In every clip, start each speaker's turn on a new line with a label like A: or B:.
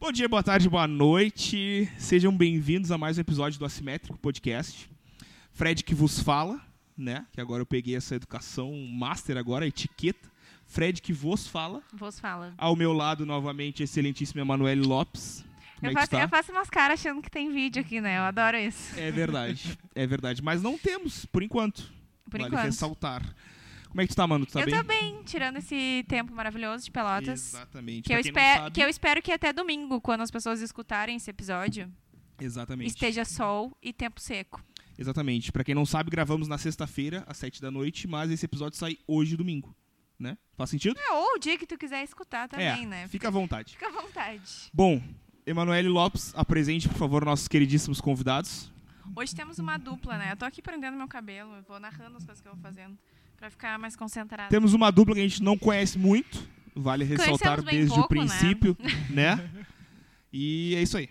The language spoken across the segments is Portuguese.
A: Bom dia, boa tarde, boa noite. Sejam bem-vindos a mais um episódio do Assimétrico Podcast. Fred que vos fala, né? Que agora eu peguei essa educação master agora, a etiqueta. Fred que vos fala.
B: Vos fala.
A: Ao meu lado, novamente, a excelentíssima Emanuele Lopes. Como
B: Eu
A: é que
B: faço,
A: está?
B: eu faço umas caras achando que tem vídeo aqui, né? Eu adoro isso.
A: É verdade, é verdade. Mas não temos, por enquanto.
B: Por
A: vale
B: enquanto.
A: ressaltar. Como é que tu tá, mano? Tu tá
B: eu
A: bem?
B: tô bem, tirando esse tempo maravilhoso de Pelotas.
A: Exatamente.
B: Que
A: Pra
B: eu,
A: quem não
B: espero,
A: sabe-
B: que eu espero que até domingo, quando as pessoas escutarem esse episódio,
A: Exatamente.
B: esteja sol e tempo seco.
A: Exatamente. Pra quem não sabe, gravamos na sexta-feira, às sete da noite, mas esse episódio sai hoje, domingo. Né? Faz sentido?
B: É, ou o dia que tu quiser escutar também,
A: é,
B: né?
A: fica à vontade.
B: Fica à vontade.
A: Bom, Emanuele Lopes, apresente, por favor, nossos queridíssimos convidados.
B: Hoje temos uma dupla, né? Eu tô aqui prendendo meu cabelo, eu vou narrando as coisas que eu vou fazendo, pra ficar mais concentrada.
A: Temos uma dupla que a gente não conhece muito, vale ressaltar
B: bem
A: desde o
B: pouco, né?
A: princípio, né? E é isso aí.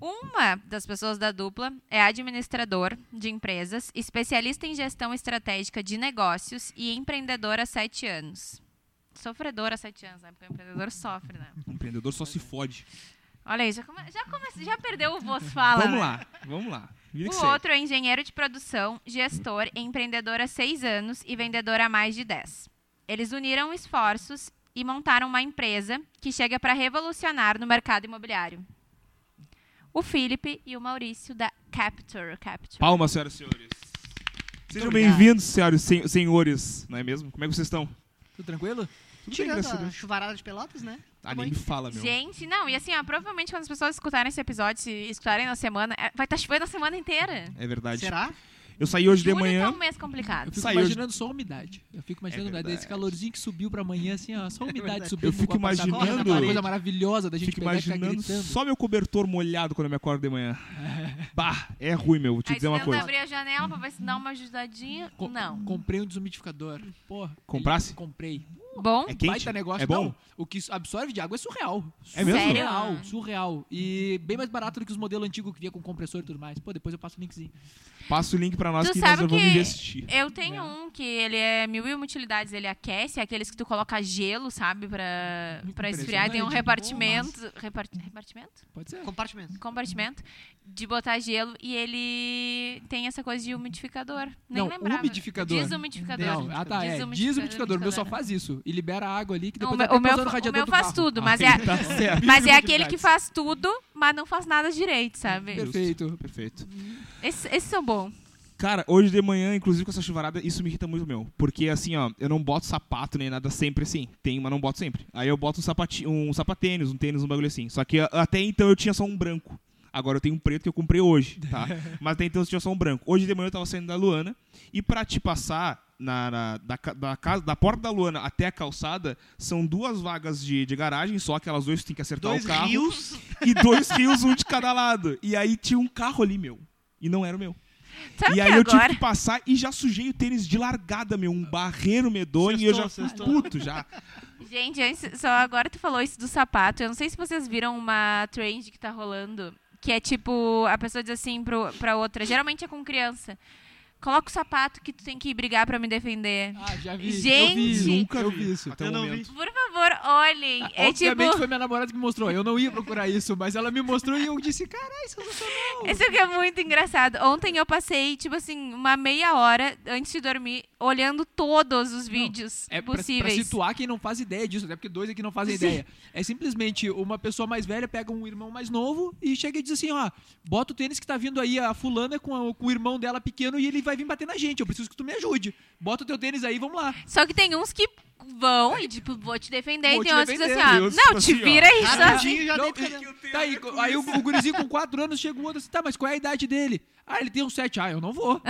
B: Uma das pessoas da dupla é administrador de empresas, especialista em gestão estratégica de negócios e empreendedor há sete anos. Sofredor há sete anos, né? Porque o empreendedor sofre, né?
A: O empreendedor só se fode.
B: Olha aí, já, come- já, come- já perdeu o voz fala.
A: vamos
B: né?
A: lá, vamos lá. Vida que
B: O
A: segue.
B: outro é engenheiro de produção, gestor, empreendedor há seis anos e vendedor há mais de dez. Eles uniram esforços e montaram uma empresa que chega para revolucionar no mercado imobiliário. O Felipe e o Maurício da Capture. Capture.
A: Palmas, senhoras e senhores. Sejam
C: obrigado.
A: bem-vindos, senhoras e sen- senhores, não é mesmo? Como é que vocês estão?
C: Tudo tranquilo?
A: bem,
C: Tirando
A: graças a
C: a
A: Deus.
C: chuvarada de pelotas, né?
A: Ah, nem me fala, meu.
B: Gente, não, e assim, ó, provavelmente quando as pessoas escutarem esse episódio, se escutarem na semana, é, vai estar chovendo a semana inteira.
A: É verdade.
C: Será?
A: Eu saí hoje de
B: Julho tá
A: manhã.
B: um mês complicado.
D: Eu fico
A: Saiu de-
D: imaginando só a umidade. Eu fico imaginando
A: É
D: a umidade.
A: verdade. É
D: Esse calorzinho que subiu pra manhã, assim, ó, só a umidade
C: verdade.
D: subindo.
A: Eu fico
D: com a passacola,
A: imaginando-
D: Uma coisa maravilhosa da gente
A: Fico
B: tá
D: pegar e ficar
A: imaginando
D: gritando.
A: só meu cobertor molhado quando eu me acordo de manhã. bah, é ruim, meu. Vou te
B: Aí
A: dizer uma
B: tenta
A: coisa.
B: abrir a janela pra ver se dá uma ajudadinha.
D: Com-
B: não.
D: Comprei um desumidificador. Porra.
A: Comprasse?
D: ele- Comprei.
B: Bom,
A: É quente?
D: Baita negócio.
A: é bom?
D: Não, o que absorve de água é surreal.
A: É mesmo?
B: Sério?
D: Surreal, surreal. E bem mais barato do que os modelos antigos que vinha com compressor e tudo mais. Pô, depois eu passo o linkzinho.
A: Passa o link pra nós
B: Tu
A: que nós
B: sabe
A: vamos
B: que-
A: investir.
B: Eu tenho um que ele é mil e uma utilidades, ele aquece, é aqueles que tu coloca gelo, sabe, pra, pra esfriar, e tem um
D: Impressionante.
B: repartimento, repar- repartimento?
D: Pode ser.
B: Tá
C: Compartimento.
B: Compartimento de botar gelo e ele tem essa coisa de umidificador. Nem
D: Não,
B: lembrava.
D: umidificador.
B: Desumidificador.
D: Não, ah tá, é. Desumidificador. O meu só faz isso. E libera a água ali que
B: Não,
D: depois
B: o meu,
D: até
B: o meu
D: usa no
B: fa- o
D: radiador
B: meu
D: do
B: faz
D: carro.
B: tudo,
A: Ah,
B: mas,
A: aí
B: é,
A: tá certo.
B: mas é aquele que faz tudo, mas não faz nada direito, sabe?
D: Perfeito.
A: Perfeito.
B: Esses, esses são bons.
A: Cara, hoje de manhã, inclusive com essa chuvarada, isso me irrita muito, meu. Porque assim, ó, eu não boto sapato nem nada sempre assim. Tem, mas não boto sempre. Aí eu boto um, sapati, um sapatênis, um tênis, um bagulho assim. Só que a- até então eu tinha só um branco. Agora eu tenho um preto que eu comprei hoje, tá? mas até então eu tinha só um branco. Hoje de manhã eu tava saindo da Luana. E pra te passar na, na- da, ca- da casa, da porta da Luana até a calçada, são duas vagas de, de garagem, só aquelas duas tu tem que acertar
C: Dois
A: o carro.
C: rios.
A: E dois rios, um de cada lado. E aí tinha um carro ali, meu. E não era o meu.
B: Sabe
A: E
B: o
A: aí
B: que
A: eu tive
B: agora?
A: que passar e já sujei o tênis de largada, meu. Um barreiro medonho e eu já fui
C: Sextou, sextou.
A: puto já.
B: Gente, antes- só agora tu falou isso do sapato. Eu não sei se vocês viram uma trend que tá rolando. Que é tipo, a pessoa diz assim pro, pra outra, geralmente é com criança. Coloca o sapato que tu tem que brigar pra me defender.
D: Ah, já vi.
B: Gente!
D: eu vi,
A: Nunca
D: eu
A: vi.
D: vi isso.
A: Até o
C: Eu não
A: momento.
B: Por favor, olhem. É tipo,
D: Ah, Obviamente foi minha namorada que me mostrou. Eu não ia procurar isso, mas ela me mostrou e eu disse, carai, sensacional.
B: isso aqui é muito engraçado. Ontem eu passei, tipo assim, uma meia hora antes de dormir, olhando todos os vídeos
D: É pra, pra
B: possíveis.
D: situar quem não faz ideia disso, até porque dois aqui não fazem
B: Sim.
D: ideia. É simplesmente uma pessoa mais velha pega um irmão mais novo e chega e diz assim: ó, bota o tênis que tá vindo aí, a fulana com, a- com o irmão dela pequeno e ele vai vir bater na gente. Eu preciso que tu me ajude. Bota o teu tênis aí, vamos lá.
B: Só que tem uns que vão e, tipo, vou te defender.
D: Vou
B: e tem
D: te
B: outros que dizem
D: defender.
B: assim,
A: E
B: ó,
A: outros, tipo
B: não, te
A: assim, ó,
B: vira aí, só.
C: Rapidinho já
D: Não,
C: dentro.
D: e-
C: da-
D: Tá aí, aí o, o gurizinho com 4 anos chega o outro assim, tá, mas qual é a idade dele? Ah, ele tem um 7. Ah, eu não vou.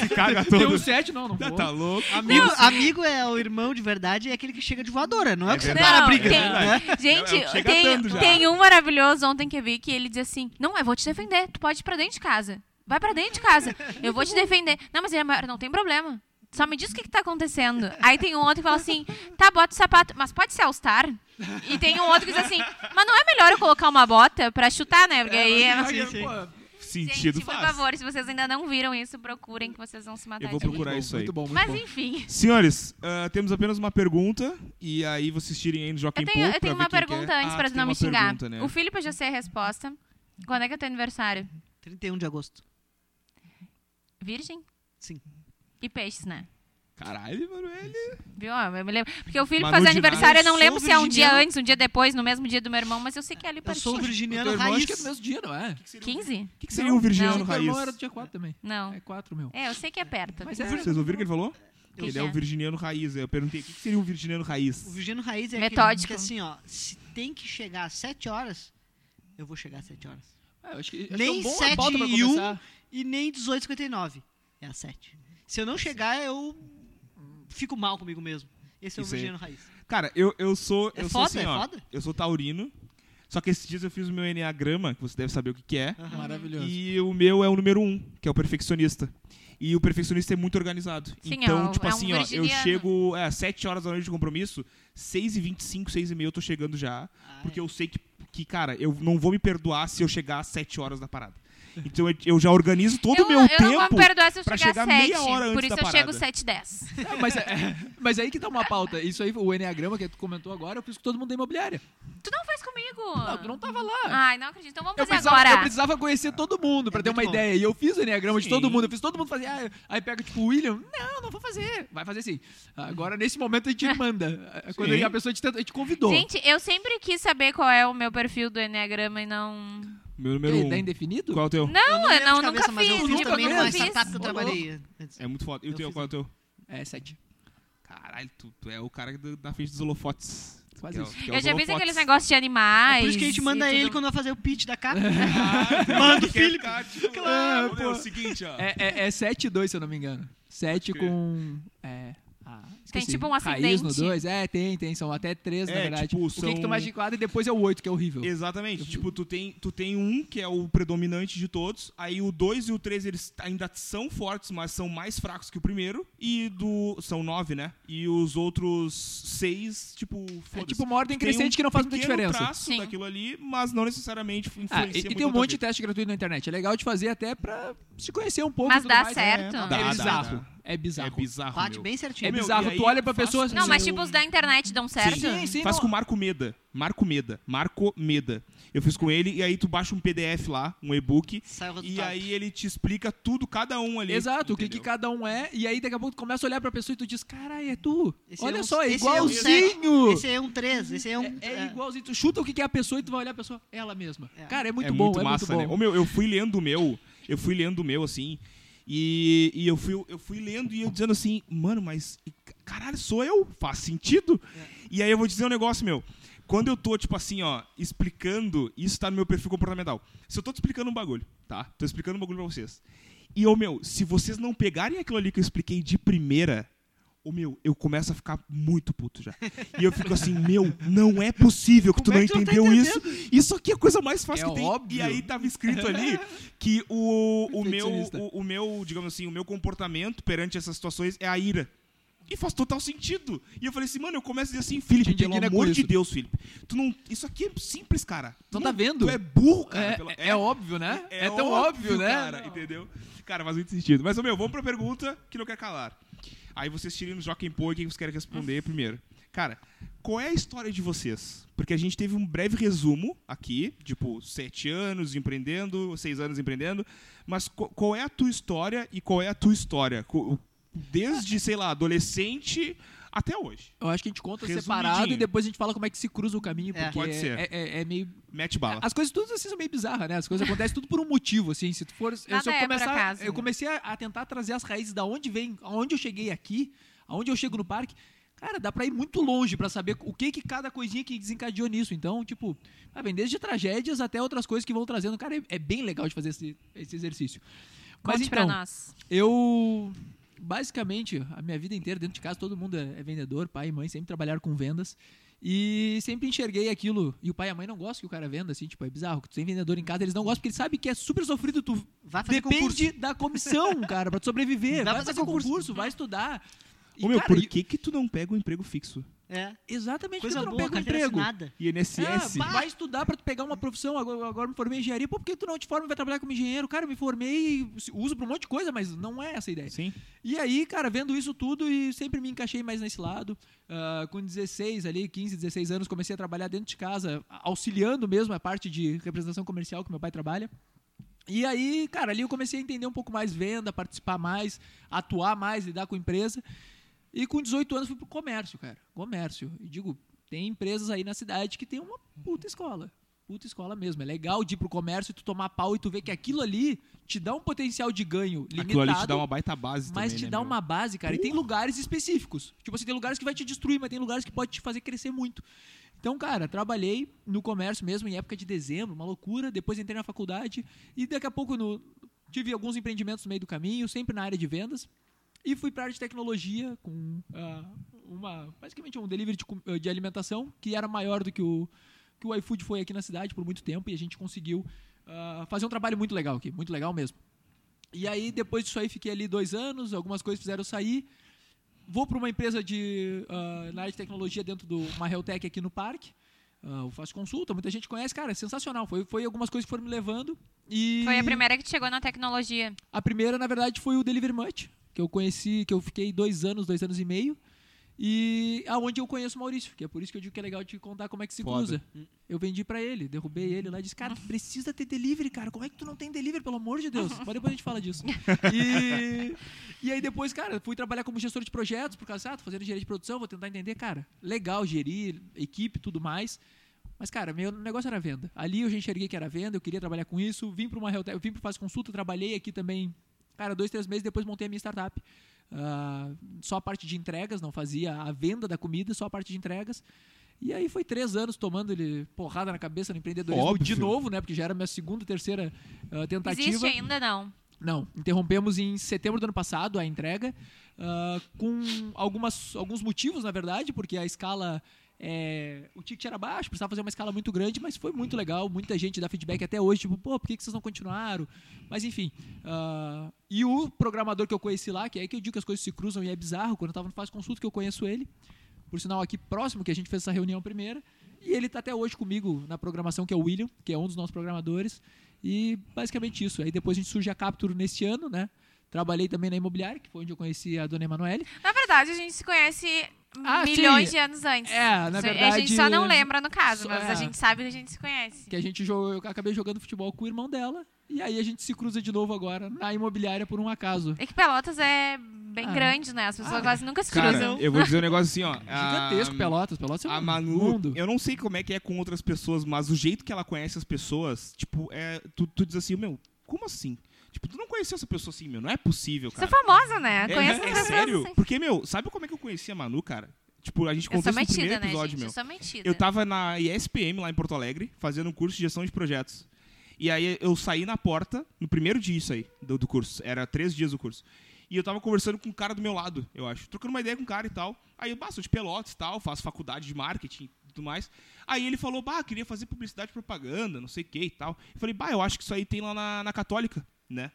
A: Se caga
D: Tem um
A: todo.
D: 7, não, não vou.
A: Tá louco?
C: Amigo, amigo é o irmão de verdade, é aquele que chega de voadora, não é,
A: É
C: o que
A: verdade.
C: separa a briga.
B: tem,
C: né?
A: Não,
B: Gente,
A: não, chega
B: tem,
A: dando já.
B: tem um maravilhoso ontem que eu vi que ele diz assim: Não, eu vou te defender, tu pode ir pra dentro de casa. Vai pra dentro de casa, eu vou te defender. Não, mas ele é maior, não tem problema. Só me diz o que, que tá acontecendo. Aí tem um outro que fala assim: Tá, bota o sapato, mas pode ser All-Star? E tem um outro que diz assim: Mas não é melhor eu colocar uma bota pra chutar, né? Porque aí. é-
D: Aí,
C: sim,
D: pô,
A: sentido
B: Gente,
A: faz.
B: por favor, se vocês ainda não viram isso, procurem que vocês vão se matar
A: Eu vou
B: de rir.
A: procurar
D: Muito bom,
A: isso aí.
D: Muito bom, muito
B: Mas
D: bom.
B: enfim,
A: Senhores, ah, temos apenas uma pergunta e aí vocês tirem aí no Joaquim
B: eu tenho,
A: Pô
B: eu tenho
A: pra
B: uma
A: ver quem que é.
B: pergunta antes
A: Ah,
B: pra
A: tu
B: tu
A: tem
B: não
A: uma
B: me xingar.
A: pergunta, né?
B: O Felipe, eu já sei a resposta. Quando é que é teu aniversário?
C: 31 de agosto.
B: Virgem?
C: Sim.
B: E peixes, né?
A: Caralho, mano, ele... é
B: Viu? Ah, Eu me lembro. Porque o Felipe
A: Manu
B: faz
A: de
B: aniversário, eu não
C: Sou
B: lembro se é um dia
C: virginiano.
B: antes, um dia depois, no mesmo dia do meu irmão, mas eu sei que é ali
C: Eu sou
B: pertinho.
D: O
C: virginiano
D: teu irmão
C: raiz.
D: acho que é do mesmo dia, não é?
B: 15?
A: O que, que seria um virginiano
D: Não, o teu
A: raiz?
D: irmão era do dia 4 também.
B: Não.
D: É 4, meu.
B: É, eu sei que é perto.
D: Mas é...
A: Vocês ouviram o que ele falou?
B: Eu
A: ele
B: já.
A: é um virginiano raiz. Eu perguntei, o que, que seria um virginiano
C: O
A: raiz?
C: virginiano raiz é
B: Metódico.
C: aquele que assim, ó, se tem que chegar às 7 horas, eu vou chegar às 7 horas.
D: Ah, eu acho que, acho
C: Nem
D: que é um bom
C: sete
D: pauta pra
C: e um.
D: começar.
C: E nem 18h59, é às 7. Se eu não chegar, eu fico mal comigo mesmo. Esse é o
A: Isso aí.
C: virginiano raiz.
A: Cara, eu, eu sou.
C: É
A: eu
C: foda,
A: sou assim,
C: é
A: ó,
C: foda.
A: Eu sou taurino. Só que esses dias eu fiz o meu Enneagrama, que você deve saber o que, que é.
D: Maravilhoso.
A: E o meu é o número um, que é o perfeccionista. E o perfeccionista é muito organizado.
B: Sim,
A: então,
B: é um-
A: tipo
B: é um
A: assim, ó, eu
B: virginiano.
A: chego é, às 7 horas da noite de compromisso, 6h25, 6h30 eu tô chegando já.
C: Ah,
A: Porque
C: é.
A: eu sei que, que, cara, eu não vou me perdoar se eu chegar às 7 horas da parada. Então eu, eu já organizo todo o
B: eu,
A: meu
B: eu
A: tempo.
B: não vou me perdoar se eu
A: pra
B: chegar, às
A: chegar
B: 7.
A: meia hora antes
B: por isso
A: da
B: eu chego
A: parada.
B: 7 e 10.
D: Ah, mas, é- mas aí que tá uma pauta. Isso aí, o Enneagrama que tu comentou agora, eu fiz com todo mundo da imobiliária.
B: Tu não faz comigo.
D: Não, tu não
A: tá.
D: tava lá.
B: Ai, não acredito. Então vamos
D: Eu
B: fazer
D: precisava, eu
B: Ah. agora.
D: precisava conhecer todo mundo pra
C: É
D: ter uma
C: muito bom.
D: ideia. E eu fiz o Enneagrama de todo
A: Sim.
D: mundo. Eu fiz todo mundo fazer. Ah, aí pega, tipo, o William. Não, não vou fazer. Vai fazer sim. Agora, nesse momento, a gente manda. Ah, Quando
A: Sim.
D: a pessoa te, tenta- te convidou.
B: Gente, eu sempre quis saber qual é o meu perfil do Enneagrama e não.
A: Meu número
D: Ele dá
A: 1.
D: indefinido?
A: Qual é o teu?
B: Não, eu,
C: lembro
B: não,
C: de cabeça,
B: nunca
C: mas
B: fiz.
C: eu fiz
D: nunca
C: também numa
D: fiz.
C: startup que eu
D: Ô, louco.
C: trabalhei. antes.
A: É muito foda. E o
C: Eu
A: teu,
C: fiz
A: qual é o teu?
D: É, sete.
A: Caralho, tu, tu é o cara da, da frente dos holofotes.
D: Quase
A: Que é o-
D: isso.
A: que é
B: Eu
A: os
B: já fiz
A: holofotes.
B: aqueles negócios de animais.
C: É Por isso que a gente manda
B: e
C: ele
B: tudo.
C: quando vai fazer o pitch da capa.
A: Ah,
C: Manda o
A: quer
C: Felipe.
A: ficar, tipo,
D: Claro,
A: "Ô, meu,
D: pô.
A: É o seguinte, ó.
D: É, é, é 7 e 2, se eu não me engano. 7
A: Pode crer.
D: com. É. Ah, esqueci.
B: tipo um
D: Raiz no
B: acidente.
D: 2? É, tem, tem. São até 3, na
A: É,
D: verdade.
A: tipo,
D: O que,
A: são-
D: que tu mais de quadro e depois é o 8, que é horrível.
A: Exatamente. Tipo, tu tem, tu tem um que é o predominante de todos, aí o 2 e o 3 eles ainda são fortes, mas são mais fracos que o primeiro, e do são nove, né? E os outros seis, tipo,
D: É
A: foda-se.
D: tipo uma ordem
A: Tem um
D: crescente que não faz muita
A: pequeno
D: diferença.
A: traço
B: Sim.
A: daquilo ali, mas não necessariamente influencia
D: Ah, e, e
A: muito
D: tem um
A: na tua
D: monte de
A: vida.
D: teste gratuito na internet. É legal de fazer até pra se conhecer um pouco. e
B: Mas
D: tudo
B: dá
D: mais.
B: certo.
D: É,
B: Dá,
A: dá,
D: é bizarro.
A: dá.
D: É bizarro.
A: É bizarro,
C: Bate
A: meu.
C: bem
D: É
C: certinho.
A: meu,
D: bizarro.
A: e
D: tu
A: aí
D: olha pra
A: faz
D: pessoa... assim,
A: com
B: Não, mas
A: Sim.
B: tipo, os da internet dão certo?
D: Sim, sim.
A: Faz
D: não.
A: com o Marco Meda. Marco Meda. Marco Meda. Eu fiz com ele, e aí tu baixa um PDF lá, um e-book,
C: Sai o
A: e
C: resultado.
A: aí ele te explica tudo, cada um ali.
D: Exato, o que, que
A: entendeu?
D: cada um é. E aí daqui a pouco tu começa a olhar pra pessoa e tu diz, caralho, é tu.
C: Esse
D: olha
C: é um-
D: só, é
C: esse é um
D: igualzinho.
C: Esse aí é um 3, esse aí é um...
D: É, é igualzinho. Tu chuta o que que é a pessoa e tu vai olhar a pessoa, ela mesma.
C: É.
D: Cara, é muito
A: é
D: bom,
A: muito
D: é
A: massa,
D: muito bom.
A: né? Ô, meu, eu fui lendo o meu, eu fui lendo o meu, assim, e, e eu, fui, eu fui lendo e eu dizendo assim, mano, mas e ca- caralho, sou eu? Faz sentido? E aí eu vou dizer um negócio, meu. Quando eu tô, tipo assim, ó, explicando, isso tá no meu perfil comportamental. Se eu tô te explicando um bagulho, tá? Tô explicando um bagulho pra vocês. E, ô, meu, se vocês não pegarem aquilo ali que eu expliquei de primeira, ô, meu, eu começo a ficar muito puto já. E eu fico assim, meu, não é possível que tu
C: Como
A: não
C: é que tu não tá
A: entendeu isso.
C: entendendo?
A: Isso aqui é a coisa mais fácil
D: É
A: que tem.
D: óbvio.
A: E aí tava escrito ali que o, o, meu,
D: Perfeccionista.
A: o, o meu, digamos assim, o meu comportamento perante essas situações é a ira. E faz total sentido. E eu falei assim, mano, eu começo a dizer assim, Felipe,
D: Te
A: pelo
D: indigna com
A: amor de
D: é isso.
A: Deus, Felipe. Tu não, isso aqui é simples, cara. Tu
D: Não tá vendo?
A: Tu é burro, cara.
D: É,
A: pelo-
D: é- é óbvio, né? É, tão óbvio, né?
A: Cara, entendeu? Cara, faz muito sentido. Mas, ô, meu, vamos pra pergunta que não quer calar. Aí vocês tirem no Joaquim Pô e quem vocês querem responder primeiro. Cara, qual é a história de vocês? Porque a gente teve um breve resumo aqui, tipo, sete anos empreendendo, seis anos empreendendo, mas co- qual é a tua história e qual é a tua história? Co- Desde, sei lá, adolescente até hoje.
D: Eu acho que a gente conta
A: Resumidinho.
D: separado e depois a gente fala como é que se cruza o caminho,
C: É.
D: porque
A: Pode
D: é-
A: ser.
D: é- é- é meio
A: Mete bala.
D: As coisas todas assim são meio bizarras, né? As coisas acontecem tudo por um motivo, assim. Se tu for. eu,
B: Nada
D: se eu
B: é por
D: começar,
B: acaso.
D: eu comecei a, a tentar trazer as raízes da onde vem, aonde eu cheguei aqui, aonde eu chego no parque. Cara, dá pra ir muito longe pra saber o que que cada coisinha que desencadeou nisso. Então, tipo, ah, vem desde tragédias até outras coisas que vão trazendo. Cara, é, é bem legal de fazer esse, esse exercício. Mas
B: Conte pra
D: então,
B: nós.
D: eu, basicamente, a minha vida inteira dentro de casa, todo mundo é é vendedor, pai e mãe sempre trabalharam com vendas. E sempre enxerguei aquilo. E o pai e a mãe não gostam que o cara venda, assim, tipo, é bizarro. Que tu tem vendedor em casa, eles não gostam porque eles sabem que é super sofrido. Tu
C: Vai fazer
D: depende da comissão, cara, pra tu sobreviver.
C: Vai
D: Vai
C: fazer
D: fazer concurso,
C: concurso.
D: vai estudar. E,
A: Ô, meu,
D: cara,
A: por
D: e-
A: que que tu não pega um emprego fixo?
C: É.
D: Exatamente,
C: Coisa
D: porque tu não
C: boa,
D: pega um
C: carteira
D: emprego.
C: assinada. Ah,
A: INSS.
D: É, vai estudar pra tu pegar uma profissão. Agora, agora eu me formei em engenharia. Pô, por que tu não te forma e vai trabalhar como engenheiro? Cara, eu me formei e uso pra um monte de coisa, mas não é essa a ideia.
A: Sim.
D: E aí, cara, vendo isso tudo e sempre me encaixei mais nesse lado. Ah, com 16 ali, 15, 16 anos, comecei a trabalhar dentro de casa, auxiliando mesmo a parte de representação comercial que meu pai trabalha. E aí, cara, ali eu comecei a entender um pouco mais venda, participar mais, atuar mais, lidar com empresa. E com 18 anos fui pro comércio, cara. Comércio. E digo, tem empresas aí na cidade que tem uma puta escola. Puta escola mesmo. É legal de ir pro comércio e tu tomar pau e tu ver que aquilo ali te dá um potencial de ganho limitado.
A: Aquilo ali te dá um uma baita base
D: Mas
A: também,
D: te
A: né,
D: dá
A: meu?
D: uma base, cara. E tem lugares específicos. Tipo assim, tem lugares que vai te destruir, mas tem lugares que pode te fazer crescer muito. Então, cara, trabalhei no comércio mesmo em época de dezembro, uma loucura. Depois entrei na faculdade e daqui a pouco no- tive alguns empreendimentos no meio do caminho, sempre na área de vendas. E fui para área de tecnologia com ah, uma, basicamente um delivery de, com- de alimentação que era maior do que o, que o iFood foi aqui na cidade por muito tempo e a gente conseguiu ah, fazer um trabalho muito legal aqui, muito legal mesmo. E aí, depois disso aí, fiquei ali dois anos, algumas coisas fizeram eu sair. Vou para uma empresa de, ah, na área de tecnologia dentro do uma Heltec aqui no parque. Ah, eu faço consulta, muita gente conhece. Cara, é sensacional. Foi, foi algumas coisas que foram me levando. E
B: Foi a primeira que chegou na tecnologia.
D: a primeira, na verdade, foi o Delivery Much, que eu conheci, que eu fiquei dois anos, dois anos e meio. E aonde eu conheço o Maurício, que é por isso que eu digo que é legal te contar como é que se
A: Foda.
D: cruza. Eu vendi pra ele, derrubei ele lá e disse, cara, tu precisa ter delivery, cara. Como é que tu não tem delivery, pelo amor de Deus? Mas depois a gente fala disso. E, e aí depois, cara, fui trabalhar como gestor de projetos, por causa, ah, tô fazendo engenharia de produção, vou tentar entender, cara, legal gerir, equipe tudo mais. Mas, cara, meu negócio era venda. Ali eu já enxerguei que era venda, eu queria trabalhar com isso. Vim para uma Realtec, vim para Faz Consulta, trabalhei aqui também, cara, dois, três meses depois montei a minha startup. Ah, só a parte de entregas, não fazia a venda da comida, só a parte de entregas. E aí foi três anos tomando ele porrada na cabeça no empreendedorismo de
A: Óbvio.
D: novo, né? Porque já era minha segunda, terceira ah, tentativa.
B: Existe ainda não.
D: Não, interrompemos em setembro do ano passado a entrega, ah, com algumas, alguns motivos, na verdade, porque a escala. é, o ticket era baixo, precisava fazer uma escala muito grande, mas foi muito legal. Muita gente dá feedback até hoje, tipo, pô, por que, que vocês não continuaram? Mas enfim. ah, e o programador que eu conheci lá, que é aí que eu digo que as coisas se cruzam e é bizarro, quando eu tava no Faz Consulta, que eu conheço ele, por sinal aqui próximo, que a gente fez essa reunião primeira, e ele tá até hoje comigo na programação, que é o William, que é um dos nossos programadores. E basicamente isso. Aí depois a gente surge a Capture neste ano, né? Trabalhei também na imobiliária, que foi onde eu conheci a dona Emanuele.
B: Na verdade, a gente se conhece
D: Ah,
B: milhões
D: sim.
B: de anos antes.
D: É, na
B: Só-
D: verdade.
B: A gente só não lembra, no caso,
D: só-
B: mas
D: é.
B: a gente sabe que a gente se conhece.
D: Que a gente jogou, eu acabei jogando futebol com o irmão dela. E aí a gente se cruza de novo agora na imobiliária por um acaso.
B: É que Pelotas é bem
D: Ah.
B: grande, né? As pessoas
D: Ah.
B: quase nunca se
A: Cara,
B: cruzam.
A: eu vou dizer um negócio assim, ó. a-
D: Gigantesco, Pelotas. Pelotas é um
A: A Manu,
D: mundo.
A: eu não sei como é que é com outras pessoas, mas o jeito que ela conhece as pessoas, tipo, é, tu, tu diz assim, meu, como assim? Tipo, tu não conheceu essa pessoa assim, meu, não é possível,
B: Você é
A: cara.
B: famosa, né?
A: é,
B: Conheço
A: é,
B: as pessoas
A: sério?
B: assim.
A: Porque, meu, sabe como é que eu conheci a Manu, cara? Tipo, a gente
B: Eu
A: contou isso no
B: sou metida,
A: primeiro
B: né,
A: episódio,
B: gente?
A: meu.
B: Eu sou metida.
A: Eu tava na ESPM lá em Porto Alegre, fazendo um curso de gestão de projetos. E aí eu saí na porta, no primeiro dia isso aí, do, do curso. Era três dias o curso. E eu tava conversando com um cara do meu lado, eu acho. Trocando uma ideia com um cara e tal. Aí eu, bah, sou de Pelotas e tal, faço faculdade de marketing e tudo mais. Aí ele falou, bah, queria fazer publicidade e propaganda, não sei o que e tal. Eu falei, bah, eu acho que isso aí tem lá na, na Católica, né?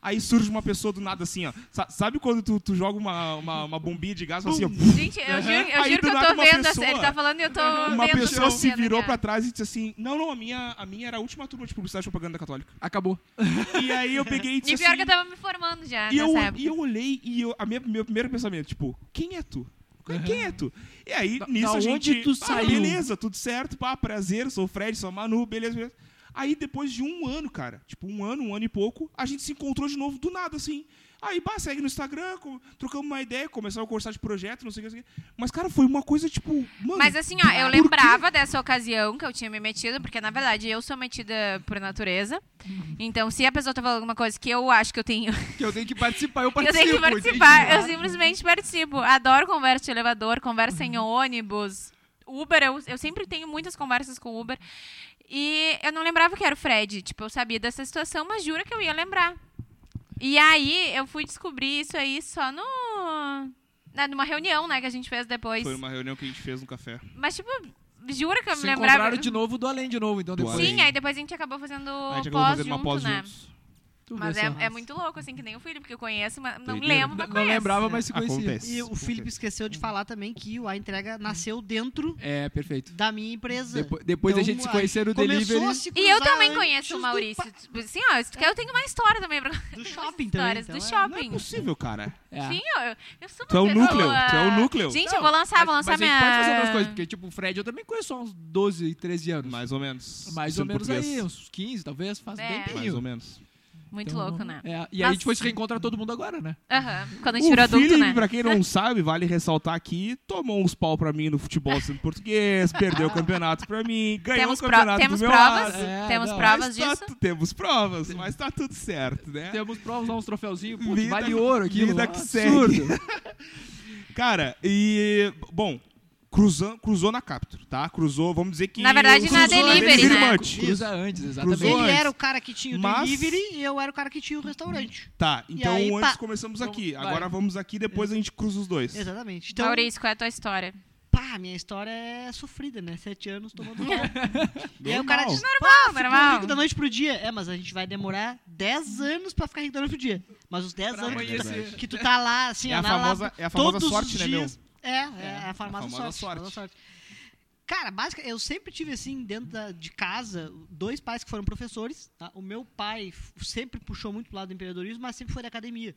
A: Aí surge uma pessoa do nada assim, ó. Sa- Sabe quando tu, tu joga uma, uma, uma bombinha de gás assim, ó?
B: Gente, eu juro, eu
A: Aí do
B: juro que eu
A: nada
B: tô
A: uma
B: vendo.
A: pessoa-
B: ele tá falando e eu tô
A: Uma
B: vendo. assim, né?
A: pessoa
D: é
A: se
B: acontecendo,
A: virou pra
B: cara.
A: trás e disse assim: Não, não, a minha, a minha era a última turma de publicidade e propaganda católica.
D: Acabou.
A: E aí eu peguei e disse
B: E pior
A: assim.
B: que eu tava me formando já
A: e, eu,
B: nessa época.
A: e eu olhei e eu, a minha, meu primeiro pensamento, tipo, quem é tu? Quem é tu? E aí,
D: Da-
A: nisso
D: da
A: a gente.
D: onde tu
A: "Ah,
D: saiu?"
A: Beleza, tudo certo, pá, prazer, sou o Fred, sou a Manu, beleza, beleza. Aí depois de um ano, cara, tipo, um ano, um ano e pouco, a gente se encontrou de novo do nada, assim. Aí, bah, segue no Instagram, co- trocamos uma ideia, começamos a conversar de projeto, não sei o que, não sei o que. Mas, cara, foi uma coisa, tipo, mano.
B: Mas assim, ó, eu
A: por quê?
B: lembrava dessa ocasião que eu tinha me metido, porque na verdade eu sou metida por natureza.
A: Uhum.
B: Então, se a pessoa tá falando alguma coisa que eu acho que eu tenho,
D: Que eu tenho que participar, eu
B: que eu
D: participo.
B: tenho que participar, eu simplesmente participo. Adoro conversa de elevador, conversa em ônibus, Uber, eu, eu sempre tenho muitas conversas com Uber. E eu não lembrava que era o Fred. Tipo, eu sabia dessa situação, mas jura que eu ia lembrar. E aí, eu fui descobrir isso aí só no. na- Numa reunião, né, que a gente fez depois.
A: Foi uma reunião que a gente fez no café.
B: Mas, tipo, jura que eu
D: Se
B: me lembrava.
D: encontraram de novo do além de novo, então
A: Do
D: depois.
A: além.
B: Sim, aí depois a gente acabou fazendo
A: a gente acabou
B: pós
A: fazendo
B: junto,
A: uma pós
B: né?
A: juntos.
D: Tu
B: Mas
D: vê
B: é,
D: só.
B: é muito louco, assim, que nem o Felipe, que eu conheço, mas não
A: Doideira.
B: lembro,
D: Não,
B: mas
D: não
B: conheço.
D: lembrava, mas se conhecia.
A: Acontece.
C: E o Felipe esqueceu de falar também que o A Entrega nasceu dentro
D: É, perfeito.
C: da minha empresa.
D: Depo- depois da
C: Então,
D: gente se
C: a-
D: conhecer no
C: começou
D: delivery.
A: assim?
C: a se
B: E eu
C: cruzar
B: também
C: antes
B: conheço o
C: do
B: Maurício. Tipo Assim, ó, se tu quer, eu tenho uma história também pra
C: pa- Do shopping também.
B: histórias
C: então,
B: do
C: é.
A: Não é
B: shopping.
A: possível, cara.
D: É.
B: Sim, eu, eu- eu sou uma
A: Tu é o
B: pessoa-
A: núcleo, tu é o núcleo.
B: Gente,
D: Não,
B: eu vou lançar, vou
D: mas-
B: lançar
D: mas
B: minha...
D: a gente pode fazer outras coisas, porque tipo, o Fred eu também conheço há uns 12, 13 anos.
A: Mais ou menos.
D: Mais ou
A: Sendo
D: menos
A: um português.
D: aí, uns 15 talvez, faz
B: É.
D: bem
A: Mais
D: tempinho.
A: ou menos.
B: Muito
D: Então,
B: louco, né?
D: é, e aí a
B: Mas-
D: gente foi se reencontrar todo mundo agora, né?
B: Aham, quando a gente virou
A: O
B: adulto,
A: Felipe,
B: né?
A: pra quem não sabe, vale ressaltar aqui, tomou uns pau pra mim no futebol sendo português, perdeu o campeonato pra mim, ganhou
B: Temos,
A: o
B: pro-
A: um campeonato
B: temos
A: do meu
B: provas,
A: lado.
D: É,
B: temos
D: não,
A: Mas
B: provas
A: tá
B: disso.
A: tu- temos provas, mas tá tudo certo, né?
D: Temos provas lá, uns troféuzinhos, putz,
A: Vida-
D: vale ouro aqui.
A: vida né,
C: É
A: que Cara, e. Bom, cruzou, cruzou na Capture, tá? Cruzou, vamos dizer que.
B: Na verdade, na
A: cruzou
B: delivery, né?
A: Munch.
D: Cruza antes, exatamente.
A: Cruzou
C: Ele
A: antes.
C: era o cara que tinha o
A: Mas-
C: delivery e eu era o cara que tinha o restaurante.
A: Tá, então
C: aí,
A: antes
C: pá.
A: começamos
D: Então,
A: aqui.
D: vai.
A: Agora vamos aqui, depois a gente cruza os dois.
C: Exatamente. Então,
B: Maurício, qual é a tua história?
C: pá, minha história é sofrida, né? Sete anos tomando pau. E aí o cara
A: Normal.
C: diz,
D: Ah,
C: pá, ficou
B: normal.
C: rico da noite pro dia. É, mas a gente vai demorar 10 anos pra ficar rico da noite pro dia. Mas os 10
D: Pra
C: anos
D: amanhecer.
C: que tu, que tu tá lá, assim,
A: É a
C: ó, na
A: famosa-
C: lata,
A: é a famosa
C: todos os
A: sorte, né, meu?
C: dias. É, é,
A: a
C: a famosa,
A: famosa
C: sorte,
A: sorte.
C: famosa sorte. Cara, basicamente, eu sempre tive, assim, dentro da- de casa, dois pais que foram professores. tá? O meu pai f- sempre puxou muito pro lado do empreendedorismo, mas sempre foi da academia.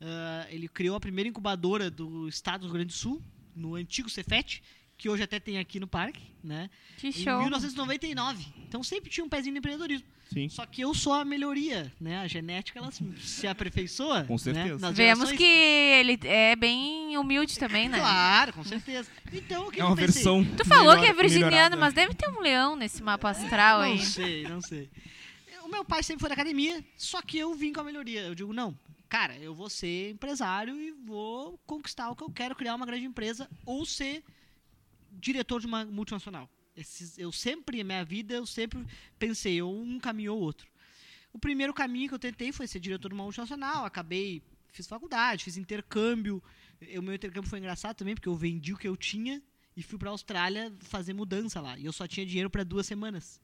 C: Ah, ele criou a primeira incubadora do estado do Rio Grande do Sul, no antigo Cefet, que hoje até tem aqui no parque, né?
B: Que
C: Em
B: show.
C: 1999. Então sempre tinha um pezinho no empreendedorismo.
A: Sim.
C: Só que eu sou a melhoria, né? A genética ela se- se aperfeiçoa.
A: Com certeza.
C: Né? Nas
B: Vemos
C: gerações.
B: que ele é bem humilde também, né?
C: Claro, com certeza. Então o que
A: É
C: eu
A: uma
C: pensei?
A: versão.
B: Tu falou que é
A: melhor-
B: virginiano,
A: melhorada.
B: mas deve ter um leão nesse mapa astral aí.
C: Não sei, não sei. O meu pai sempre foi da academia, só que eu vim com a melhoria. Eu digo, não, cara, eu vou ser empresário e vou conquistar o que eu quero, criar uma grande empresa ou ser diretor de uma multinacional. Esses- eu sempre, minha vida, eu sempre pensei, ou um caminho ou outro. O primeiro caminho que eu tentei foi ser diretor de uma multinacional, acabei, fiz faculdade, fiz intercâmbio. E O meu intercâmbio foi engraçado também, porque eu vendi o que eu tinha e fui para Austrália fazer mudança lá. E eu só tinha dinheiro para duas semanas.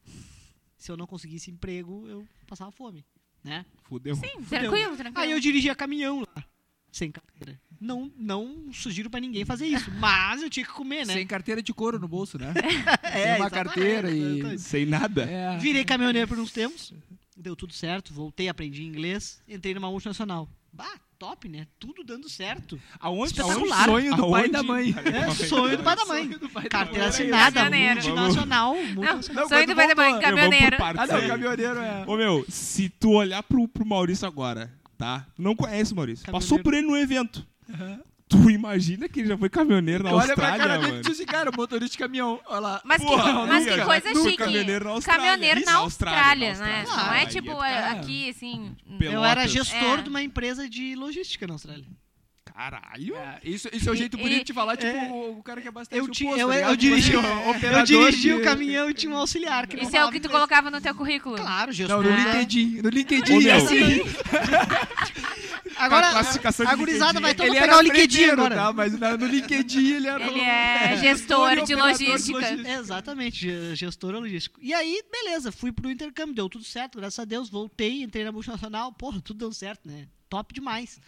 C: Se eu não conseguisse emprego, eu passava fome, né?
A: Fudeu.
B: Sim, tranquilo, tranquilo.
C: Aí eu dirigia caminhão lá, sem carteira. Não, não sugiro para ninguém fazer isso, mas eu tinha que comer, né?
D: Sem carteira de couro no bolso, né?
C: É,
D: Sem uma
C: exatamente,
D: carteira e-
C: exatamente.
A: Sem nada.
D: É.
C: Virei caminhoneiro por uns tempos. Deu tudo certo, voltei, aprendi inglês, entrei numa multinacional. Bah, top, né? Tudo dando certo.
A: Aonde? aonde
C: Espetacular.
D: Sonho do pai
A: Aonde?
D: e da mãe.
C: É, sonho do pai da mãe.
D: Sonho do pai da
C: Carteira
D: mãe.
C: assinada,
B: Caminhoneiro.
C: multinacional.
B: Não,
C: multinacional.
B: sonho
D: Não, quando
B: do pai da mãe,
D: voltou-
B: caminhoneiro.
A: partes
D: Ah, não,
A: aí.
D: caminhoneiro é...
A: Ô meu, se tu olhar pro, pro Maurício agora, tá? Não conhece o Maurício.
C: Caminhoneiro.
A: Passou por ele num evento. Tu imagina que ele já foi caminhoneiro na
D: Olha pra
A: Austrália,
D: cara dele
A: mano.
D: e diz assim, cara, motorista de caminhão. Olha lá.
B: Mas que,
A: Porra,
B: mas que
A: nunca,
B: coisa
A: nunca.
B: chique.
A: Caminhoneiro na Austrália.
B: Caminhoneiro
A: Isso,
B: na
A: na
B: Austrália,
A: Austrália, na
B: né?
A: Austrália.
B: Não é
A: Aí,
B: tipo
A: cara.
B: aqui, assim.
C: Eu era
A: Pelotas.
C: gestor
B: É.
C: de uma empresa de logística na Austrália.
A: Caralho.
D: É, isso, isso é o jeito
B: E-
D: bonito de falar, tipo,
C: é.
D: o, o cara que abastece
C: Eu,
D: o
C: ti-
D: posto,
C: eu,
D: tá ligado?
C: eu dirigi,
D: Tipo, assim, ó,
C: eu
D: operador
C: dirigi
D: de-
C: o caminhão e tinha um auxiliar. Que não
B: Isso é o
C: falava
B: que tu
C: inglês.
B: colocava no teu currículo.
C: Claro, gestor.
D: Não, no
C: né?
D: LinkedIn. No
A: Ô,
D: LinkedIn,
A: meu,
D: assim,
C: Agora,
A: A classificação de
C: a gurizada
A: LinkedIn.
C: vai todo
D: ele
C: pegar
D: era
C: o LinkedIn
D: fregueiro,
C: agora.
D: tá? Mas na- no LinkedIn ele era...
B: Ele
D: um-
B: é gestor de
D: operador de
B: logística.
C: Exatamente, ge- gestor logístico. E aí, beleza, fui pro intercâmbio, deu tudo certo, graças a Deus, voltei, entrei na multinacional, porra, tudo deu certo, né? Top demais.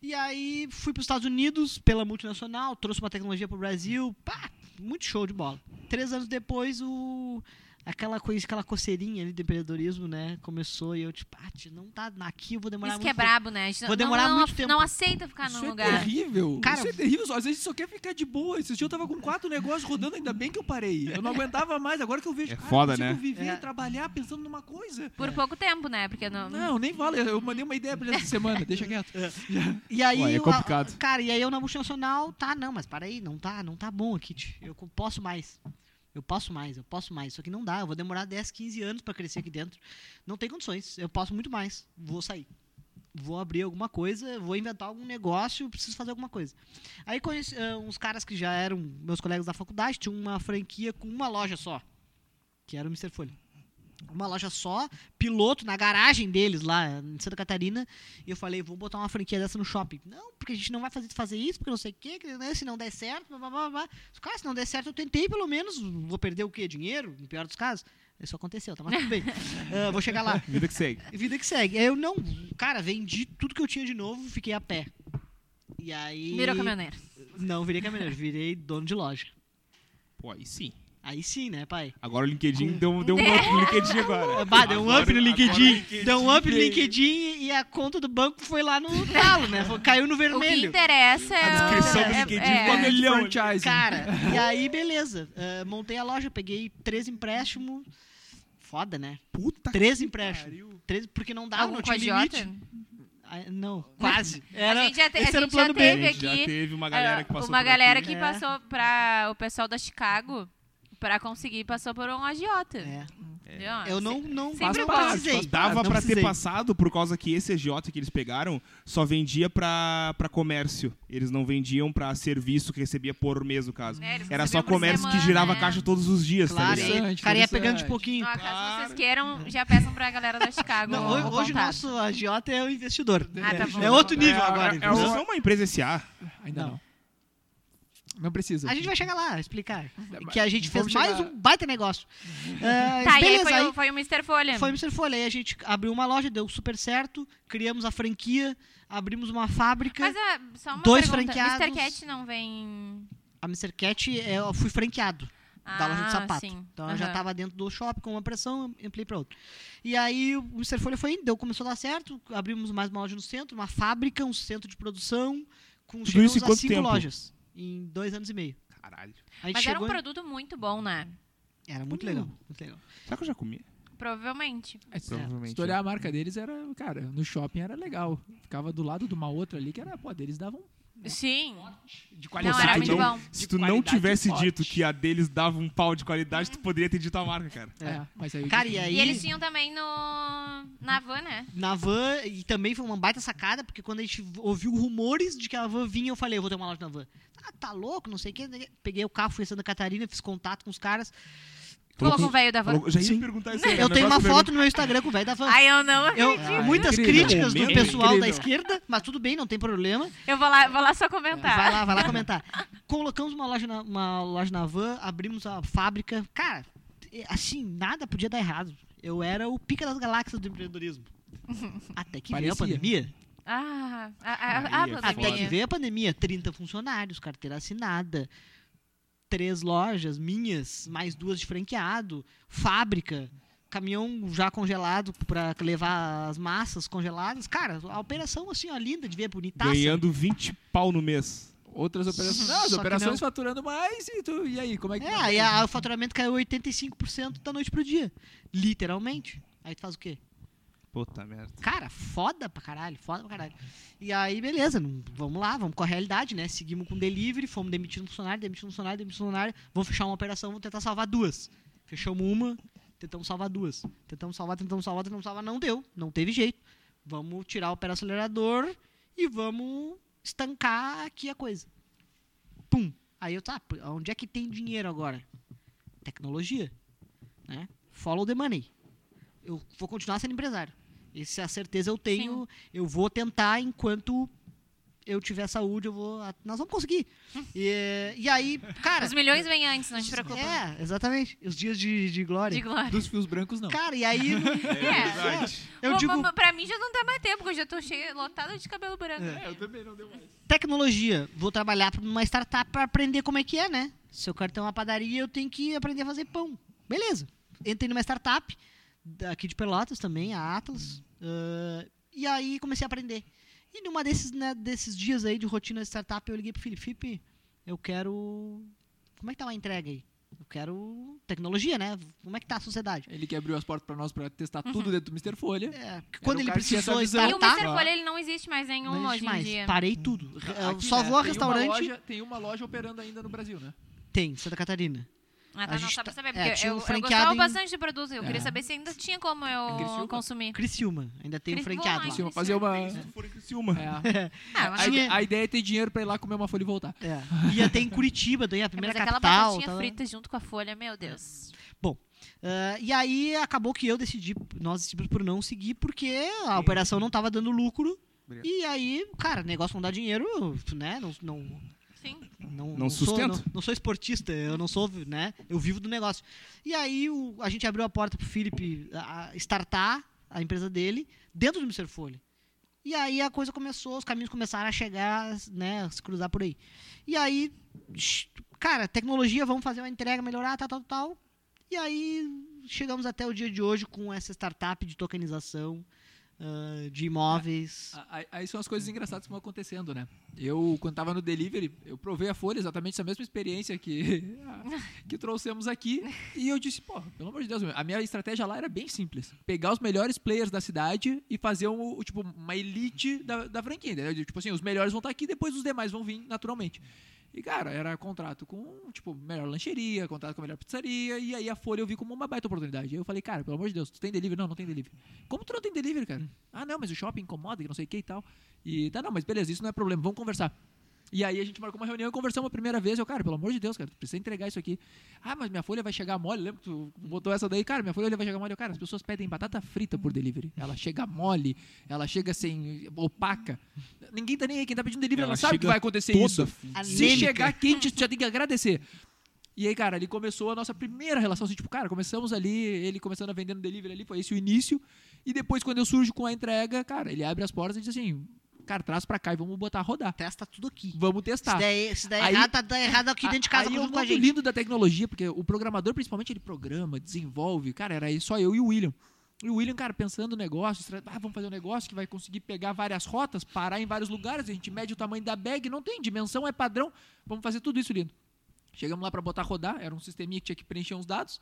C: E aí fui pros Estados Unidos pela multinacional, trouxe uma tecnologia pro Brasil, pá, muito show de bola. Três anos depois, o aquela coisa, aquela coceirinha ali do empreendedorismo, né, começou e eu tipo, ah, tio, não tá aqui, eu vou demorar
B: Isso que
C: muito
B: é brabo, né? A gente
C: Vou
B: não-
C: demorar
B: não,
C: muito
B: não,
C: tempo.
B: Não aceita ficar
D: Isso
B: num
D: é
B: lugar.
D: terrível.
C: Cara-
D: isso é terrível. Às vezes só quer ficar de boa. Esse dia eu tava com quatro negócios rodando, ainda bem que eu parei. Eu não aguentava mais. Agora que eu vejo,
A: É
D: cara,
A: foda,
D: eu consigo
A: né?
D: viver
C: É.
D: e trabalhar pensando numa coisa.
B: Por pouco tempo, né? Porque não.
D: Não, nem vale. Eu mandei uma ideia pra ele essa semana. Deixa quieto.
C: E aí,
A: Ué, é
C: eu-
A: complicado.
C: cara, e aí eu na multinacional, tá, não, mas para aí, não tá, não tá bom aqui, tio. eu co- posso mais. Eu posso mais, eu posso mais. Isso aqui não dá, eu vou demorar 10, 15 anos pra crescer aqui dentro. Não tem condições, eu posso muito mais. Vou sair. Vou abrir alguma coisa, vou inventar algum negócio, preciso fazer alguma coisa. Aí conheci ah, uns caras que já eram meus colegas da faculdade, tinha uma franquia com uma loja só, que era o Mr. Folha. Uma loja só, piloto na garagem deles lá em Santa Catarina, e eu falei, vou botar uma franquia dessa no shopping. Não, porque a gente não vai fazer, fazer isso, porque não sei o quê, que, né, se não der certo, blá, blá, blá, blá. Os caras, se não der certo, eu tentei pelo menos, vou perder o quê? Dinheiro, no pior dos casos. Isso aconteceu, tá? Mas tudo bem. Ah, vou chegar lá.
A: Vida que segue.
C: Vida que segue. Eu não. Cara, vendi tudo que eu tinha de novo, fiquei a pé. E aí.
B: Virou caminhoneiro.
C: Não, virei caminhoneiro, virei dono de loja.
A: Pô, aí sim.
C: Aí sim, né, pai?
A: Agora o LinkedIn deu, deu um up no LinkedIn agora.
C: Bah, deu um up
A: Agora- agora
C: no
A: é o
C: LinkedIn. Deu um up no
A: veio.
C: LinkedIn e a conta do banco foi lá no talo, né? Foi- Caiu no
B: O que
C: vermelho.
B: interessa é.
A: A descrição do
B: é-
A: LinkedIn
B: é-
A: quando ele- milhão.
D: Franchising.
C: Cara, e aí, beleza. Ah, montei a loja, peguei três empréstimos. Foda, né?
A: Puta
C: Três
A: que
C: empréstimos.
A: pariu.
C: Três, porque não dava,
B: Algum
C: não tinha
B: cogiota?
C: limite. Ah, não, quase.
B: A
C: Era,
B: gente já, te- a
C: esse era o
B: gente já
C: plano B.
A: A
B: teve
A: gente já
B: aqui
A: teve uma galera que passou
B: uma
A: por
B: galera
A: aqui. né?
B: que
C: É.
B: passou para o pessoal da Chicago para conseguir passou por um agiota.
C: É.
B: Entendeu?
C: Eu não, não,
B: Sempre
C: não
B: passa,
C: precisei.
A: Dava
C: não
A: pra ter
C: precisei.
A: passado por causa que esse agiota que eles pegaram só vendia pra, pra comércio. Eles não vendiam pra serviço que recebia por mês, no caso.
B: É, eles
A: Era
B: recebiam
A: só
B: por
A: comércio que
B: semana,
A: girava
B: é.
A: a caixa todos os dias, tá
C: Claro,
A: ligado?
C: e-
D: Interessante,
C: o cara ia pegando de
D: interessante.
C: pouquinho.
B: Ó, caso
A: Claro.
B: vocês queiram, já peçam pra galera da Chicago.
C: Não,
B: o
C: hoje, hoje o
B: contato.
C: nosso agiota é o investidor.
B: Ah, tá bom,
C: é
B: tá
C: outro
B: bom.
C: nível
D: É,
C: agora.
D: é,
A: Vocês
C: entendeu?
A: são uma empresa SA.
D: Ainda
C: Não.
D: não. não. precisa.
C: A gente vai chegar lá, explicar.
D: mas
C: Que é- a gente fez
D: É, vamos
C: mais
D: chegar-
C: um baita negócio. Ah,
B: Tá, e aí
C: beleza,
B: foi, o- foi o Mr. Folha.
C: Foi Mr. Folha. Aí a gente abriu uma loja, deu super certo. Criamos a franquia, abrimos uma fábrica.
B: Mas ah, só uma
C: Dois
B: pergunta.
C: franqueados.
B: Mr. Cat não vem...
C: A Mr. Cat, é, eu fui franqueado da
B: Ah,
C: loja de sapato.
B: sim.
C: Então ela já
B: Aham.
C: estava dentro do shopping com uma pressão, eu ampliei para outra. E aí o Mr. Folha foi indo, deu, começou a dar certo. Abrimos mais uma loja no centro, uma fábrica, um centro de produção. Com
A: Tudo
C: chegamos
A: isso em
C: a
A: quanto
C: cinco
A: tempo?
C: lojas. Em dois anos e meio.
A: Caralho.
C: A gente
B: Mas era
C: chegou
B: um
C: em-
B: produto muito bom, né?
C: Era muito legal, muito legal.
A: Será que eu já comi?
B: Provavelmente.
D: É, se-
A: Provavelmente,
D: Se tu olhar a marca deles, era. Cara, no shopping era legal. Ficava do lado de uma outra ali que era. Pô, deles davam.
C: É.
B: Sim.
D: De
B: Não,
A: se
B: era
A: tu
B: muito
A: não-
B: bom.
A: Se
D: De
A: tu não
D: qualidade
A: tivesse
D: forte.
A: dito que a deles dava um pau de qualidade, tu poderia ter dito a marca, cara.
D: É, mas aí.
C: Cara, e aí
B: E eles tinham também no... na van, né?
C: na van, e também foi uma baita sacada, porque quando a gente ouviu rumores de que a van vinha, eu falei, eu vou ter uma loja na van. Ah, tá louco, não sei o que. Peguei o carro, fui a Santa Catarina, fiz contato com os caras.
B: Colocou um velho da van.
A: Falou- já ia
D: Sim.
A: perguntar isso aí,
C: Eu
A: né?
C: tenho uma
A: Negócio
C: foto no meu Instagram com o velho da van.
B: Ai, eu não
C: Eu,
B: acredito.
C: muitas
D: Incrível.
C: críticas do
A: Momento
C: pessoal da
D: incrível.
C: esquerda, mas tudo bem, não tem problema.
B: Eu vou lá, vou lá só comentar.
C: Vai lá, vai lá comentar. Colocamos uma loja, na, uma loja na van, abrimos a fábrica. Cara, eh, assim, nada podia dar errado. Eu era o pica das galáxias do empreendedorismo. Até que veio a
D: Parecia.
C: pandemia.
B: Ah, a, a, a,
A: Maria, que
C: Até
B: pandemia.
C: que veio a pandemia, 30 funcionários, carteira assinada, três lojas minhas, mais duas de franqueado, fábrica, caminhão já congelado para levar as massas congeladas. Cara, a operação assim, ó, linda de ver, bonitaça.
A: Ganhando 20 pau no mês.
D: Outras operações.
C: Só
D: Não, as
C: que
D: operações
C: não.
D: faturando mais e tu. E aí, como é que.
C: É, aí a- o faturamento caiu 85% da noite pro dia. Literalmente. Aí tu faz o quê?
A: Puta merda.
C: Cara, foda pra caralho, foda pra caralho. E aí, beleza, não- vamos lá, vamos com a realidade, né? Seguimos com delivery, fomos demitindo funcionário, demitindo funcionário, demitindo funcionário. Vamos fechar uma operação, vamos tentar salvar duas. Fechamos uma, tentamos salvar duas. Tentamos salvar, tentamos salvar, tentamos salvar, não deu, não teve jeito. Vamos tirar o pé do acelerador e vamos estancar aqui a coisa. Pum. Aí eu, tá, p- onde é que tem dinheiro agora? Tecnologia, né? Follow the money. Eu vou continuar sendo empresário. Isso a certeza eu tenho. Eu vou tentar enquanto eu tiver saúde, eu vou. Nós vamos conseguir. E, e aí, cara.
B: Os milhões vêm antes, não te preocupa.
C: é, exatamente. Os dias de, de glória.
B: De glória.
D: Dos fios brancos, não.
C: Cara, e aí.
A: É verdade.
C: Eu
B: Pô,
C: digo,
B: pô, Pra mim já não dá mais tempo, porque eu já tô cheia, lotada de cabelo branco.
C: É.
D: eu também não deu mais.
C: tecnologia. Vou trabalhar numa startup para aprender como é que é, né? Se eu quero ter uma padaria, eu tenho que aprender a fazer pão. Beleza. Entrei numa startup, aqui de Pelotas também, a Atlas. ah, e aí comecei a aprender. E numa desses, né, desses dias aí de rotina de startup, eu liguei pro Felipe. Felipe, eu quero... Como é que tá a entrega aí? Eu quero tecnologia, né? Como é que tá a sociedade?
D: Ele que abriu as portas pra nós pra testar
C: Uhum.
D: tudo dentro do Mr. Folha.
C: É, quando
D: o
C: ele
D: um cara que tinha essa
C: precisou
D: visão.
B: E o Mr.
C: startar,
B: Folha, ele não existe mais nenhum
C: não
B: Um hoje
C: existe mais.
B: em dia.
C: Parei tudo. É, Eu
D: Aqui,
C: só
D: né,
C: vou a
D: tem uma
C: restaurante...
D: loja- tem uma loja operando ainda no Brasil, né?
C: Tem, Santa Catarina.
B: Ah,
C: A
B: tá, não,
C: gente
B: só pra
C: tá-
B: saber,
C: é,
B: porque
C: tinha um
B: eu, eu
C: franqueado
B: gostava
C: em-
B: bastante do produto. Eu queria
D: É.
B: saber se ainda tinha como
D: Em Criciúma.
B: eu consumir.
C: Criciúma. Ainda tem um
B: Cris-
C: franqueado.
B: Vamos
D: Tinha
B: lá.
C: lá.
D: que fazer uma.
A: Se for em Criciúma.
D: É.
B: Ah,
D: A,
B: mas
C: Tinha-
D: a ideia é ter dinheiro pra ir lá comer uma folha e voltar.
C: É. Ia ter em Curitiba, daí a
B: mas
C: primeira
B: aquela
C: capital.
B: batatinha
C: tá lá.
B: frita junto com a folha, meu Deus.
C: Ah, e aí acabou que eu decidi, nós decidimos por não seguir, porque a operação não tava dando lucro.
A: Obrigado.
C: E aí, cara, negócio não dá dinheiro, né? Não, não,
B: Sim.
C: não,
A: Não
C: sou-
A: sustenta.
C: não, não sou esportista, eu não sou, né? Eu vivo do negócio. E aí o- a gente abriu a porta pro Felipe a- a startar a empresa dele dentro do Mr. Folha. E aí a coisa começou, os caminhos começaram a chegar, né, a se cruzar por aí. E aí, sh- cara, tecnologia, vamos fazer uma entrega, melhorar, tal, tal, tal. E aí chegamos até o dia de hoje com essa startup de tokenização ah, de imóveis.
D: A- a- Aí são as coisas engraçadas que vão acontecendo, né? Eu, quando tava no delivery, eu provei a folha, exatamente essa mesma experiência que, que trouxemos aqui. E eu disse, pô, pelo amor de Deus, a minha estratégia lá era bem simples. Pegar os melhores players da cidade e fazer um, tipo, uma elite da, da franquia. entendeu? Tipo assim, os melhores vão estar aqui, depois os demais vão vir naturalmente. E, cara, era contrato com, tipo, melhor lancheria, contrato com a melhor pizzaria, e aí a Folha eu vi como uma baita oportunidade. Aí eu falei, cara, pelo amor de Deus, tu tem delivery? Não, não tem delivery. Como tu não tem delivery,
A: Hum.
D: cara? Ah, não, mas o shopping incomoda, que não sei o que e tal. E tá, não, mas beleza, isso não é problema, vamos conversar. E aí a gente marcou uma reunião e conversamos a primeira vez. Eu, cara, pelo amor de Deus, cara, tu precisa entregar isso aqui. Ah, mas minha folha vai chegar mole. Lembra que tu botou essa daí? Cara, minha folha vai chegar mole. Eu, cara, as pessoas pedem batata frita por delivery. Ela chega mole, ela chega sem opaca. Ninguém tá nem aí. Quem tá pedindo delivery, ela,
A: Ela
D: sabe que
A: chega
D: vai acontecer
A: toda
D: isso. Se
C: Anêmica.
D: chegar quente, tu já tem que agradecer. E aí, cara, ali começou a nossa primeira relação, assim, tipo, cara, começamos ali, ele começando a vender no delivery ali, foi esse o início. E depois, quando eu surjo com a entrega, cara, ele abre as portas e diz assim, cara, traz pra cá e vamos botar a rodar.
C: Testa tudo aqui.
D: Vamos testar.
C: Se der, se der
D: Aí-
C: errado, tá dando errado aqui dentro de casa
D: Aí é
C: junto
D: o
C: com a
D: lado
C: gente.
D: lindo da tecnologia, porque o programador, principalmente, ele programa, desenvolve. Cara, era só eu e o William. E o William, cara, pensando no negócio, estra- ah, vamos fazer um negócio que vai conseguir pegar várias rotas, parar em vários lugares, a gente mede o tamanho da bag, não tem dimensão, é padrão. Vamos fazer tudo isso lindo. Chegamos lá pra botar rodar, era um sisteminha que tinha que preencher uns dados.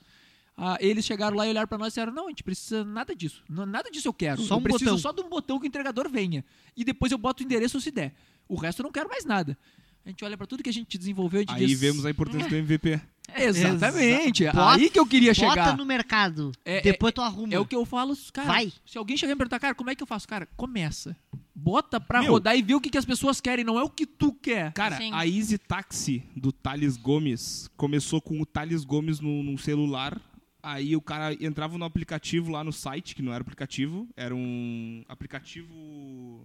D: Ah, eles chegaram lá e olharam pra nós e disseram: Não, a gente precisa nada disso. Não, nada disso eu quero.
C: Só
D: eu
C: um
D: preciso
C: botão."
D: só de um botão que o entregador venha. E depois eu boto o endereço se der. O resto eu não quero mais nada. A gente olha pra tudo que a gente desenvolveu e a gente
A: Aí
D: diz, É,
A: vemos a importância do MVP.
D: Exatamente.
C: Exa- Bota-
D: Aí que eu queria
C: Bota
D: chegar.
C: no mercado.
D: É-
C: depois tu arruma.
D: É o que eu falo, cara.
C: Vai.
D: Se alguém chegar e me perguntar, cara, como é que eu faço? Cara, começa. Bota pra
A: Meu.
D: rodar e vê o que, que as pessoas querem, não é o que tu quer.
A: Cara,
B: Sim.
A: a Easy Taxi do Thales Gomes começou com o Thales Gomes no, num celular. Aí o cara entrava no aplicativo lá no site, que não era aplicativo, era um aplicativo.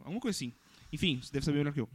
A: alguma coisa assim. Enfim, você deve saber melhor que eu.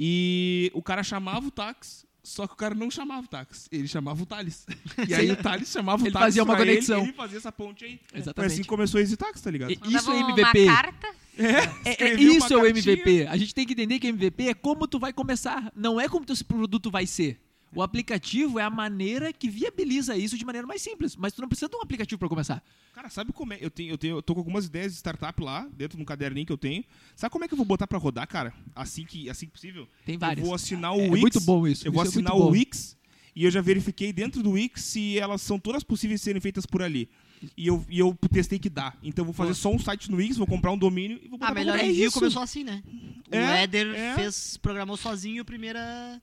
A: E o cara chamava o táxi, só que o cara não chamava o táxi, ele chamava o Thales. E aí o Thales chamava o
D: Ele
A: táxi
D: fazia uma
A: pra ele,
D: conexão.
A: Ele, fazia essa ponte aí. Foi
D: Exatamente.
A: assim que começou a Easy Taxi, tá ligado?
D: E-
B: Mandava
D: Isso é
B: uma
D: MVP.
B: carta.
D: É- é,
A: Escreveu uma
D: isso é o
A: cartinha.
D: MVP. A gente tem que entender que MVP é como tu vai começar, não é como teu produto vai ser. O aplicativo é a maneira que viabiliza isso de maneira mais simples, mas tu não precisa de um aplicativo pra começar.
A: Cara, sabe como é? Eu, tenho, eu, tenho, eu tô com algumas ideias de startup lá, dentro de um caderninho que eu tenho. Sabe como é que eu vou botar pra rodar, cara? Assim que, assim que possível?
D: Tem várias.
A: Eu vou assinar o
D: É
A: Wix.
D: muito bom isso.
A: Eu vou
D: Isso é
A: assinar
D: muito
A: o
D: bom.
A: Wix e eu já verifiquei dentro do Wix se elas são todas possíveis de serem feitas por ali. E eu, e eu testei que dá. Então eu vou fazer só um site no Wix, vou comprar um domínio e vou
D: tá Ah,
A: botar pra
C: A Ah, melhor
A: rodar. É
C: envio
A: isso.
C: começou assim, né? o
A: É,
C: Éder
A: é.
C: fez, programou sozinho a primeira.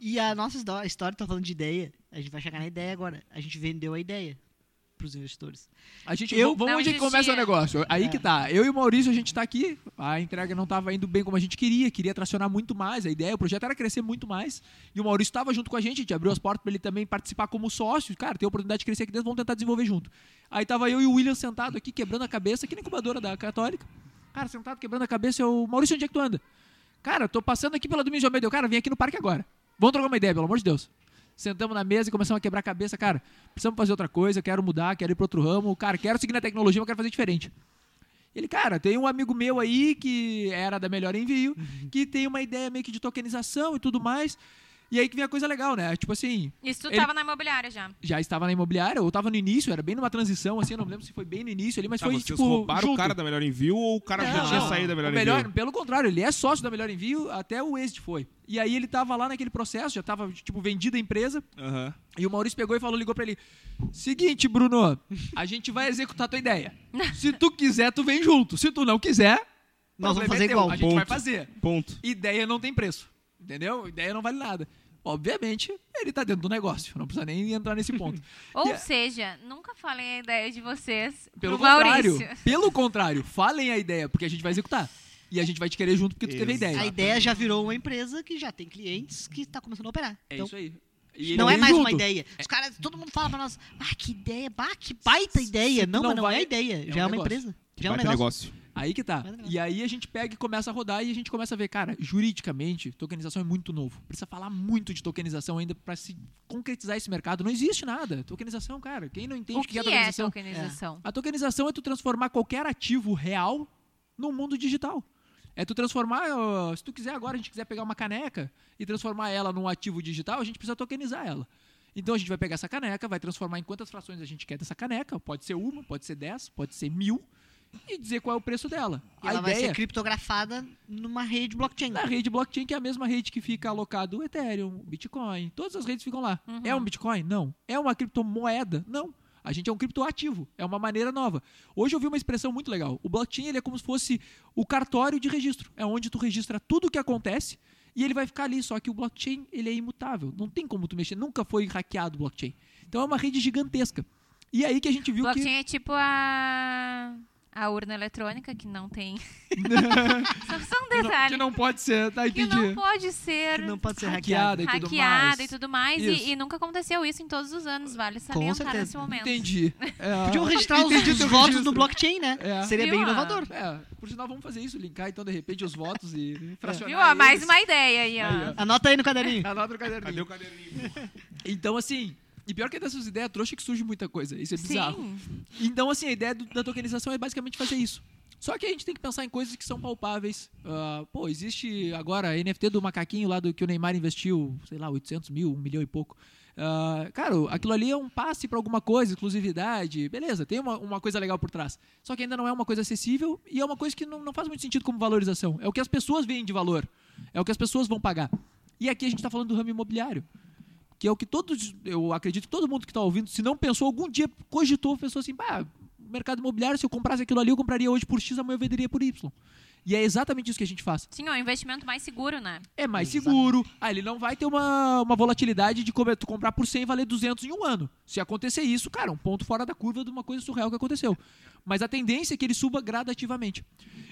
C: E a nossa histó- história, tô falando de ideia. A gente vai chegar na ideia agora. A gente vendeu a ideia pros investidores.
D: A gente,
C: Eu-
D: eu, vamos
B: Não
D: onde é que
B: existia.
D: começa o negócio. Aí
C: É.
D: que tá. Eu e o Maurício, a gente tá aqui. A entrega não tava indo bem como a gente queria. Queria tracionar muito mais. A ideia, o projeto era crescer muito mais. E o Maurício tava junto com a gente. A gente abriu as portas pra ele também participar como sócio. Cara, tem a oportunidade de crescer aqui dentro. Vamos tentar desenvolver junto. Aí tava eu e o William sentado aqui, quebrando a cabeça, que nem incubadora da Católica. Cara, sentado, quebrando a cabeça. Eu, Maurício, onde é que tu anda? Cara, eu tô passando aqui pela Domingos de Almeida. Eu, cara, vim aqui no parque agora. Vamos trocar uma ideia, pelo amor de Deus. Sentamos na mesa e começamos a quebrar a cabeça. Cara, precisamos fazer outra coisa, quero mudar, quero ir pra outro ramo. Cara, quero seguir na tecnologia, mas quero fazer diferente. Ele, cara, tem um amigo meu aí que era da Melhor Envio,
A: Uhum.
D: que tem uma ideia meio que de tokenização e tudo mais. E aí que vem a coisa legal, né? Tipo assim,
B: Isso tu
D: Ele-
B: tava na imobiliária já.
D: já estava na imobiliária, ou estava no início, era bem numa transição, assim, eu não me lembro se foi bem no início ali, mas
A: Tá,
D: foi
A: vocês
D: tipo.
A: roubaram
D: junto.
A: o cara da melhor envio ou o cara já
D: Não,
A: tinha
D: não.
A: saído da melhor,
D: O melhor
A: envio?
D: Pelo contrário, ele é sócio da Melhor Envio, até o Exit foi. E aí ele tava lá naquele processo, já tava, tipo, vendida a empresa,
A: Aham.
D: e o Maurício pegou e falou, ligou pra ele: Seguinte, Bruno, a gente vai executar a tua ideia. Se tu quiser, tu vem junto. Se tu não quiser,
C: Nós vamos
D: problema
C: fazer
D: é teu,
C: igual.
D: A gente vai
A: Ponto.
D: fazer.
A: Ponto.
D: Ideia não tem preço. Entendeu? Ideia não vale nada. Obviamente, ele tá dentro do negócio. Não precisa nem entrar nesse ponto.
B: Ou
D: Yeah.
B: seja, nunca falei a ideia de vocês
D: Pelo
B: pro Maurício.
D: contrário. Pelo contrário, falem a ideia, porque a gente vai executar. E a gente vai te querer junto porque tu teve a ideia.
C: A ideia já virou uma empresa que já tem clientes que tá começando a operar.
D: É
C: Então,
D: isso aí. E
C: não é
D: ele vem
C: mais uma
D: junto.
C: ideia. Os caras, todo mundo fala pra nós, ah, que ideia, bah, que baita ideia.
D: tu
C: Não,
D: não
C: mas não
D: vai,
C: é ideia.
D: é
C: já
D: um
C: é uma
D: negócio.
C: empresa. Já é um
A: Baita
C: negócio.
A: negócio.
D: Aí que tá. E aí a gente pega e começa a rodar e a gente começa a ver, cara, juridicamente, tokenização é muito novo. Precisa falar muito de tokenização ainda pra se concretizar esse mercado. Não existe nada. Tokenização, cara, quem não entende
B: O
D: o que,
B: que
D: é
B: é
D: tokenização?
B: tokenização?
D: A tokenização é tu transformar qualquer ativo real num mundo digital. É tu transformar, ó, se tu quiser agora, a gente quiser pegar uma caneca e transformar ela num ativo digital, a gente precisa tokenizar ela. Então a gente vai pegar essa caneca, vai transformar em quantas frações a gente quer dessa caneca, pode ser uma, pode ser dez, pode ser mil, e dizer qual é o preço dela.
C: E
D: a
C: ela vai
D: ideia
C: ser criptografada numa rede blockchain.
D: na rede blockchain, que é a mesma rede que fica alocado o Ethereum, o Bitcoin, todas as redes ficam lá.
B: Uhum.
D: É um Bitcoin? Não. É uma criptomoeda? Não. A gente é um criptoativo, é uma maneira nova. Hoje eu vi uma expressão muito legal. O blockchain ele é como se fosse o cartório de registro. É onde tu registra tudo o que acontece e ele vai ficar ali. Só que o blockchain ele é imutável. Não tem como tu mexer. Nunca foi hackeado o blockchain. Então é uma rede gigantesca. E aí que a gente viu que...
B: Blockchain é tipo a... a urna eletrônica, que não tem... são, são
D: que, não, que
B: detalhes.
D: não pode ser, tá?
B: Que
D: Entendi.
B: não pode ser
C: Que não pode ser hackeada.
D: Hackeada e tudo mais.
B: hackeada e tudo mais.
D: Isso.
B: E, e nunca aconteceu isso em todos os anos, vale salientar
C: certeza.
B: nesse momento.
D: Entendi. É,
C: Podiam registrar os,
D: entendi
C: os
D: teu
C: votos
D: registro.
C: no blockchain, né?
D: É.
C: Seria
B: Viu,
C: bem
B: ó?
C: inovador.
D: É, por sinal, vamos fazer isso, linkar então de repente os votos e fracionar.
B: É. Viu? Ó, mais
D: eles.
B: uma ideia aí, ó.
D: Aí, ó. É
C: Anota aí no caderninho.
D: Anota o caderninho.
A: Cadê o caderninho?
D: Então, assim, e pior que dessas ideias trouxa que surge muita coisa. Isso é bizarro.
B: Sim.
D: Então, assim, a ideia do- da tokenização é basicamente fazer isso. Só que a gente tem que pensar em coisas que são palpáveis. Ah, pô, existe agora NFT do macaquinho lá do que o Neymar investiu, sei lá, 800 mil, um milhão e pouco. Ah, cara, aquilo ali é um passe pra alguma coisa, exclusividade, beleza, tem uma, uma coisa legal por trás. Só que ainda não é uma coisa acessível e é uma coisa que não, não faz muito sentido como valorização. É o que as pessoas veem de valor, é o que as pessoas vão pagar. E aqui a gente tá falando do ramo imobiliário que é o que todos, eu acredito que todo mundo que está ouvindo, se não pensou algum dia, cogitou, pensou assim, bah, mercado imobiliário, se eu comprasse aquilo ali, eu compraria hoje por X, amanhã eu venderia por Y. E é exatamente isso que a gente faz.
B: Sim, ó, um investimento mais seguro, né?
D: É mais seguro, ah, ele não vai ter uma, uma volatilidade de como é tu comprar por 100 e valer 200 em um ano. Se acontecer isso, cara, um ponto fora da curva de uma coisa surreal que aconteceu. Mas a tendência é que ele suba gradativamente.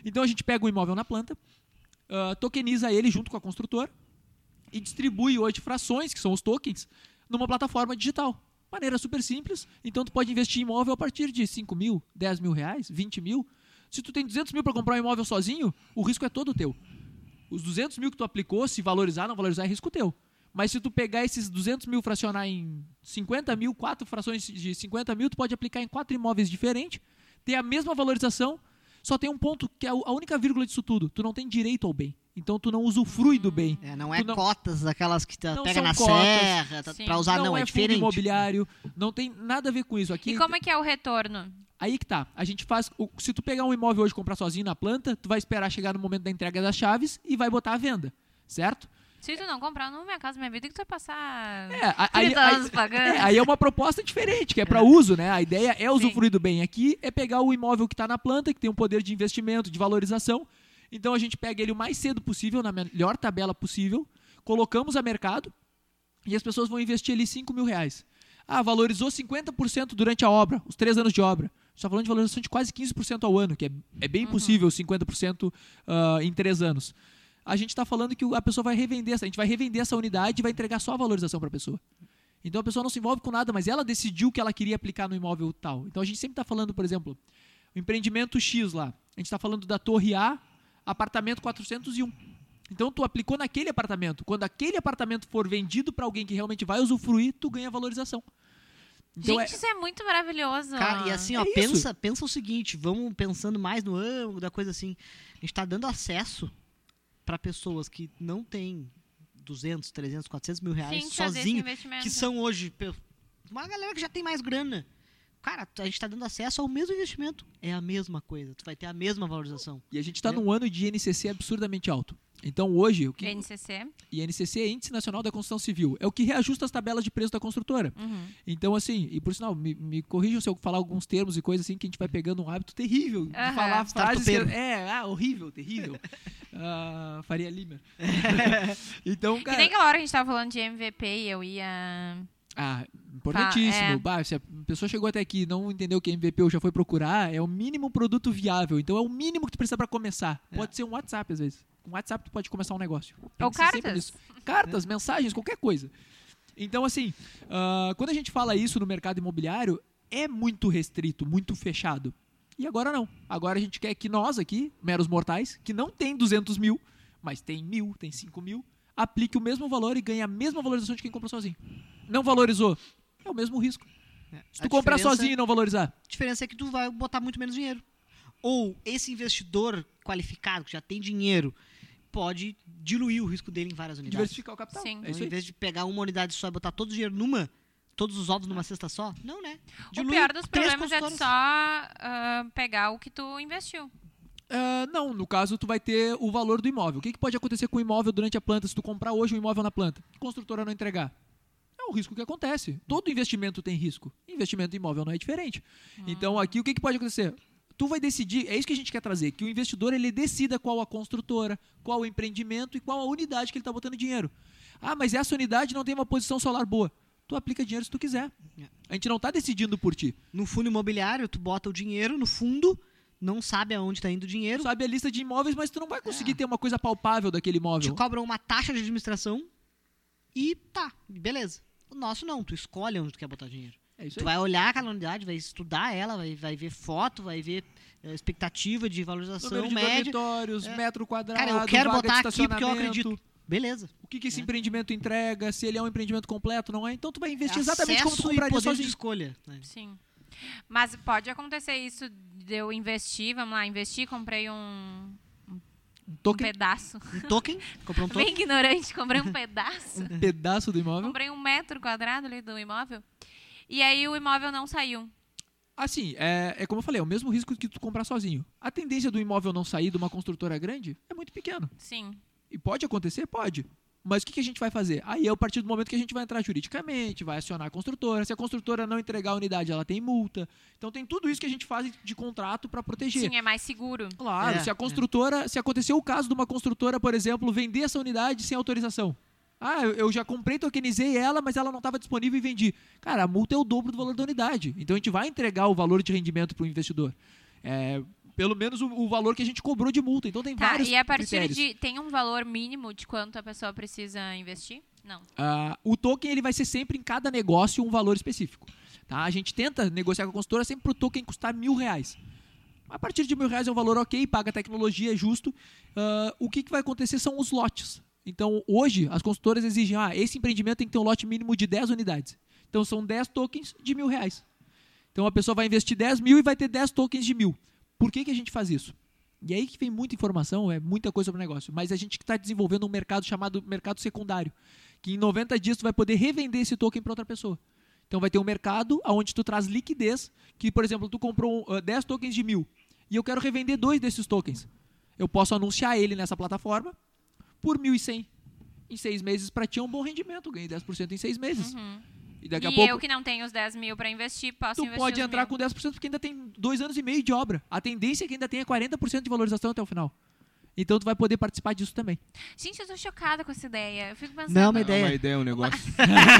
D: Então a gente pega o imóvel na planta, ah, tokeniza ele junto com a construtora, e distribui hoje frações, que são os tokens, numa plataforma digital. Maneira super simples. Então, tu pode investir em imóvel a partir de 5 mil, 10 mil reais, 20 mil. Se tu tem 200 mil para comprar um imóvel sozinho, o risco é todo teu. Os 200 mil que tu aplicou, se valorizar, não valorizar, é risco teu. Mas se tu pegar esses 200 mil, fracionar em 50 mil, quatro frações de 50 mil, tu pode aplicar em quatro imóveis diferentes, ter a mesma valorização, só tem um ponto que é a única vírgula disso tudo. Tu não tem direito ao bem. Então, tu não usufrui do bem.
C: É, não é
D: Tu não-
C: cotas aquelas que tu
D: Não
C: pega
D: são
C: na
D: cotas.
C: serra tá-
B: Sim.
C: pra usar, não, é,
D: fundo
C: diferente.
D: imobiliário, não tem nada a ver com isso aqui.
B: E como é que é o retorno?
D: Aí que tá. A gente faz. o- Se tu pegar um imóvel hoje e comprar sozinho na planta, tu vai esperar chegar no momento da entrega das chaves e vai botar à venda. Certo?
B: Se tu não comprar, não minha casa, minha vida, que tu vai passar
D: É, a- aí,
B: 30
D: aí,
B: anos pagando.
D: é, aí é uma proposta diferente, que é para uso, né? A ideia é usufruir do bem. Aqui é pegar o imóvel que está na planta, que tem um poder de investimento, de valorização. Então a gente pega ele o mais cedo possível, na melhor tabela possível, colocamos a mercado e as pessoas vão investir ali 5 mil reais. Ah, valorizou 50% durante a obra, os três anos de obra. A gente está falando de valorização de quase 15% ao ano, que é, é bem possível 50% ah, em três anos. A gente está falando que o- a pessoa vai revender, essa- a gente vai revender essa unidade e vai entregar só a valorização para a pessoa. Então a pessoa não se envolve com nada, mas ela decidiu que ela queria aplicar no imóvel tal. Então a gente sempre está falando, por exemplo, o empreendimento X lá. A gente está falando da Torre A, apartamento 401. Então tu aplicou naquele apartamento. Quando aquele apartamento for vendido para alguém que realmente vai usufruir, tu ganha valorização. Então
B: Gente,
D: é,
B: isso é muito maravilhoso.
C: Cara, e assim, ó,
D: É isso.
C: pensa, pensa o seguinte, vamos pensando mais no ângulo da coisa assim. A gente tá dando acesso pra pessoas que não têm 200, 300, 400 mil reais
B: Sim, fazer esse
C: sozinho,
B: investimento.
C: que são hoje pe- uma galera que já tem mais grana. Cara, a gente tá dando acesso ao mesmo investimento. É a mesma coisa, tu vai ter a mesma valorização.
D: e a gente está num ano de INCC absurdamente alto. Então hoje o
B: É.
D: que
B: NCC.
D: INCC é Índice Nacional da Construção Civil é o que reajusta as tabelas de preço da construtora.
B: Uhum.
D: Então, assim, e por sinal, me, me corrijam se eu falar alguns termos e coisas assim, que a gente vai pegando um hábito terrível de
B: Aham.
D: falar frases que
C: Startupeiro.
D: é, ah, horrível, terrível. Ah, Faria Lima. então,
B: Que
D: cara.
B: nem aquela hora que a gente tava falando de MVP e eu ia.
D: Ah, importantíssimo.
B: Tá, é.
D: Bah, se a pessoa chegou até aqui e não entendeu o que é MVP ou já foi procurar, é o mínimo produto viável. Então é o mínimo que tu precisa pra começar. Pode ser um WhatsApp, às vezes. Com WhatsApp tu pode começar um negócio.
B: Ou
D: Pense sempre
B: cartas.
D: nisso. Cartas, mensagens, qualquer coisa. Então, assim, ah, quando a gente fala isso no mercado imobiliário, é muito restrito, muito fechado. E agora não. Agora a gente quer que nós aqui, meros mortais, que não tem 200 mil, mas tem mil, tem 5 mil, aplique o mesmo valor e ganhe a mesma valorização de quem comprou sozinho. Não valorizou, é o mesmo risco. Se tu
C: É. A
D: comprar
C: diferença-
D: sozinho e não valorizar,
C: A diferença é que tu vai botar muito menos dinheiro. Ou esse investidor qualificado, que já tem dinheiro, pode diluir o risco dele em várias unidades.
D: diversificar o capital.
B: Sim.
D: É
C: Então,
D: isso
C: em
D: aí.
C: vez de pegar uma unidade só e botar todo o dinheiro numa, todos os ovos numa cesta só, não, né?
B: o
C: Dilui
B: pior dos
C: três
B: problemas é tu
C: consultoras.
B: só ah, pegar o que tu investiu.
D: Ah, não, no caso, tu vai ter o valor do imóvel. O que, que pode acontecer com o imóvel durante a planta se tu comprar hoje um imóvel na planta? Construtora não entregar. É um risco que acontece. Todo investimento tem risco. Investimento em imóvel não é diferente. Então, aqui, o que, que pode acontecer? Tu vai decidir, é isso que a gente quer trazer, que o investidor ele decida qual a construtora, qual o empreendimento e qual a unidade que ele está botando dinheiro. Ah, mas essa unidade não tem uma posição solar boa. Tu aplica dinheiro se tu quiser.
C: É.
D: A gente não está decidindo por ti.
C: No fundo imobiliário, tu bota o dinheiro no fundo, não sabe aonde tá indo o
D: Tu
C: dinheiro,
D: sabe a lista de imóveis, mas tu não vai conseguir ter uma coisa palpável daquele
C: te
D: imóvel.
C: cobram uma taxa de administração e tá, beleza. O nosso não, tu escolhe onde tu quer botar dinheiro.
D: É isso
C: Tu vai olhar aquela unidade, vai estudar ela, vai, vai ver foto, vai ver eh, expectativa de valorização
D: número de
C: média.
D: dormitórios,
C: É.
D: metro quadrado,
C: Cara, eu quero
D: vaga de
C: botar aqui porque eu
D: estacionamento,
C: acredito. Beleza.
D: O que, que esse
C: É.
D: empreendimento entrega, se ele é um empreendimento completo, não é? Então tu vai investir exatamente como tu
C: Acesso e
D: compraria
C: poder
D: sozinho.
C: de escolha. né?
B: Sim. Mas pode acontecer isso de eu investir, vamos lá, investi, comprei um,
D: Um
B: um
D: token,
B: pedaço.
C: Um token, comprou um
B: Bem
C: token.
B: ignorante, comprei um pedaço.
D: um pedaço do imóvel.
B: Comprei um metro quadrado ali do imóvel. E aí o imóvel não saiu.
D: Assim, é, é como eu falei, é o mesmo risco que tu comprar sozinho. A tendência do imóvel não sair de uma construtora grande é muito pequeno.
B: Sim.
D: E pode acontecer? Pode. Mas o que, que a gente vai fazer? Aí é a partir do momento que a gente vai entrar juridicamente, vai acionar a construtora. Se a construtora não entregar a unidade, ela tem multa. Então tem tudo isso que a gente faz de contrato para proteger.
B: Sim, é mais seguro.
D: Claro,
C: É,
D: se a
C: é.
D: construtora, se aconteceu o caso de uma construtora, por exemplo, vender essa unidade sem autorização. Ah, eu- eu já comprei, tokenizei ela, mas ela não estava disponível e vendi. Cara, a multa é o dobro do valor da unidade. Então a gente vai entregar o valor de rendimento para o investidor. É, pelo menos o, o valor que a gente cobrou de multa. Então tem
B: Tá,
D: vários
B: e a partir
D: critérios.
B: de. Tem um valor mínimo de quanto a pessoa precisa investir? Não.
D: Ah, o token ele vai ser sempre em cada negócio um valor específico. Tá? A gente tenta negociar com a consultora sempre para o token custar mil reais. A partir de mil reais é um valor ok, paga a tecnologia, é justo. Ah, o que, que vai acontecer são os lotes. Então, hoje, as consultoras exigem, ah, esse empreendimento tem que ter um lote mínimo de 10 unidades. Então, são 10 tokens de mil reais. Então, a pessoa vai investir 10 mil e vai ter 10 tokens de mil. Por que, que a gente faz isso? E aí que vem muita informação, é muita coisa sobre o negócio. Mas a gente está desenvolvendo um mercado chamado mercado secundário que em 90 dias tu vai poder revender esse token para outra pessoa. Então vai ter um mercado onde tu traz liquidez, que por exemplo, tu comprou uh, 10 tokens de mil e eu quero revender dois desses tokens. Eu posso anunciar ele nessa plataforma por 1.100. Em seis meses para ti é um bom rendimento, eu ganhei 10% em seis meses.
B: Uhum.
D: E daqui a
B: e
D: pouco
B: eu que não tenho os 10 mil para investir, posso
D: tu
B: investir.
D: pode
B: os
D: entrar
B: mil.
D: com 10% porque ainda tem dois anos e meio de obra. A tendência é que ainda tenha 40% de valorização até o final. Então tu vai poder participar disso também.
B: Gente, eu tô chocada com essa ideia. Eu fico pensando.
C: Não,
A: É
C: mas- Uma ideia.
A: uma ideia, um negócio.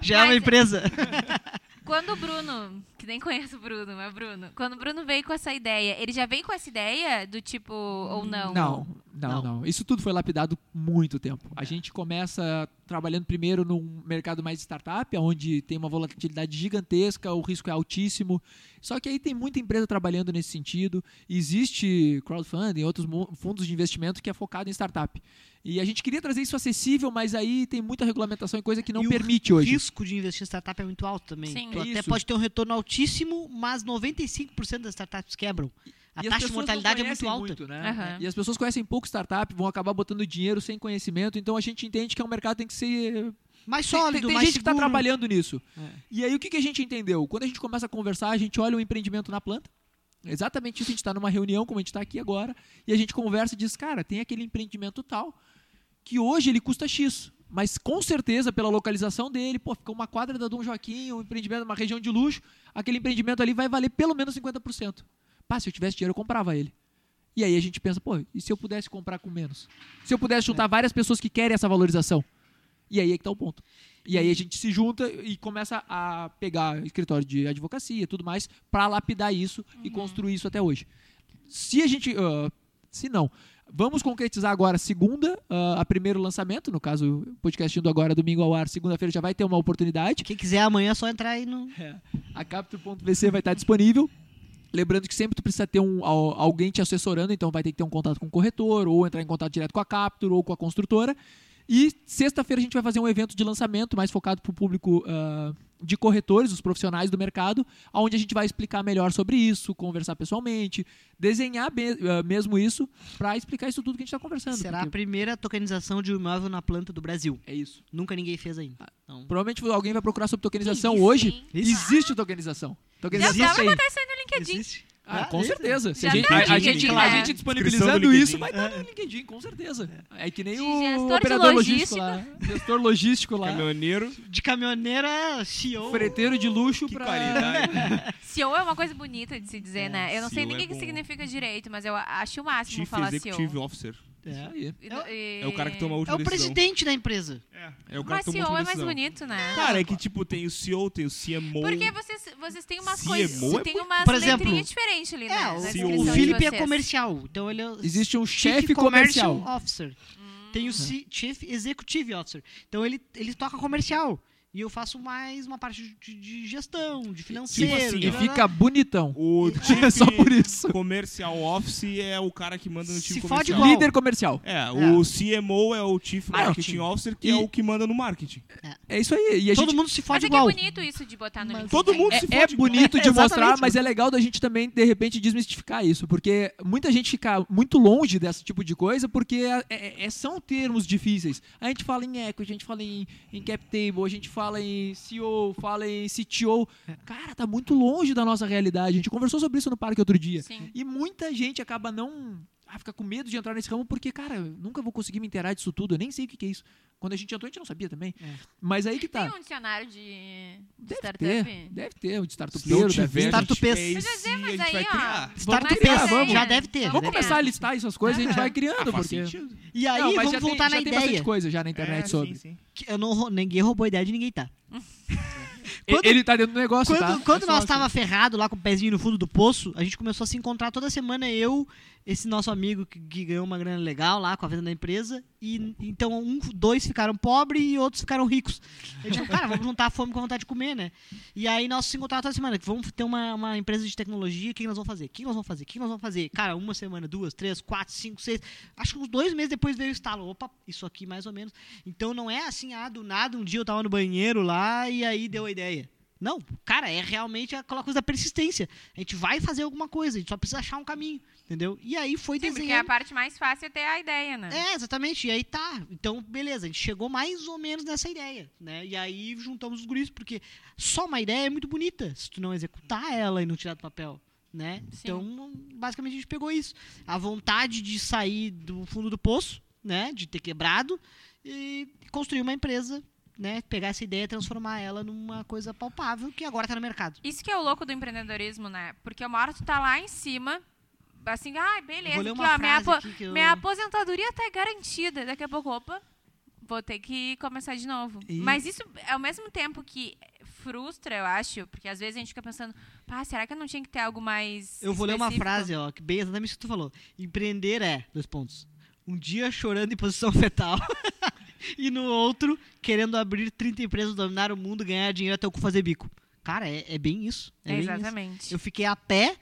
C: Já é uma
B: Mas- empresa.
C: empresa.
B: Quando o Bruno, que nem conheço o Bruno, mas Bruno, quando o Bruno veio com essa ideia, ele já veio com essa ideia do tipo, ou não?
D: Não, não, não,
C: Não. É.
D: Isso tudo foi lapidado muito tempo. A gente começa trabalhando primeiro num mercado mais startup, onde tem uma volatilidade gigantesca, o risco é altíssimo. Só que aí tem muita empresa trabalhando nesse sentido. Existe crowdfunding, outros mu- fundos de investimento que é focado em startup. E a gente queria trazer isso acessível, mas aí tem muita regulamentação e coisa que não
C: E o
D: permite
C: O
D: hoje.
C: risco de investir em startup é muito alto também.
B: Sim.
C: Tu
D: É
C: até
D: isso.
C: pode ter um retorno altíssimo, mas 95% das startups quebram. A
D: E
C: taxa
D: as pessoas
C: de
D: não
C: mortalidade é muito
D: conhecem
C: alta.
D: né?
B: Aham.
D: E as pessoas conhecem pouco startup, vão acabar botando dinheiro sem conhecimento. Então a gente entende que é um mercado que tem que ser
C: Mais
D: Tem-
C: sólido,
D: tem, tem
C: mais
D: gente que está
C: seguro.
D: trabalhando nisso.
C: É.
D: E aí o que, que a gente entendeu? Quando a gente começa a conversar, a gente olha o empreendimento na planta. Exatamente isso, a gente está numa reunião, como a gente está aqui agora, e a gente conversa e diz, cara, tem aquele empreendimento tal, que hoje ele custa X. Mas com certeza, pela localização dele, pô, fica uma quadra da Dom Joaquim, um empreendimento, uma região de luxo, aquele empreendimento ali vai valer pelo menos 50%. Pá, se eu tivesse dinheiro, eu comprava ele. E aí a gente pensa, pô, e se eu pudesse comprar com menos? Se eu pudesse juntar várias pessoas que querem essa valorização? E aí é que tá o ponto. E aí a gente se junta e começa a pegar escritório de advocacia e tudo mais para lapidar isso e construir isso até hoje. Se a gente. ah, se não. Vamos concretizar agora a segunda, ah, a primeiro lançamento, no caso, o podcast indo agora domingo ao ar, segunda-feira já vai ter uma oportunidade.
C: Quem quiser amanhã é só entrar aí no.
D: A Capture.vc vai estar disponível. Lembrando que sempre tu precisa ter um, al- alguém te assessorando, então vai ter que ter um contato com o corretor, ou entrar em contato direto com a Capture ou com a construtora. E sexta-feira a gente vai fazer um evento de lançamento mais focado para o público ah, de corretores, os profissionais do mercado, onde a gente vai explicar melhor sobre isso, conversar pessoalmente, desenhar be- ah, mesmo isso, para explicar isso tudo que a gente está conversando.
C: Será é a
D: porque
C: primeira tokenização de um imóvel na planta do Brasil.
D: É isso.
C: Nunca ninguém fez ainda. Então,
D: Provavelmente alguém vai procurar sobre tokenização
B: Existe,
D: hoje. é
B: hein?
D: Existe tokenização.
B: Já
D: Tokenização
B: dava
D: tem.
B: botar isso aí no LinkedIn.
C: existe.
D: Ah,
C: Ah,
D: com
C: isso.
D: certeza. Se a
B: Já
D: gente,
B: tá
D: a- a
B: no
D: gente-
B: LinkedIn,
D: a
B: né?
D: gente
A: Inscrição
D: disponibilizando
A: do
D: isso
A: LinkedIn.
D: vai estar no LinkedIn, com certeza. É que nem
B: De
D: o
B: gestor de
D: operador logístico
B: logística.
D: lá. Gestor logístico lá.
A: Caminhoneiro,
C: De caminhoneira, CEO.
D: Freteiro de luxo
A: que
D: pra...
A: qualidade.
B: CEO é uma coisa bonita de se dizer, né? Eu não sei
A: CEO
B: nem o que
A: é
B: que
A: bom.
B: significa direito, mas eu a- acho o máximo
A: Chief
B: falar
A: Executive
B: CEO.
A: Officer.
D: Isso
C: É.
D: aí.
B: E- e-
A: É o cara que toma a
C: É
A: última
C: o
A: decisão.
C: presidente da empresa.
A: É o cara
B: Mas
A: que toma a
B: CEO
A: última
B: é mais
A: decisão.
B: bonito, né?
A: Cara, é que tipo, tem o CEO, tem o CMO.
B: Porque vocês, vocês têm umas
A: CMO
B: coisas.
A: é
B: tem umas
C: Por exemplo,
B: letrinhas diferentes ali, né?
C: É,
B: na
C: o-
A: CEO.
B: descrição
C: o
B: de
C: Felipe é
B: vocês.
C: comercial. Então ele é o
D: Existe um
C: Chief
D: chefe comercial. Hum.
C: Commercial Officer. Tem o C- Chief Executive Officer. Então ele, ele toca comercial. E eu faço mais uma parte de, de gestão, de financeiro.
A: assim,
C: de
A: ó.
B: né?
D: Tipo E
C: blá, blá,
D: fica bonitão.
A: O
D: É só por
A: Chief
D: isso.
A: Commercial Office é o cara que manda no
C: Se
A: time
C: fode
A: comercial.
C: igual.
D: Líder comercial.
A: É, o CMO é o Chief
C: Marketing.
A: Marketing Officer, que
D: E-
A: é o que manda no marketing.
D: É isso aí. E
C: blá.
D: a
C: Todo
D: gente...
C: mundo se
B: Mas
C: fode
B: é que é
C: igual.
B: bonito isso de botar no né?
C: Mas-
B: LinkedIn.
A: Todo mundo se
D: É,
A: fode
D: é
A: igual.
D: bonito de mostrar,
C: Exatamente.
D: mas é legal da gente também, de repente, desmistificar isso. Porque muita gente fica muito longe desse tipo de coisa, porque é- é- é- são termos difíceis. A gente fala em equity, a gente fala em, em cap table, a gente fala em CEO, fala em CTO. Cara, tá muito longe da nossa realidade. A gente conversou sobre isso no parque outro dia.
B: Sim.
D: E muita gente acaba não. Ah, fica com medo de entrar nesse ramo porque, cara, eu nunca vou conseguir me inteirar disso tudo, eu nem sei o que, que é isso. Quando a gente entrou, a gente não sabia também.
C: É.
D: Mas aí que tá.
B: Tem um dicionário de, de
D: Deve
B: startup?
D: ter, deve ter, o de startup
A: Se não
D: deve
A: tiver,
D: ter.
A: a gente
C: Startupês.
A: fez
B: Mas eu ia dizer,
A: e a
B: mas
A: gente
B: aí,
A: vai criar.
D: Tá
B: ó.
C: Startup
B: mas
D: criar,
B: essa aí,
D: vamos.
B: né?
C: Já deve ter.
B: Vamos
D: Vamos
C: Deve
D: começar a listar essas coisas e a gente vai criando,
A: Ah, faz
D: porque.
A: sentido.
C: E aí
D: Não, mas
C: vamos
D: já
C: voltar
D: tem,
C: na
D: já tem bastante
C: ideia.
D: coisa já na internet
A: É,
D: sobre.
A: sim, sim.
C: Que eu não, rou- ninguém roubou a ideia de ninguém, tá?
D: E- Ele tá dentro do negócio,
C: Quando,
D: tá?
C: quando
D: É só
C: nós
D: assim.
C: tava ferrado lá com o pezinho no fundo do poço, a gente começou a se encontrar toda semana, eu, esse nosso amigo que, que ganhou uma grana legal lá com a venda da empresa, e então um, dois ficaram pobres e outros ficaram ricos. A gente falou, cara, vamos juntar a fome com a vontade de comer, né? E aí nós se encontrávamos toda semana, vamos ter uma, uma empresa de tecnologia, o que nós vamos fazer? O que nós vamos fazer? O que nós vamos fazer? Cara, uma semana, duas, três, quatro, cinco, seis, acho que uns dois meses depois veio o estalo, opa, isso aqui mais ou menos. Então não é assim, ah, do nada, um dia eu tava no banheiro lá e aí deu a ideia. Não, cara, é realmente aquela coisa da persistência. A gente vai fazer alguma coisa, a gente só precisa achar um caminho, entendeu? E aí foi
B: Sim, porque é a
C: desenhando.
B: parte mais fácil é ter a ideia, né?
C: É, exatamente. E aí tá. Então, beleza, a gente chegou mais ou menos nessa ideia, né? E aí juntamos os guris, porque só uma ideia é muito bonita, se tu não executar ela e não tirar do papel, né?
B: Sim.
C: Então, basicamente a gente pegou isso. A vontade de sair do fundo do poço, né, de ter quebrado e construir uma empresa, né, pegar essa ideia e transformar ela numa coisa palpável que agora tá no mercado.
B: Isso que é o louco do empreendedorismo, né? Porque uma hora tu tá lá em cima, assim, ah, beleza,
C: Vou ler
B: aqui,
C: uma
B: ó, minha,
C: frase
B: apo-
C: aqui que eu-
B: minha aposentadoria tá garantida. Daqui a pouco, opa, vou ter que começar de novo.
D: E-
B: Mas isso, ao mesmo tempo que frustra, eu acho, porque às vezes a gente fica pensando, pá, será que eu não tinha que ter algo mais
C: Eu vou ler uma
B: específico?"
C: frase, ó, que bem exatamente o que tu falou. Empreender é, dois pontos. Um dia chorando em posição fetal. e no outro, querendo abrir 30 empresas, dominar o mundo, ganhar dinheiro até o cu fazer bico. Cara, é, é bem isso. É
B: É,
C: bem isso.
B: exatamente.
C: Eu fiquei a pé,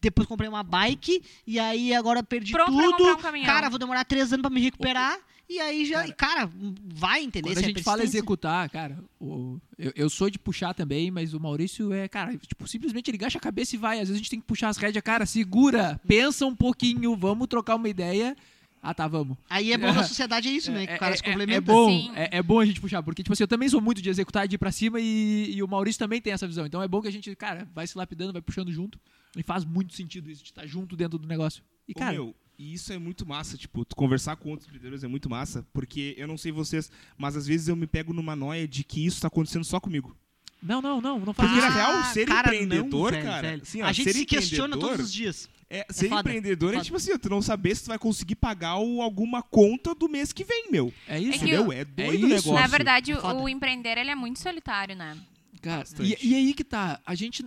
C: depois comprei uma bike, e aí agora perdi
B: Pronto pra
C: tudo.
B: comprar um caminhão.
C: cara, vou demorar três anos pra me recuperar. E aí já. Cara, vai entender.
D: Quando a
C: se é
D: gente fala
C: persistência.
D: executar, cara, o- eu, eu sou de puxar também, mas o Maurício é, cara, tipo, simplesmente ele gasta a cabeça e vai. Às vezes a gente tem que puxar as rédeas, cara, segura, pensa um pouquinho, vamos trocar uma ideia. Ah, tá, vamos.
C: Aí é bom na sociedade, é isso, né? Que o cara se complementa.
D: É bom,
B: Sim.
D: é, é bom a gente puxar, porque tipo assim, eu também sou muito de executar, de ir pra cima e, e o Maurício também tem essa visão. Então é bom que a gente, cara, vai se lapidando, vai puxando junto. E faz muito sentido isso, de estar junto dentro do negócio. E,
A: Ô,
D: cara,
A: meu, e isso é muito massa, tipo, tu conversar com outros empreendedores é muito massa, porque eu não sei vocês, mas às vezes eu me pego numa noia de que isso tá acontecendo só comigo.
D: não, não, não, não faz
A: Porque na
D: isso.
A: real, ser
C: Ah, cara, não,
A: empreendedor,
C: velho,
A: cara,
C: velho.
A: assim, ó,
C: a gente
A: ser
C: se questiona
A: empreendedor-
C: todos os dias.
A: É, ser
C: foda,
A: empreendedor é
C: foda.
A: tipo assim, ó, tu não saber se tu vai conseguir pagar o- alguma conta do mês que vem, meu.
D: É isso,
B: É que
A: Entendeu? É doido
D: isso.
A: o negócio.
B: Na verdade, o-
C: Foda.
B: o empreender, ele é muito solitário, né?
D: cara. E,
A: bastante.
D: e aí que tá, a gente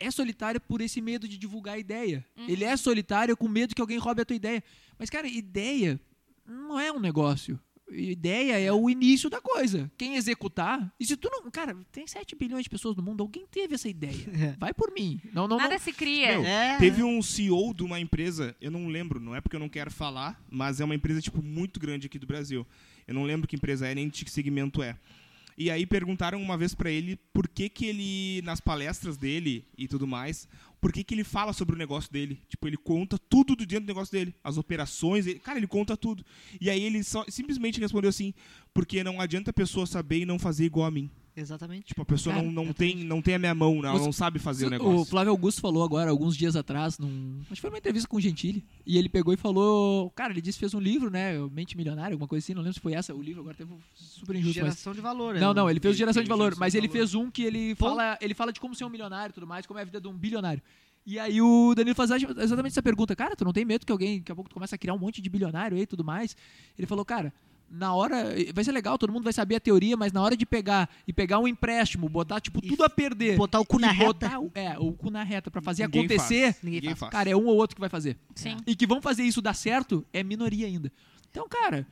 D: é solitário por esse medo de divulgar a ideia. Ele é solitário com medo que alguém roube a tua ideia. Mas, cara, ideia não é um negócio. Ideia é o início da coisa. Quem executar. E se tu não. Cara, tem 7 bilhões de pessoas no mundo, alguém teve essa
A: É.
D: ideia. Vai por mim. Não, não,
B: Nada
D: não.
B: se cria.
A: Meu,
C: É.
A: Teve um CEO de uma empresa, eu não lembro, não é porque eu não quero falar, mas é uma empresa, tipo, muito grande aqui do Brasil. Eu não lembro que empresa é, nem de que segmento é. E aí perguntaram uma vez pra ele por que que ele, nas palestras dele e tudo mais, por que que ele fala sobre o negócio dele. Tipo, ele conta tudo do dentro do negócio dele. As operações, ele- cara, ele conta tudo. E aí ele só, simplesmente respondeu assim, porque não adianta a pessoa saber e não fazer igual a mim.
C: Exatamente.
A: Tipo, a pessoa
C: Cara,
A: não, não,
C: exatamente.
A: tem, não tem a minha mão, ela
D: Os-
A: não sabe fazer o
D: O
A: negócio.
D: Flávio Augusto falou agora, alguns dias atrás, num, acho que foi numa entrevista com o Gentili, e ele pegou e falou, cara, ele disse que fez um livro, né, Mente Milionária, alguma coisa assim, não lembro se foi essa o livro, agora teve um super injusto, mas...
C: Geração de valor. é
D: Não,
C: um-
D: não, ele fez
A: Ele
D: Geração de
A: fez
D: Valor,
A: Geração
D: mas
A: de
D: ele
A: Valor.
D: fez um que ele
C: Pô.
D: fala, ele fala de como ser um milionário e tudo mais, como é a vida de um bilionário. E aí o Danilo faz exatamente essa pergunta, cara, tu não tem medo que alguém, daqui a pouco tu começa a criar um monte de bilionário aí e tudo mais? Ele falou, cara, na hora, vai ser legal, todo mundo vai saber a teoria, mas na hora de pegar e pegar um empréstimo, botar tipo
C: E
D: tudo a perder,
C: Botar o cu na
D: e
C: reta.
D: botar o- é, o cu na reta pra fazer
A: Ninguém
D: acontecer,
A: faz.
C: Ninguém
A: Ninguém
C: faz.
A: faz.
D: cara, é um ou outro que vai fazer.
B: Sim.
D: E que vão fazer isso dar certo é minoria ainda. Então, cara,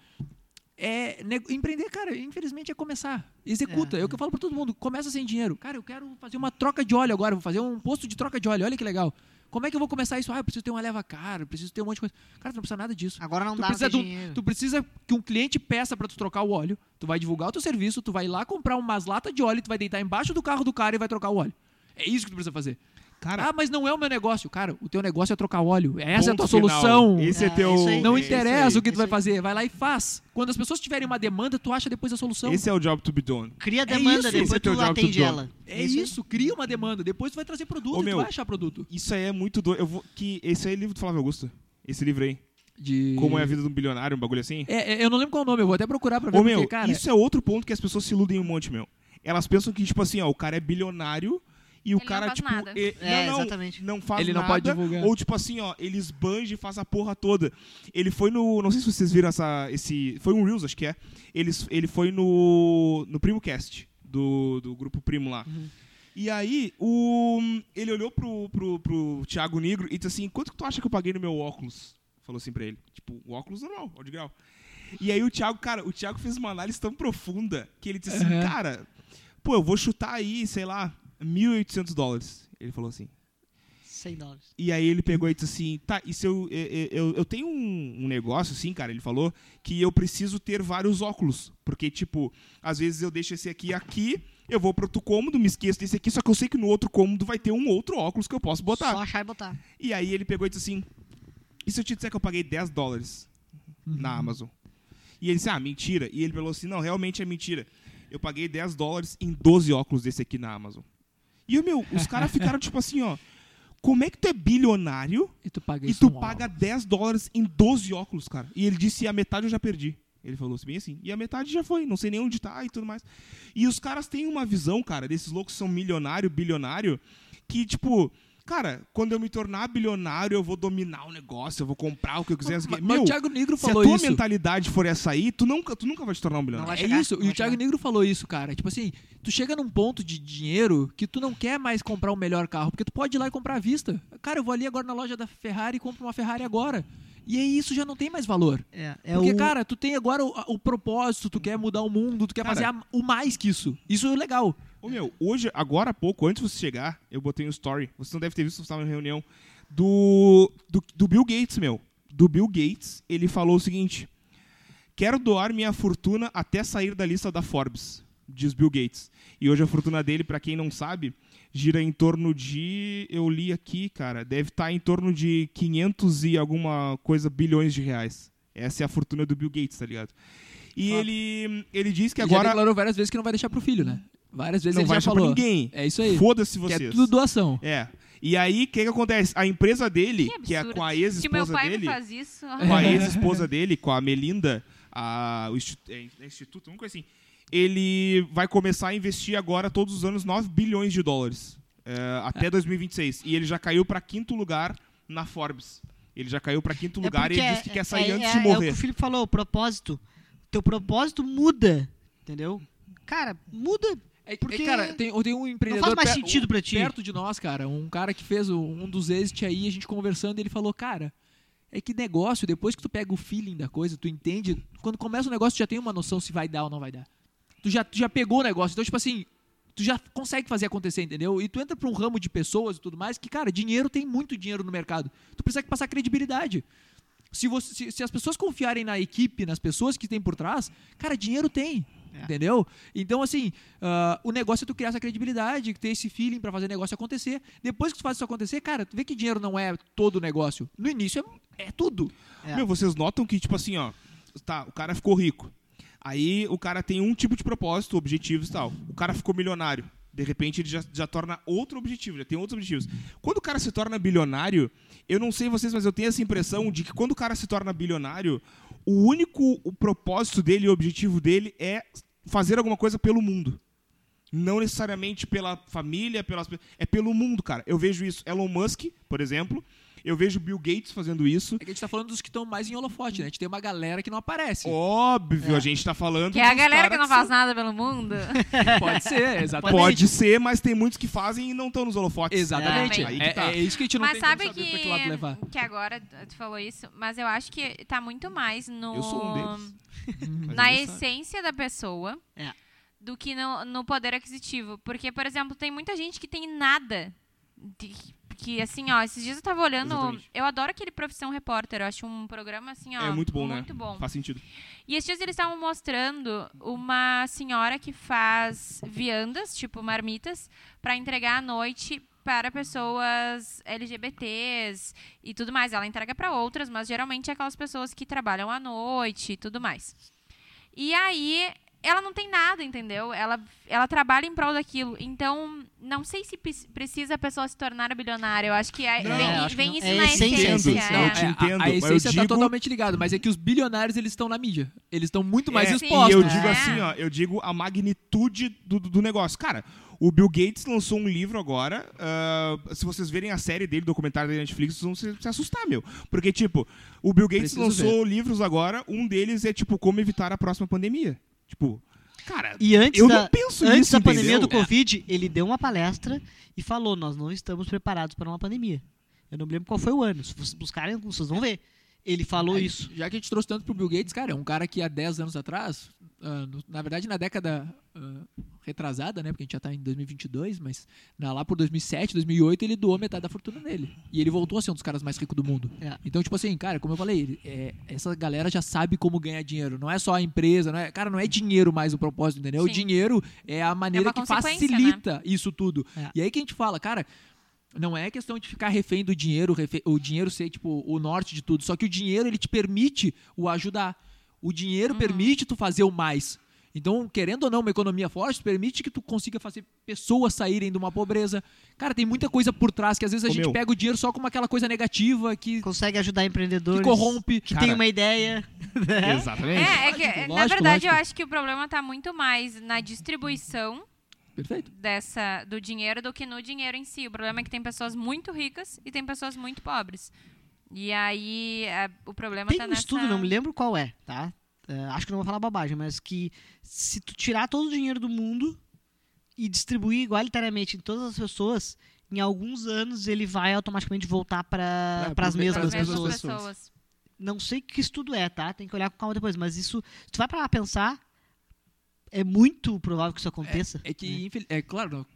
D: é ne- empreender, cara, infelizmente é começar. Executa. É, o que eu falo pra todo mundo. Começa sem dinheiro. Cara, eu quero fazer uma troca de óleo agora, vou fazer um posto de troca de óleo. Olha que legal. Como é que eu vou começar isso? Ah, eu preciso ter uma leva cara, eu preciso ter um monte de coisa. Cara, tu não precisa nada disso.
C: Agora Ah, não
D: Tu
C: dá, não
D: precisa,
C: tem
D: de um-
C: dinheiro.
D: tu precisa que um cliente peça pra tu trocar o óleo. Tu vai divulgar o teu serviço, tu vai lá comprar umas latas de óleo, tu vai deitar embaixo do carro do cara e vai trocar o óleo. É isso que tu precisa fazer.
A: Cara,
D: ah, mas não é o meu negócio. Cara, o teu negócio é trocar óleo. Essa é a
A: Ponto
D: tua
A: final.
D: solução.
A: Esse é
C: É,
A: teu.
C: isso aí.
D: Não
A: é isso
D: interessa
A: aí.
D: o que tu
C: isso
D: vai
C: aí.
D: fazer, vai lá e faz. Quando as pessoas tiverem uma demanda, tu acha depois a solução.
A: Esse é o job to be done.
C: Cria a
D: É
C: demanda,
D: isso,
C: depois
A: esse é teu
C: tu
A: job to
C: atende
A: do.
C: ela.
D: É
C: aí.
D: isso, cria uma demanda, depois tu vai trazer produto,
A: Ô,
D: e tu
A: meu.
D: vai achar produto.
A: Isso aí é muito doido. Eu vou que esse aí é livro do Flávio Augusto. Esse livro aí.
D: De...
A: Como é a vida de um bilionário, um bagulho assim.
D: É, é, eu não lembro qual é o nome, eu vou até procurar pra ver,
A: Ô
D: porque,
A: meu,
D: cara,
A: isso é outro ponto que as pessoas se iludem um monte, meu. Elas pensam que tipo assim, ó, o cara é bilionário e o
B: Ele não
A: cara
B: faz
A: tipo,
B: nada.
A: e-
C: É,
A: não, não,
C: exatamente.
A: não faz
D: Ele não
A: nada,
D: pode divulgar.
A: Ou tipo assim, ó, ele esbanja e faz a porra toda. Ele foi no. Não sei se vocês viram essa. Esse. Foi um Reels, acho que é. Ele, ele foi no. no Primocast, do, do grupo Primo
D: Uhum.
A: lá. E aí, o, ele olhou pro, pro, pro Thiago Negro e disse assim: quanto que tu acha que eu paguei no meu óculos? Falou assim pra ele. Tipo, o óculos normal, ó de grau. E aí o Thiago, cara, o Thiago fez uma análise tão profunda que ele disse assim,
D: Aham.
A: cara, pô, eu vou chutar aí, sei lá, 1.800 dólares. Ele falou assim.
C: 100 dólares.
A: E aí ele pegou e disse assim, tá, e se eu, eu, eu, eu tenho um, um negócio, assim, cara, ele falou, que eu preciso ter vários óculos. Porque, tipo, às vezes eu deixo esse aqui aqui, eu vou pro outro cômodo, me esqueço desse aqui, só que eu sei que no outro cômodo vai ter um outro óculos que eu posso botar.
C: Só achar e botar.
A: E aí ele pegou e disse assim, e se eu te disser que eu paguei 10 dólares na Amazon? E ele disse, ah, mentira. E ele falou assim, não, realmente é mentira. Eu paguei 10 dólares em 12 óculos desse aqui na Amazon. E, eu, meu, os caras ficaram tipo assim, ó, como é que tu é bilionário
D: e tu paga
A: e
D: isso é
A: tu
D: no
A: paga 10 dólares em 12 óculos, cara. E ele disse, e a metade eu já perdi. Ele falou assim, bem assim. E a metade já foi, não sei nem onde tá e tudo mais. E os caras têm uma visão, cara, desses loucos que são milionário, bilionário, que, tipo, cara, quando eu me tornar bilionário, eu vou dominar o negócio, eu vou comprar o que eu quiser. não sei o
D: Mas,
A: quê.
D: mas
A: Meu,
D: o Thiago Negro
A: se a
D: falou
A: tua
D: isso.
A: mentalidade for essa aí, tu nunca, tu nunca vai te tornar um bilionário.
C: vai
D: É
C: chegar,
D: isso,
C: não
D: e
C: vai
D: o Thiago
C: chegar.
D: Negro falou isso, cara. Tipo assim, tu chega num ponto de dinheiro que tu não quer mais comprar o melhor carro, porque tu pode ir lá e comprar à vista. Cara, eu vou ali agora na loja da Ferrari e compro uma Ferrari agora. E aí isso já não tem mais valor.
C: É, é
D: Porque,
C: o...
D: cara, tu tem agora o, o propósito, tu quer mudar o mundo, tu quer
A: Cara.
D: fazer a- o mais que isso. Isso é legal.
A: Ô meu, hoje, agora há pouco, antes de você chegar, eu botei um story. Você não deve ter visto, você estava em reunião. Do, do, do Bill Gates, meu. Do Bill Gates, ele falou o seguinte: Quero doar minha fortuna até sair da lista da Forbes, diz Bill Gates. E hoje a fortuna dele, para quem não sabe, gira em torno de. Eu li aqui, cara, deve estar em torno de 500 e alguma coisa bilhões de reais. Essa é a fortuna do Bill Gates, tá ligado? E
D: Fato.
A: ele, ele diz que
D: Ele já
A: agora.
D: declarou várias vezes que não vai deixar pro filho, né? Várias vezes
A: Não
D: ele
A: vai
D: já
A: deixar pra
D: falou.
A: ninguém.
D: É isso aí.
A: Foda-se
D: Que
A: vocês.
D: é tudo doação.
A: É. E aí, o que, que acontece? A empresa dele,
B: Que
A: que, é
B: absurdo.
A: com a
B: Se meu
A: ex-esposa
B: pai
A: dele,
B: me faz isso, ó,
A: com a ex-esposa dele, com a Melinda, a, o instituto, é, é instituto, uma coisa assim, ele vai começar a investir agora, todos os anos, 9 bilhões de dólares. é, até 2026. E ele já caiu para quinto lugar na Forbes. Ele já caiu para quinto lugar e
C: é porque
A: ele disse que quer sair
C: é-
A: antes
C: é-
A: de
C: É o que o
A: morrer.
C: Felipe falou, o propósito. Teu propósito muda, entendeu? Cara, muda.
D: É,
C: Porque-
D: é, cara, tem, tem um empreendedor
C: faz mais
D: pe-
C: sentido
D: um-
C: pra ti.
D: perto de nós, cara. Um cara que fez o- um dos exit aí, a gente conversando, ele falou, cara, é É que negócio, depois que tu pega o feeling da coisa, tu entende. Quando começa o negócio, tu já tem uma noção se vai dar ou não vai dar. Tu já, tu já pegou o negócio. Então, tipo assim, tu já consegue fazer acontecer, entendeu? E tu entra pra um ramo de pessoas e tudo mais que, cara, dinheiro tem muito dinheiro no mercado. Tu precisa passar credibilidade. Se, você, se, se as pessoas confiarem na equipe, nas pessoas que tem por trás, cara, dinheiro tem.
C: É.
D: Entendeu? Então, assim, ah, o negócio é tu criar essa credibilidade, ter esse feeling pra fazer negócio acontecer. Depois que tu faz isso acontecer, cara, tu vê que dinheiro não é todo o negócio. No início é, é tudo.
C: É.
A: Meu, vocês notam que, tipo assim, ó. Tá, o cara ficou rico. Aí o cara tem um tipo de propósito, objetivos e tal. O cara ficou milionário. De repente ele já, já torna outro objetivo, já tem outros objetivos. Quando o cara se torna bilionário, eu não sei vocês, mas eu tenho essa impressão de que quando o cara se torna bilionário, o único o propósito dele, o objetivo dele é fazer alguma coisa pelo mundo. Não necessariamente pela família, pelas pe- é pelo mundo, cara. Eu vejo isso. Elon Musk, por exemplo. Eu vejo Bill Gates fazendo isso.
D: É que a gente tá falando dos que estão mais em holofote, né? A gente tem uma galera que não aparece.
A: Óbvio, a gente tá falando.
B: Que é a
A: dos
B: galera
A: cara
B: que não
A: são-
B: faz nada pelo mundo.
D: Pode ser, exatamente.
A: Pode ser, mas tem muitos que fazem e não estão nos holofotes.
D: Exatamente.
A: Aí
D: É,
A: que tá.
D: é isso que a gente não
B: Mas
D: tem como
B: sabe
D: saber
B: que,
D: pra que lado levar.
B: que agora tu falou isso, mas eu acho que tá muito mais no
A: Eu sou um deles. Mas
B: na
A: eles sabem.
B: essência da pessoa
C: É.
B: do que no, no poder aquisitivo. Porque, por exemplo, tem muita gente que tem nada. de- que assim, ó, esses dias eu tava olhando.
A: Exatamente.
B: Eu adoro aquele Profissão Repórter, eu acho um programa assim, ó.
A: É muito bom, né?
B: Muito bom.
A: Faz sentido.
B: E esses dias eles estavam mostrando uma senhora que faz viandas, tipo marmitas, para entregar à noite para pessoas LGBTs e tudo mais. Ela entrega para outras, mas geralmente é aquelas pessoas que trabalham à noite e tudo mais. E aí ela não tem nada, entendeu? Ela, ela trabalha em prol daquilo. Então, não sei se pre- precisa a pessoa se tornar bilionária. Eu acho que é-
A: Não,
B: vem,
C: eu acho que
B: vem
C: não.
B: isso
C: É
B: na
C: essência,
B: essência.
C: é
A: essência. Não,
B: é.
A: eu te entendo,
D: a, a
A: mas eu
D: essência
A: digo-
D: tá totalmente ligada, mas é que os bilionários eles estão na mídia. Eles estão muito mais
A: É,
D: expostos.
A: E eu
B: né?
A: digo
B: É.
A: assim, ó, eu digo a magnitude do, do- do negócio. Cara, o Bill Gates lançou um livro agora. ah, se vocês verem a série dele, o documentário da Netflix, vocês vão se, se assustar, meu. Porque, tipo, o Bill Gates
D: Preciso
A: lançou livros agora, um deles é, tipo, como evitar a próxima pandemia. Tipo, cara,
C: E antes
A: eu
C: da,
A: não penso
C: antes
A: nisso,
C: da pandemia
A: entendeu?
C: do Covid, ele deu uma palestra e falou: Nós não estamos preparados para uma pandemia. Eu não me lembro qual foi o ano. Se vocês buscarem, vocês vão ver. Ele falou
A: É
D: Aí,
C: isso.
D: Já que a gente trouxe tanto pro Bill Gates, cara, é um cara que há 10 anos atrás, ah, no- na verdade na década ah, retrasada, né, porque a gente já tá em 2022, mas na- lá por 2007, 2008, ele doou metade da fortuna dele. E ele voltou a ser um dos caras mais ricos do mundo.
C: É.
D: Então, tipo assim, cara, como eu falei, ele- é, essa galera já sabe como ganhar dinheiro. Não é só a empresa, não é, cara, não é dinheiro mais o propósito, entendeu? O
B: Sim.
D: dinheiro é a maneira
B: uma
D: que
B: consequência,
D: facilita isso tudo.
C: É.
D: E aí que a gente fala, cara, não é questão de ficar refém do dinheiro, refe- o dinheiro ser tipo o norte de tudo, só que o dinheiro ele te permite o ajudar. O dinheiro permite tu fazer o mais. Então, querendo ou não, uma economia forte permite que tu consiga fazer pessoas saírem de uma pobreza. Cara, tem muita coisa por trás que às vezes a
A: Ô,
D: gente
A: meu.
D: pega o dinheiro só como aquela coisa negativa que,
C: Consegue ajudar empreendedores.
D: que corrompe.
C: Que
A: Cara.
C: tem uma ideia.
A: Exatamente.
B: É, é
D: Lógico,
B: que, na
D: lógico,
B: verdade,
D: lógico.
B: eu acho que o problema está muito mais na distribuição
D: Perfeito.
B: dessa do dinheiro do que no dinheiro em si. O problema é que tem pessoas muito ricas e tem pessoas muito pobres. E aí a- o problema
C: Tem
B: tá
C: um
B: nessa...
C: estudo, não me lembro qual é, tá? É, acho que não vou falar babagem, mas que se tu tirar todo o dinheiro do mundo e distribuir igualitariamente em todas as pessoas, em alguns anos ele vai automaticamente voltar para
D: É,
C: as
D: pro-
B: Para
C: mesmas
B: as
D: pras
B: mesmas
C: pessoas.
B: pessoas.
D: pessoas.
C: Não sei que estudo é, tá? Tem que olhar com calma depois. Mas isso, se tu vai pra lá pensar, é muito provável que isso aconteça. né?
D: É que, infel- é claro, não-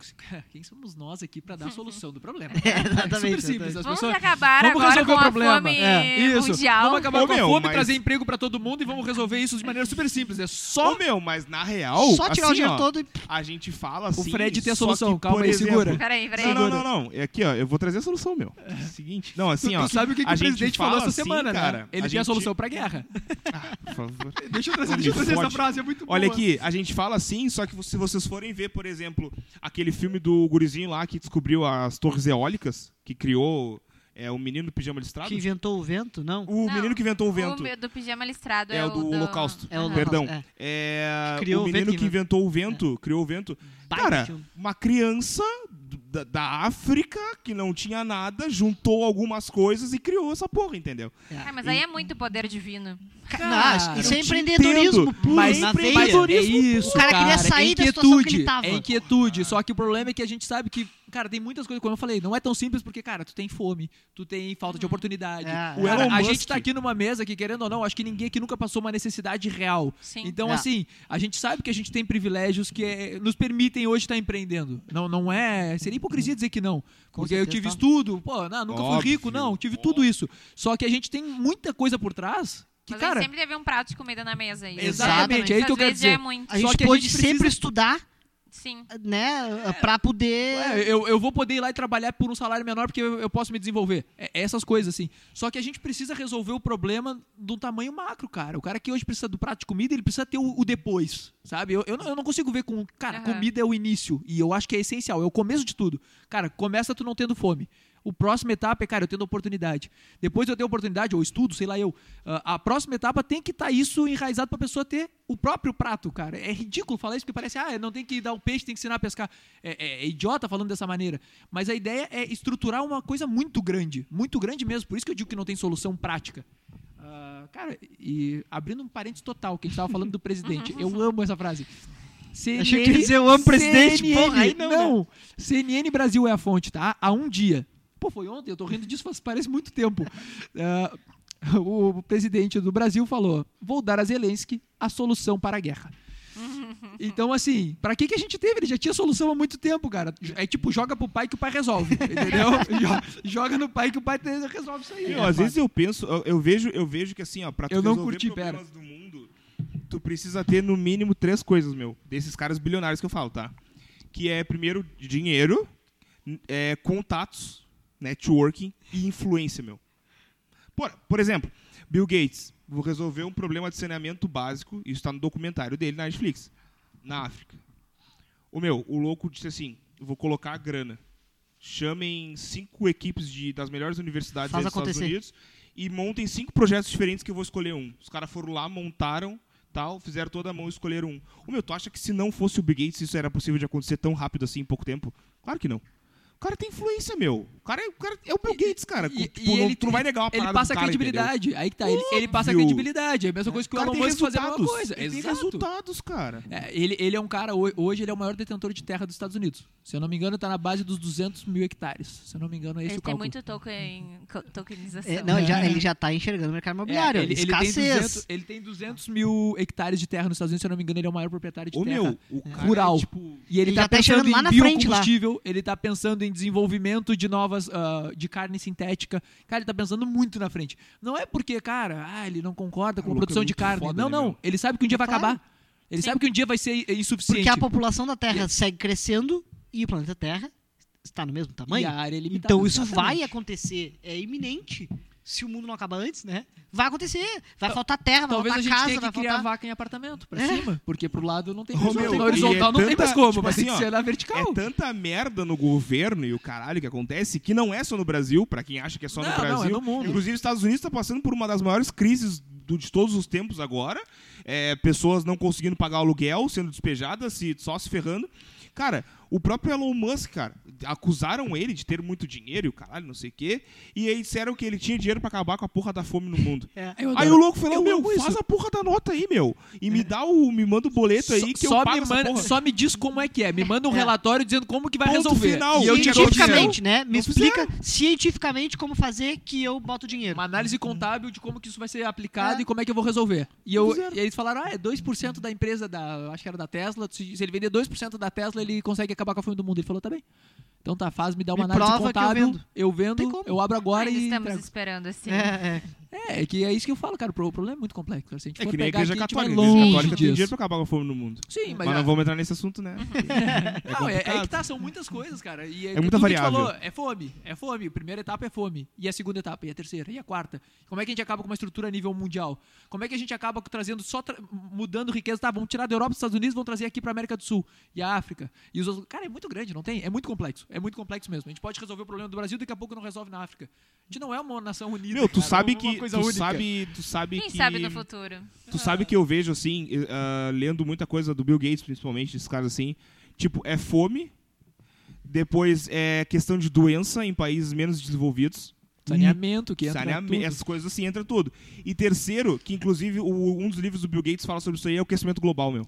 D: quem somos nós aqui pra dar a solução do problema?
C: Uhum.
D: É
C: exatamente,
D: Super simples. As
B: Vamos
D: pessoas,
B: acabar
D: Vamos
B: agora com
D: resolver o
B: a
D: problema.
B: fome
C: É,
D: Isso.
B: mundial.
D: Vamos acabar
A: Ô,
D: com a
A: meu,
D: fome,
A: mas-
D: trazer emprego pra todo mundo e vamos resolver isso de maneira super simples. É
A: Ô,
D: só
A: meu, mas na real,
C: Só tirar o
A: assim,
C: dinheiro
A: ó,
C: todo e.
A: a gente fala assim...
D: o Fred ter a
A: só
D: solução.
A: que,
D: Calma
A: por
D: aí,
A: exemplo-
D: segura.
B: Peraí, peraí.
A: Não, não, não, não. É aqui, ó. Eu vou trazer a solução, meu. Seguinte. Não, assim, ó.
D: tu sabe o que, que
A: a
D: o
A: gente
D: presidente falou
A: fala
D: essa
A: assim,
D: semana,
A: cara,
D: né? Ele
A: a
D: tem a
A: gente-
D: solução pra guerra.
A: Ah, por favor.
D: Deixa eu trazer,
A: Não
D: deixa eu
A: me
D: trazer essa
A: fode.
D: frase, é muito boa.
A: Olha aqui, a gente fala assim, só que se vocês forem ver, por exemplo, aquele filme do gurizinho lá que descobriu as torres eólicas, que criou é, o menino do pijama listrado.
C: Que inventou o vento, não?
A: O
B: Não, Oh,
A: menino que inventou o vento.
B: meu- do pijama listrado.
A: É, o do Holocausto.
D: Ah,
C: É o
B: Aham.
A: Perdão.
C: É.
A: É,
C: Que criou
A: o
C: o
A: menino
C: vento
A: que
C: que inven-
A: inventou o vento, criou o vento.
C: Baita
A: Cara,
C: filme.
A: uma criança d- da, da África que não tinha nada, juntou algumas coisas e criou essa porra, entendeu?
B: Ah, mas aí é muito poder divino.
C: Não, isso- isso é
A: eu te
C: empreendedorismo
A: entendo,
C: puro.
D: Mas,
C: na
D: mas
C: veia.
D: é isso,
C: O cara queria
D: é
C: sair da situação que
D: inquietude,
C: ele tava.
D: É inquietude, só que o problema é que a gente sabe que Cara, tem muitas coisas, como eu falei, não é tão simples porque, cara, tu tem fome, tu tem falta de oportunidade.
C: É,
A: O
D: Cara,
A: Elon
D: a
A: Musk-
D: gente tá aqui numa mesa que, querendo ou não, acho que ninguém aqui nunca passou uma necessidade real.
B: Sim.
D: Então,
C: É.
D: assim, a gente sabe que a gente tem privilégios que eh, nos permitem hoje estar empreendendo. Não, não é. Seria hipocrisia dizer que não. Porque eu
C: certeza,
D: tive
C: tá.
D: estudo, pô, não, nunca fui
A: Óbvio.
D: rico, não, tive tudo isso. Só que a gente tem muita coisa por trás que,
C: é
B: Mas
D: cara.
B: sempre teve um prato de comida na mesa aí.
D: Exatamente, é aí que eu
B: Às
D: quero
B: vezes já
D: dizer.
B: é muito.
C: A
D: Só
C: gente
D: que a
C: pôde
D: gente
C: sempre
D: precisa- É.
C: estudar,
B: Sim.
C: né? Pra poder.
D: Ué, É, eu, eu vou poder ir lá e trabalhar por um salário menor porque eu, eu posso me desenvolver. É, é essas coisas, assim. Só que a gente precisa resolver o problema do tamanho macro, cara. O cara que hoje precisa do prato de comida, ele precisa ter o, o depois, sabe? Eu, eu, não, eu não consigo ver com. Cara,
B: Aham.
D: comida é o início. E eu acho que é essencial, é o começo de tudo. Cara, começa tu não tendo fome. O próximo etapa é, cara, eu tendo oportunidade. Depois eu tenho oportunidade, ou estudo, sei lá eu. Ah, a próxima etapa tem que estar isso enraizado pra pessoa ter o próprio prato, cara. É ridículo falar isso, porque parece, ah, não tem que dar o peixe, tem que ensinar a pescar. É, é- é idiota falando dessa maneira. Mas a ideia é estruturar uma coisa muito grande, muito grande mesmo. Por isso que eu digo que não tem solução prática. Ah, cara, e abrindo um parênteses total, que a gente tava falando do presidente. eu amo essa frase. CNN,
C: Achei que ia dizer, eu amo presidente, porra, aí
D: não,
C: não, né?
D: CNN Brasil é a fonte, tá? Há um dia. Pô, foi ontem, eu tô rindo disso, faz- parece muito tempo. Ah, o presidente do Brasil falou: vou dar a Zelensky a solução para a guerra. Então, assim, pra que, que a gente teve? Ele já tinha solução há muito tempo, cara. É tipo, joga pro pai que o pai resolve, entendeu? Jo- joga no pai que o pai te- resolve isso aí. né,
A: Eu, às vezes eu penso, eu, eu vejo, eu vejo que assim, ó, pra tu
D: Eu não
A: resolver
D: curti,
A: problemas do mundo, tu precisa ter no mínimo três coisas, meu, desses caras bilionários que eu falo, tá? Que é primeiro dinheiro, n- é, contatos, networking e influência, meu. Por, por exemplo, Bill Gates, vou resolver um problema de saneamento básico, isso tá no documentário dele na Netflix, na África. O meu, o louco disse assim, eu vou colocar a grana. Chamem cinco equipes de, das melhores universidades
C: Faz
A: dos Estados
C: acontecer.
A: Unidos e montem cinco projetos diferentes que eu vou escolher um. Os caras foram lá, montaram, tal, fizeram toda a mão e escolheram um. O meu, tu acha que se não fosse o Bill Gates isso era possível de acontecer tão rápido assim em pouco tempo? Claro que não. O cara tem influência, meu. O cara, é- o cara é o Bill Gates, cara.
D: e-
A: tipo,
D: e
A: não-
D: ele-
A: tu não vai negar uma
D: Ele
A: parada
D: passa
A: do cara, entendeu?
D: credibilidade. Aí que tá, ele, ele passa
A: Óbvio.
D: credibilidade. É a mesma coisa que o, Elon Musk fazer a mesma coisa.
A: Ele tem
D: Exato.
A: resultados, cara.
D: É, ele, ele é um cara, ho- hoje ele é o maior detentor de terra dos Estados Unidos. Se eu não me engano, tá na base dos 200 mil hectares. Se eu não me engano, é esse
B: Ele
D: o
B: tem
D: cálculo.
B: muito token, co- tokenização. né?
C: É, não, ele já,
D: É.
C: ele já tá enxergando o mercado
D: É,
C: imobiliário.
D: ele, ele tem
C: escassez.
D: 200, ele tem 200 mil hectares de terra nos Estados Unidos, se eu não me engano, ele é o maior proprietário de
A: Ô,
D: terra.
A: meu, o cara é,
D: rural.
A: tipo,
D: E ele,
C: Ele
D: tá
C: já tá
D: pensando
C: chegando lá
D: em
C: na frente, lá.
D: biocombustível, ele tá pensando em desenvolvimento de novas, ah, de carne sintética. Cara, ele tá pensando muito na frente. Não é porque, cara, ah, ele não concorda com
A: O
D: a
A: louco é
D: produção de
A: muito
D: carne.
A: foda,
D: não,
A: né,
D: não.
A: meu?
D: Ele sabe que um dia vai
C: Claro.
D: acabar. Ele sabe que um dia vai ser eh,
C: Porque
D: insuficiente.
C: a população da Terra segue crescendo e o planeta Terra está no mesmo
D: E
C: tamanho.
D: a área é limitada.
C: Então isso
D: exatamente.
C: vai acontecer, é iminente. Se o mundo não acabar antes, né? Vai acontecer. Vai faltar terra, vai
D: Talvez a
C: faltar
D: gente
C: casa,
D: tenha que
C: vai
D: criar
C: faltar...
D: vaca em apartamento, pra
C: É.
D: cima. Porque pro lado não tem
A: Ô,
D: mais
A: meu,
D: como. Na
A: e é
D: horizontal não tem
A: tanta-
D: mais como,
A: tipo
D: mas tem
A: assim,
D: que
A: ó,
D: ser na vertical.
A: É tanta merda no governo e o caralho que acontece que não é só no Brasil, pra quem acha que é só
D: Não,
A: no
D: não, é
A: Brasil.
D: no mundo.
A: Inclusive, os Estados Unidos tá passando por uma das maiores crises do- de todos os tempos agora. É, pessoas não conseguindo pagar aluguel, sendo despejadas, se, só se ferrando. Cara, o próprio Elon Musk, cara, acusaram ele de ter muito dinheiro e o caralho, não sei o quê. E aí disseram que ele tinha dinheiro pra acabar com a porra da fome no mundo.
C: É.
D: Eu
A: Aí
D: adoro.
A: o louco falou,
D: Eu
A: meu,
D: amo isso.
A: faz a porra da nota aí, meu. E me dá o. Me manda o boleto aí que
D: só,
A: eu pago
D: me
A: essa
D: manda-
A: porra.
D: só me diz como é que é. Me manda um
C: É.
D: relatório dizendo como que vai
A: Ponto
D: resolver.
A: final.
D: É. E eu te dou o dinheiro.
C: cientificamente, né? Me
A: Não
C: explica cientificamente como fazer que eu boto dinheiro.
D: Uma análise contábil de como que isso vai ser aplicado
C: Uhum. É.
D: e como é que eu vou resolver. E, eu,
A: Fizeram.
D: e eles falaram, ah, é 2% da empresa, da, eu acho que era da Tesla. Se, se ele vender 2% da Tesla, ele consegue acabar com a fome do mundo. Ele falou, tá bem. Então tá, faz, me dá uma
C: Me
D: análise
C: prova que eu
D: contábil.
C: vendo.
D: eu
C: Tem
D: vendo,
C: como.
D: eu abro agora
B: Ainda
D: e
B: estamos
D: entrego.
B: esperando, assim.
C: É, é.
D: um É, é que é isso que eu falo, cara. O pro- o problema é muito complexo. cara. Se a gente
A: É
D: for
A: que nem a
D: pegar
A: igreja
D: aqui, a gente vai
A: católica. A igreja
D: longe
A: católica tem dinheiro
D: disso.
A: pra acabar com a fome no mundo.
D: Sim,
A: Mas,
D: mas, é. a-
A: não vamos entrar nesse assunto, né? É
D: Não, é, é
A: complicado.
D: que tá, são muitas coisas, cara. E é,
A: É muita
D: tudo que tu
A: variável.
D: Falou, é fome, é fome. A primeira etapa é fome. E a segunda etapa, e a terceira, e a quarta. Como é que a gente acaba com uma estrutura a nível mundial? Como é que a gente acaba trazendo só tra- mudando riqueza? Tá, vamos tirar da Europa, dos Estados Unidos, vamos trazer aqui pra América do Sul e a África. E os outros. Cara, é muito grande, não tem? É muito complexo. É muito complexo mesmo. A gente pode resolver o problema do Brasil, daqui a pouco não resolve na África. A gente não é uma nação unida.
A: Meu, tu
D: cara, é
A: sabe
D: uma
A: que.
D: coisa
A: Tu
D: única.
A: sabe, tu sabe
B: Quem
A: que.
B: sabe no futuro?
A: Tu sabe que eu vejo, assim, eh, ah, lendo muita coisa do Bill Gates, principalmente, esses caras assim. Tipo, é fome. Depois é questão de doença em países menos desenvolvidos.
D: Saneamento, que entra
A: Saneame-
D: tudo.
A: Essas coisas assim, entra tudo. E terceiro, que inclusive o- um dos livros do Bill Gates fala sobre isso aí, é o aquecimento global, meu.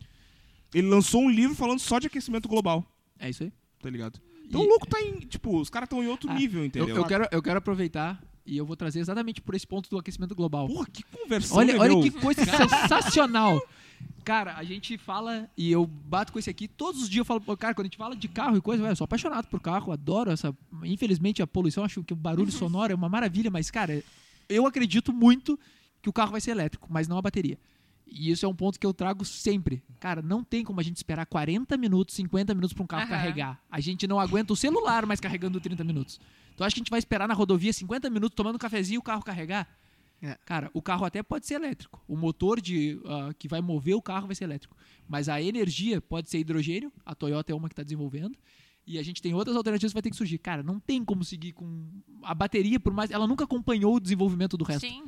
A: Ele lançou um livro falando só de aquecimento global,
D: É isso aí.
A: tá ligado? Então o louco tá em. Tipo, os caras estão em outro
D: Ah,
A: nível,
D: Eu,
A: entendeu?
D: eu quero, eu quero aproveitar e eu vou trazer exatamente por esse ponto do aquecimento global.
A: Ah, Porra, que conversão,
D: Olha,
A: né,
D: olha
A: meu?
D: que coisa sensacional. Cara, a gente fala, e eu bato com esse aqui, todos os dias eu falo, pô, cara, quando a gente fala de carro e coisa, velho, eu sou apaixonado por carro, adoro essa. Infelizmente a poluição, acho que o barulho sonoro é uma maravilha, mas, cara, eu acredito muito que o carro vai ser elétrico, mas não a bateria. E isso é um ponto que eu trago sempre. Cara, não tem como a gente esperar 40 minutos, 50 minutos para um carro
B: Aham.
D: carregar. A gente não aguenta o celular mais carregando 30 minutos. Então acho que a gente vai esperar na rodovia 50 minutos tomando um cafezinho e o carro carregar.
C: É.
D: Cara, o carro até pode ser elétrico. O motor de, ah, que vai mover o carro vai ser elétrico. Mas a energia pode ser hidrogênio. A Toyota é uma que está desenvolvendo. E a gente tem outras alternativas que vai ter que surgir. Cara, não tem como seguir com. A bateria, por mais. Ela nunca acompanhou o desenvolvimento do resto.
B: Sim.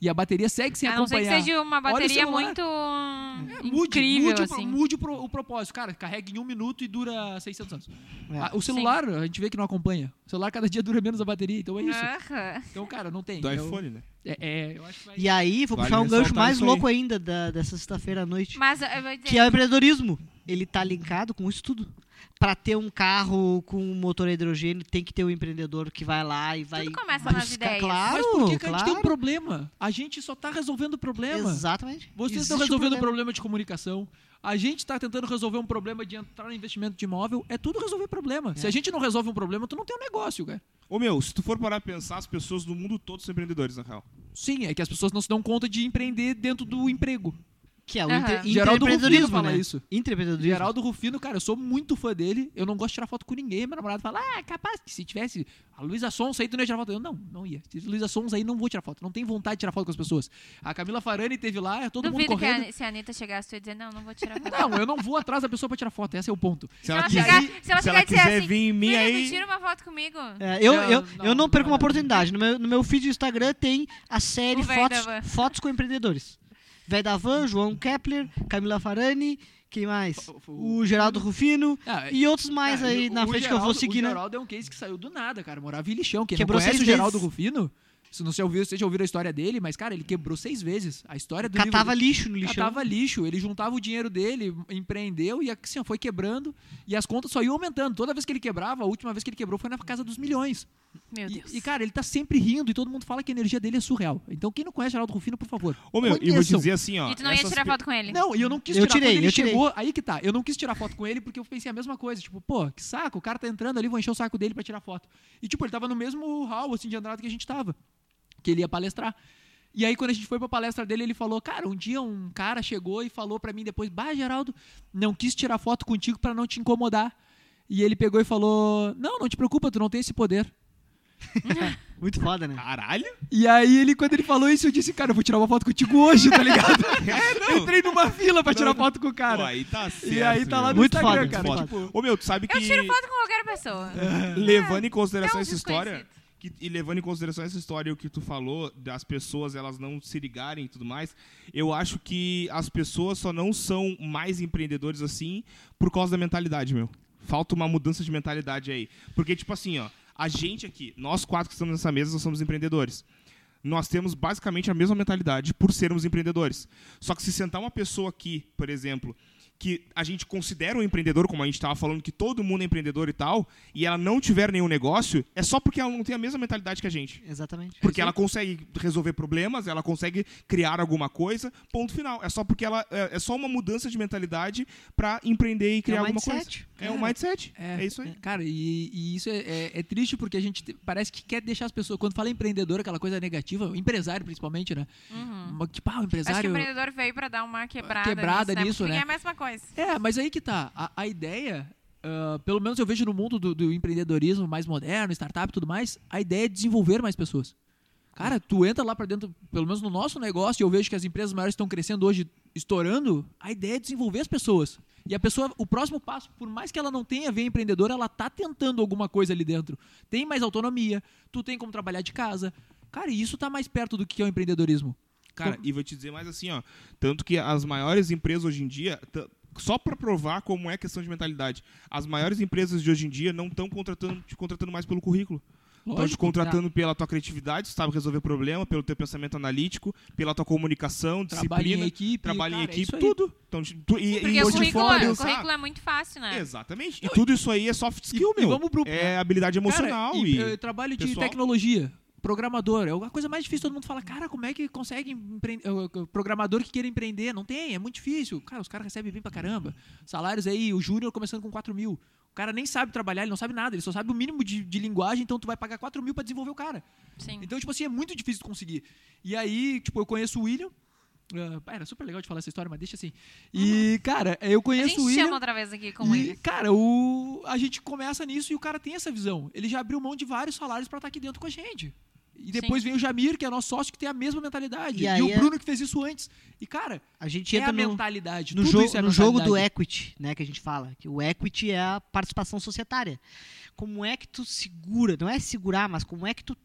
D: E a bateria segue sem
B: a não ser que
D: acompanhar.
B: seja uma
D: Olha o
B: bateria
D: celular.
B: muito hum,
D: É,
B: incrível,
D: mude, o pro-
B: assim.
D: mude o, pro- o propósito. Cara, carrega em um minuto e dura 600 anos.
C: É.
D: Ah, o celular, a gente vê que não acompanha. O celular cada dia dura menos a bateria, então é isso.
B: Aham.
D: Então, cara, não tem.
A: Do
D: Eu-
A: iPhone, né?
D: É, é, eu acho que vai...
C: E aí, vou
A: Vale
C: puxar um gancho
A: ressaltar
C: mais
A: isso aí.
C: louco ainda da- dessa sexta-feira à noite,
B: Mas eu vou dizer,
C: que é o empreendedorismo. Ele tá linkado com isso tudo. Pra ter um carro com motor a hidrogênio, tem que ter um empreendedor que vai lá e vai
B: Tudo começa nas
C: buscar.
B: ideias.
C: Claro,
D: Mas por que, que a gente tem um
C: claro.
D: problema? A gente só tá resolvendo o problema.
C: Exatamente.
D: Vocês
C: Existe
D: estão resolvendo
C: um
D: o problema de comunicação. A gente está tentando resolver um problema de entrar no investimento de imóvel. É tudo resolver problema.
C: É.
D: Se a gente não resolve um problema, tu não tem um negócio, cara.
A: Ô, meu, se tu for parar pra pensar, as pessoas do mundo todo são empreendedores, na real.
D: Sim, é que as pessoas não se dão conta de empreender dentro do emprego.
C: Que é o
B: Aham.
C: inter-
D: Geraldo Rufino
C: intraempreendedorismo,
D: fala
C: né?
D: isso.
C: Intraempreendedorismo.
D: Geraldo Rufino, cara, eu sou muito fã dele. Eu não gosto de tirar foto com ninguém. Meu namorado fala, ah, capaz que se tivesse a Luísa Sons aí, tu não ia tirar foto. Eu, não, não ia. Se Luísa Sons aí, não vou tirar foto. Não tem vontade de tirar foto com as pessoas. A Camila Farani teve lá, é todo
B: duvido
D: mundo
B: que a,
D: correndo.
B: Ani- se a Anitta chegasse tu ia dizer, não, não vou tirar foto.
D: Não, eu não vou atrás da pessoa pra tirar foto. Esse é o ponto.
A: Se
B: ela
A: quiser-
B: chegar- se ela
A: se
B: chegar e
A: ela
B: dizer
A: quiser
B: assim,
A: vir em mim
B: Filha,
A: aí.
B: tu tira uma foto comigo?
C: É, eu,
D: Não,
C: eu,
D: não,
C: eu não
D: não
C: perco
D: vai
C: uma
D: dar.
C: oportunidade. No meu, no meu feed do Instagram tem a série
B: O Véio
C: fotos,
B: da Van.
C: fotos com empreendedores. Véi da Van, João Kepler, Camila Farani, quem mais?
D: O- o-
C: O Geraldo Rufino
D: Ah,
C: e outros mais
D: Cara,
C: aí
D: o-
C: na
D: o
C: frente que eu
D: Geraldo-
C: vou seguir.
D: O
C: né?
D: Geraldo é um case que saiu do nada, cara. Morava em lixão. Quem
C: Quebrou
D: não conhece
C: seis
D: o Geraldo
C: vezes.
D: Rufino, se não se ouviu, vocês já ouviram a história dele, mas, cara, ele quebrou seis vezes. A história é do livro
C: Catava
D: dele-
C: lixo no lixão.
D: Catava lixo. Ele juntava o dinheiro dele, empreendeu e assim, ó, foi quebrando. E as contas só iam aumentando. Toda vez que ele quebrava, a última vez que ele quebrou foi na casa dos milhões.
B: Meu
D: E,
B: Deus.
D: e, cara, ele tá sempre rindo e todo mundo fala que a energia dele é surreal. Então, quem não conhece Geraldo Rufino, por favor.
A: Ô, meu, e vou
D: Conheçam.
A: dizer assim, ó.
B: E tu não ia
A: essas
B: tirar
A: pe-
B: foto com ele?
D: Não, e eu não quis
C: Eu
D: tirar
C: tirei,
D: quando ele
C: eu tirei.
D: chegou. Aí que tá. Eu não quis tirar foto com ele porque eu pensei a mesma coisa. Tipo, pô, que saco, o cara tá entrando ali, vou encher o saco dele pra tirar foto. E, tipo, ele tava no mesmo hall, assim, de Andrade que a gente tava. Que ele ia palestrar. E aí, quando a gente foi pra palestra dele, ele falou: Cara, um dia um cara chegou e falou pra mim depois: Bah, Geraldo, não quis tirar foto contigo pra não te incomodar. E ele pegou e falou: Não, não te preocupa, tu não tem esse poder.
C: Muito foda, né?
A: Caralho?
D: E aí, ele, quando ele falou isso, eu disse: Cara, eu vou tirar uma foto contigo hoje, tá ligado?
A: É, não.
D: Entrei numa fila pra tirar foto com o
A: Pô,
D: cara.
A: aí tá certo,
D: E aí tá lá
A: meu.
D: no
C: Muito
D: Instagram,
C: foda,
D: cara.
A: Foda.
D: tipo,
A: Ô, meu, tu sabe que.
B: Eu tiro foto com qualquer pessoa.
A: Levando em consideração
B: É um
A: essa história.
B: desconhecido.
A: que- e levando em consideração essa história e o que tu falou das pessoas elas não se ligarem e tudo mais, eu acho que as pessoas só não são mais empreendedores assim por causa da mentalidade, meu. Falta uma mudança de mentalidade aí. Porque, tipo assim, ó, a gente aqui, nós quatro que estamos nessa mesa, nós somos empreendedores. Nós temos basicamente a mesma mentalidade por sermos empreendedores. Só que se sentar uma pessoa aqui, por exemplo, que a gente considera um empreendedor, como a gente estava falando, que todo mundo é empreendedor e tal, e ela não tiver nenhum negócio, é só porque ela não tem a mesma mentalidade que a gente.
C: Exatamente.
A: Porque ela consegue resolver problemas, ela consegue criar alguma coisa, ponto final. É só porque ela é, é só uma mudança de mentalidade para empreender e criar
C: um
A: alguma
C: mindset.
A: coisa. É um mindset.
D: É,
A: É, isso aí.
D: Cara, e, e isso é, é- é triste porque a gente te- parece que quer deixar as pessoas. Quando fala empreendedor, aquela coisa negativa, o empresário principalmente, né? Uma- Tipo, ah, o
B: Uhum. Acho que é o
D: empresário.
B: empreendedor veio pra dar uma quebrada,
D: Quebrada nisso,
B: nisso,
D: né?
B: Porque É a mesma coisa.
D: É, mas aí que tá. A, a ideia, ah, pelo menos eu vejo no mundo do, do empreendedorismo mais moderno, startup e tudo mais, a ideia é desenvolver mais pessoas. Cara, tu entra lá pra dentro, pelo menos no nosso negócio, e eu vejo que as empresas maiores estão crescendo hoje, estourando, a ideia é desenvolver as pessoas. E a pessoa, o próximo passo, por mais que ela não tenha a ver empreendedora, ela tá tentando alguma coisa ali dentro. Tem mais autonomia, tu tem como trabalhar de casa. Cara, e isso tá mais perto do que é o empreendedorismo.
A: Cara, e vou te dizer mais assim, ó. Tanto que as maiores empresas hoje em dia. t- Só pra provar como é questão de mentalidade, as maiores empresas de hoje em dia não estão contratando, te contratando mais pelo currículo. Tô Então, te
D: Lógico. tá.
A: contratando pela tua criatividade, tu sabe resolver problema, pelo teu pensamento analítico, pela tua comunicação,
D: tá. Trabalho em
A: disciplina,
D: equipe.
A: trabalho em
D: cara, é
A: equipe,
D: isso aí.
A: tudo. Então, te- tu, e,
B: Porque
A: e
B: o
A: se
D: um
A: tu
B: currículo,
A: for
B: é- o
A: pensar-
B: currículo é muito fácil, né?
A: Exatamente. E tudo isso aí é soft skill,
D: e
A: meu.
D: vamos pro-
A: É habilidade emocional
D: Cara,
A: e...
D: eh, trabalho de
A: pessoal.
D: tecnologia. Programador, é a coisa mais difícil. Todo mundo fala, cara, como é que consegue empreender? Programador que queira empreender, não tem, é muito difícil. Cara, os caras recebem bem pra caramba. Salários aí, o Júnior começando com 4 mil. O cara nem sabe trabalhar, ele não sabe nada, ele só sabe o mínimo de, de linguagem, então tu vai pagar 4 mil pra desenvolver o cara.
B: Sim.
D: Então, tipo assim, é muito difícil de conseguir. E aí, tipo, eu conheço o William. Ah, pá, era super legal de falar essa história, mas deixa assim. E, cara, eu
B: Uhum. A
D: conheço
B: gente
D: o William.
B: chama outra vez aqui com
D: E,
B: ele.
D: Cara, o... a gente começa nisso e o cara tem essa visão. Ele já abriu mão de vários salários pra estar aqui dentro com a gente. E depois vem o Jamir, que é nosso sócio, que tem a mesma mentalidade.
C: E
D: E,
C: aí
D: o
C: é-
D: Bruno, que fez isso antes. E, cara,
C: A gente um
D: é a
C: entra no,
D: mentalidade.
C: no,
D: tudo
C: jogo,
D: isso é
C: no jogo do
D: mentalidade.
C: equity, né, que a gente fala. Que o equity é a participação societária. Como é que tu segura, não é segurar, mas como é que tu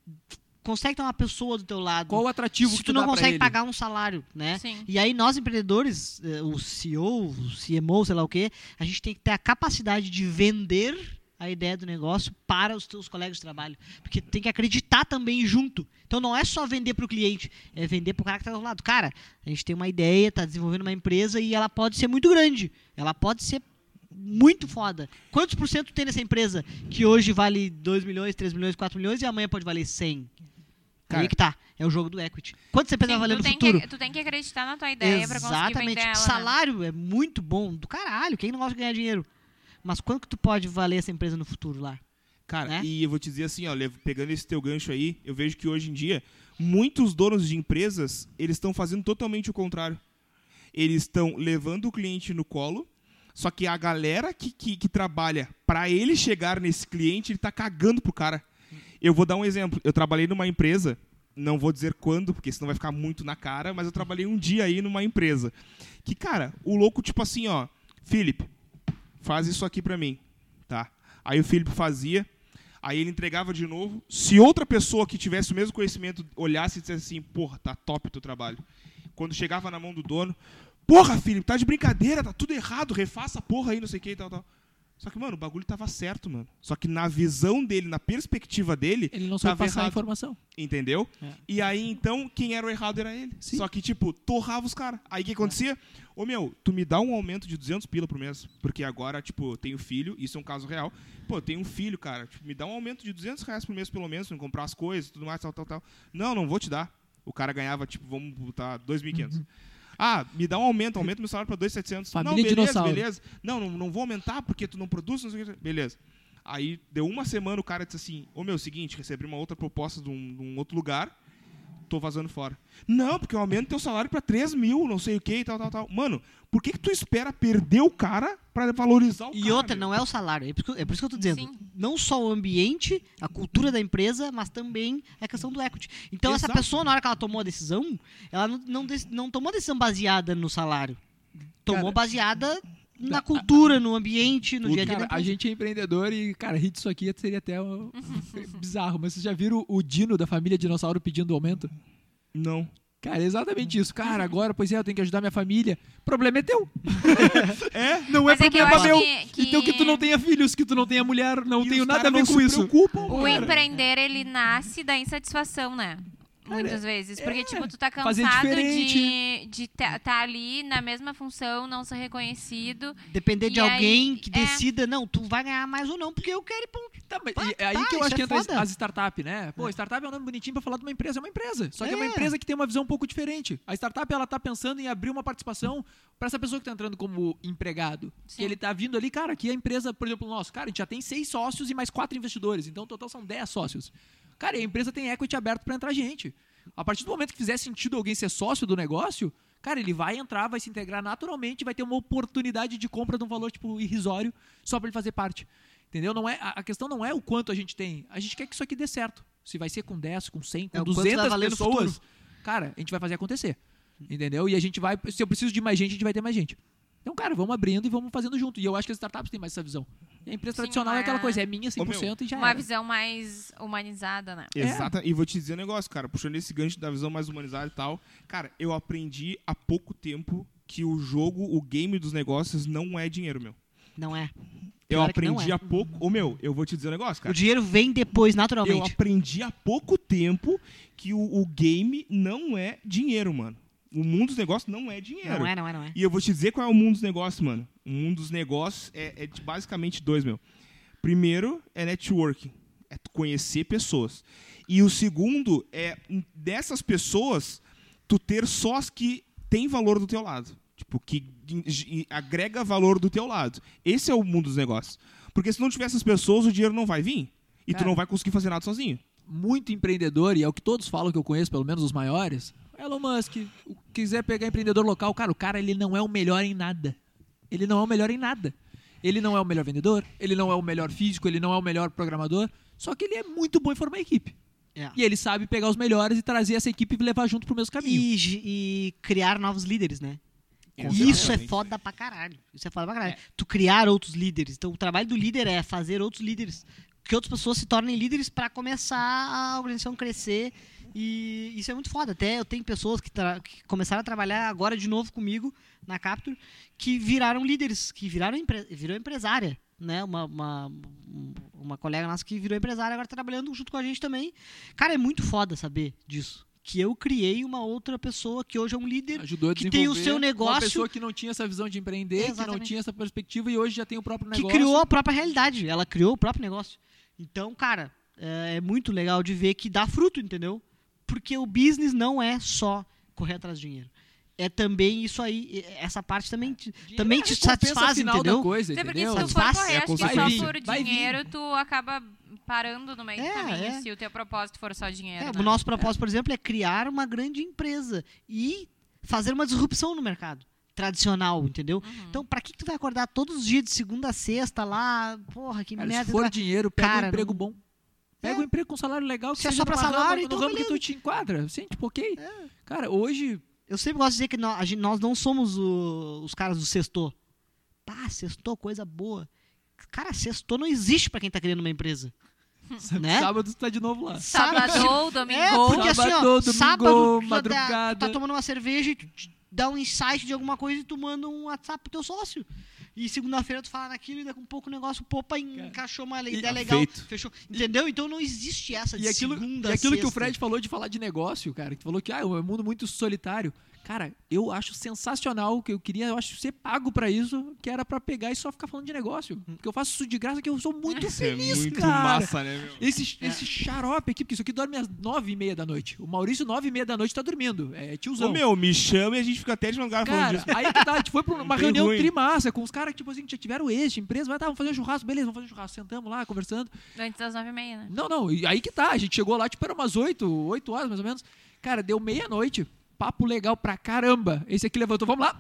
C: consegue ter uma pessoa do teu lado
D: Qual o atrativo
C: se
D: que
C: tu
D: tu
C: não
D: dá pra
C: consegue
D: ele?
C: pagar um salário, né?
B: Sim.
C: E aí nós empreendedores, eh, o CEO, o CMO, sei lá o quê, a gente tem que ter a capacidade de vender a ideia do negócio para os teus colegas de trabalho, porque tu tem que acreditar também junto. Então não é só vender para o cliente, é vender para o cara que está do lado. Cara, a gente tem uma ideia, está desenvolvendo uma empresa e ela pode ser muito grande, ela pode ser muito foda. Quantos por cento tem nessa empresa que hoje vale 2 milhões, 3 milhões, 4 milhões e amanhã pode valer 100?
A: Cara-
C: Aí que tá. É o jogo do equity. Quanto você pensa
B: Sim,
C: vai valer
B: tu,
C: no
B: tem
C: futuro?
B: que, tu tem que acreditar na tua ideia pra conseguir vender ela. né?
C: Salário é muito bom do caralho. Quem não gosta de ganhar dinheiro? Mas quanto que tu pode valer essa empresa no futuro lá?
A: Cara,
C: né?
A: e eu vou te dizer assim, ó, lev- pegando esse teu gancho aí, eu vejo que hoje em dia muitos donos de empresas, eles estão fazendo totalmente o contrário. Eles estão levando o cliente no colo, só que a galera que, que, que trabalha para ele chegar nesse cliente, ele tá cagando pro cara. Eu vou dar um exemplo. Eu trabalhei numa empresa, não vou dizer quando, porque senão vai ficar muito na cara, mas eu trabalhei um dia aí numa empresa. Que, cara, o louco, tipo assim, ó, Felipe, faz isso aqui pra mim, tá? Aí o Felipe fazia, aí ele entregava de novo. Se outra pessoa que tivesse o mesmo conhecimento olhasse e dissesse assim, porra, tá top o teu trabalho. Quando chegava na mão do dono, porra, Felipe, tá de brincadeira, tá tudo errado, refaça a porra aí, não sei o que e tal, tal. Só que, mano, o bagulho tava certo, mano. Só que na visão dele, na perspectiva dele,
D: Ele não
C: Tá
D: sabe
A: tava
D: passar a
A: errado.
D: informação.
A: Entendeu?
D: É.
A: E aí, então, quem era o errado era ele.
D: Sim.
A: Só que, tipo, torrava os caras. Aí o que acontecia? Ô, meu, tu me dá um aumento de 200 pila por mês. Porque agora, tipo, eu tenho filho, isso é um caso real. Pô, eu tenho um filho, cara. Tipo, me dá um aumento de 200 reais por mês, pelo menos, pra eu comprar as coisas tudo mais, tal, tal, tal. Não, não vou te dar. O cara ganhava, tipo, vamos botar 2.500. Ah, me dá um aumento, aumenta meu salário pra 2.700. Não,
D: Uhum. Família
A: beleza,
D: dinossauro.
A: beleza. Não, não, não vou aumentar porque tu não produz, não sei o que. Beleza. Aí deu uma semana, o cara disse assim: Ô meu, seguinte, recebi uma outra proposta de um, de um outro lugar, tô vazando fora. Não, porque eu aumento teu salário pra 3 mil, não sei o que e tal, tal, tal. Mano, por que, que tu espera perder o cara pra valorizar o
C: E
A: cara?
C: outra,
A: meu?
C: não é o salário. É por, isso que- é por isso que eu tô dizendo.
B: Sim.
C: Não só o ambiente, a cultura da empresa, mas também a questão do equity. Então, essa
A: Exato.
C: pessoa, na hora que ela tomou a decisão, ela não, não, dec- não tomou a decisão baseada no salário. Tomou
D: Cara,
C: baseada
D: a- a-
C: na cultura, no ambiente, no
A: Tudo.
C: dia a dia. da
D: Cara, a
C: empresa.
D: gente é empreendedor e, cara, rir disso aqui seria até ó, bizarro. Mas vocês já viram o Dino da família Dinossauro pedindo aumento?
C: né?
A: Não.
D: Cara, é exatamente isso. Cara, agora, pois é, eu tenho que ajudar minha família. Problema é teu.
A: É?
D: Não
B: Mas
D: é
B: é que eu
D: problema
B: acho
D: meu.
B: que- que-
D: Então que tu não tenha filhos, que tu não tenha mulher, não
A: E
D: tenho
A: os
D: nada
A: cara
D: a ver
A: não
D: com
A: se
D: isso.
A: preocupam,
B: O
A: cara.
B: empreender, ele nasce da insatisfação, né? Muitas vezes. Porque, tipo, tu tá
D: fazer
B: cansado de
D: diferente.
B: de tá, tá ali na mesma função, não ser reconhecido.
C: Depender
B: E
C: de
B: aí,
C: alguém que
B: é.
C: decida, não, tu vai ganhar mais ou não, porque eu quero ir pra um
D: Tá, mas
C: Ah,
D: e- é aí
C: tá,
D: que eu
C: isso
D: acho que
C: é
D: entra as,
C: foda.
D: as startup, né? Pô, startup é um nome bonitinho pra falar de uma empresa. É uma empresa. Só que é, uma
C: É.
D: empresa que tem uma visão um pouco diferente. A startup, ela tá pensando em abrir uma participação pra essa pessoa que tá entrando como empregado.
B: Sim.
D: Que ele tá vindo ali, cara, que a empresa, por exemplo, nosso, cara, a gente já tem seis sócios e mais quatro investidores. Então, o total são dez sócios. Cara, e a empresa tem equity aberto pra entrar gente. A partir do momento que fizer sentido alguém ser sócio do negócio, cara, ele vai entrar, vai se integrar naturalmente, vai ter uma oportunidade de compra de um valor, tipo, irrisório, só pra ele fazer parte. Entendeu? Não é, a a questão não é o quanto a gente tem. A gente quer que isso aqui dê certo. Se vai ser com 10, com 100, com
C: É, o quanto vai
D: 200
C: valer no
D: pessoas, cara, a gente vai fazer acontecer. Entendeu? E a gente vai, se eu preciso de mais gente, a gente vai ter mais gente. Então, cara, vamos abrindo e vamos fazendo junto. E eu acho que as startups têm mais essa visão. E a empresa
B: Sim,
D: tradicional
B: uma-
D: é aquela coisa, é minha 100% e já
B: Uma
D: era.
B: visão mais humanizada, né?
A: Exata. E vou te dizer um negócio, cara, puxando esse gancho da visão mais humanizada e tal. Cara, eu aprendi há pouco tempo que o jogo, o game dos negócios não é dinheiro, meu.
C: Não é. pior
A: Eu
C: é que não
A: aprendi
C: é.
A: há pouco. Ô meu, eu vou te dizer um negócio,
C: O
A: cara.
C: dinheiro vem depois,
A: Eu
C: naturalmente.
A: aprendi há pouco tempo que o, o game não é dinheiro, mano. O mundo dos negócios não é dinheiro.
C: Não é, não é, não é.
A: E eu vou te dizer qual é o mundo dos negócios, mano. O mundo dos negócios é, é de- basicamente dois, meu. Primeiro é networking, é tu conhecer pessoas. E o segundo é hum, dessas pessoas tu ter só as que têm valor do teu lado, tipo que in- gi- agrega valor do teu lado. Esse é o mundo dos negócios. Porque se não tiver essas pessoas, o dinheiro não vai vir e tu
D: Cara.
A: não vai conseguir fazer nada sozinho.
D: muito empreendedor, e é o que todos falam que eu conheço, pelo menos os maiores, Elon Musk, o- quiser pegar empreendedor local, cara, o cara ele não é o melhor em nada. Ele não é o melhor em nada. Ele não é o melhor vendedor, ele não é o melhor físico, ele não é o melhor programador, só que ele é muito bom em formar equipe.
C: É.
D: E ele sabe pegar os melhores e trazer essa equipe e levar junto pro mesmo caminho.
C: E, gi- e criar novos líderes, né?
A: Com
C: Isso é
A: certeza.
C: foda pra caralho. Isso é foda pra caralho. Tu criar outros líderes. Então, o trabalho do líder é fazer outros líderes. Que outras pessoas se tornem líderes pra começar a organização crescer. E isso é muito foda. Até eu tenho pessoas que, tra- que começaram a trabalhar agora de novo comigo na Capture que viraram líderes, que viraram empre- virou empresária. Né? Uma, uma, uma colega nossa que virou empresária agora tá trabalhando junto com a gente também. Cara, é muito foda saber disso. Que eu criei uma outra pessoa que hoje é um líder
D: Ajudou a
C: que tem o
D: desenvolver
C: seu
D: Uma
C: negócio-
D: pessoa que não tinha essa visão de empreender, que não
C: Exatamente.
D: tinha essa perspectiva e hoje já tem o próprio
C: que
D: negócio.
C: criou a própria realidade. Ela criou o próprio negócio. Então, cara, é é muito legal de ver que dá fruto, entendeu? Porque o business não é só correr atrás de dinheiro. É também isso aí, e- essa parte também te, também te
D: é Recompensa
C: satisfaz,
D: final da
C: entendeu?
D: Coisa,
B: Até porque se
D: entendeu?
B: tu for
C: Satisfaz-
B: correr,
A: é
B: acho que
A: a
B: só
D: consequência.
B: por
D: Vai vir.
B: dinheiro, tu acaba parando no meio
C: É,
B: do caminho
C: é.
B: se o teu propósito for só dinheiro.
C: É,
B: né?
C: o nosso propósito, por exemplo, é criar uma grande empresa e fazer uma disrupção no mercado tradicional, entendeu?
D: Uhum.
C: Então, pra que que tu vai acordar todos os dias de segunda a sexta lá, porra, que
D: Cara,
C: merda.
D: se for dinheiro, pega
C: né? Cara,
D: um emprego
C: não-
D: bom. Pega um emprego com salário legal. Que
C: Se é
D: seja
C: só pra
D: numa
C: salário,
D: rama,
C: então
D: no ramo que
C: beleza.
D: tu te enquadra. Sim, tipo, ok.
C: É.
D: Cara, hoje...
C: Eu sempre gosto de dizer que nó- a gen- nós, não somos o- os caras do sexto. Pá, sextou, coisa boa. Cara, sextou não existe pra quem tá criando uma empresa. né?
D: Sábado tu tá de novo lá.
B: Sabadou, domingo.
C: É, porque assim, ó,
D: Sábado, domingo,
C: sábado, tu tá-
D: madrugada.
C: tu tá tomando uma cerveja e tu te dá um insight de alguma coisa e tu manda um WhatsApp pro teu sócio. E segunda-feira tu fala naquilo e daqui um pouco o negócio, popa, encaixou uma
D: E-
C: ideia
A: tá
C: legal,
A: feito.
C: fechou. Entendeu? Então não existe essa de
D: E aquilo,
C: segunda
D: e aquilo que o
C: sexta.
D: Fred falou de falar de negócio, cara, que tu falou que ah, é um mundo muito solitário. Cara, eu acho sensacional, que eu queria, eu acho ser pago pra isso, que era pra pegar e só ficar falando de negócio.
C: Hum.
D: Porque eu faço isso de graça, que eu sou muito
A: Isso
D: feliz,
A: é muito
D: cara.
A: massa, né, meu?
D: Esse,
C: É.
D: esse xarope aqui, porque isso aqui dorme às nove e meia da noite. O Maurício, nove e meia da noite, tá dormindo. É tiozão.
A: Ô, meu, me chama e a gente fica até de madrugada falando
D: Cara,
A: disso.
D: aí que tá, a gente foi pra uma
A: Bem
D: reunião
A: ruim.
D: trimassa com os caras que, tipo assim, já tiveram este, empresa, mas tá, vamos fazer um churrasco, beleza, vamos fazer um churrasco, sentamos lá, conversando.
B: Antes das nove e meia, né?
D: Não, não, e aí que tá, a gente chegou lá, tipo, era umas 8, 8 horas mais ou menos. Cara, deu meia-noite, papo legal pra caramba. Esse aqui levantou, vamos lá.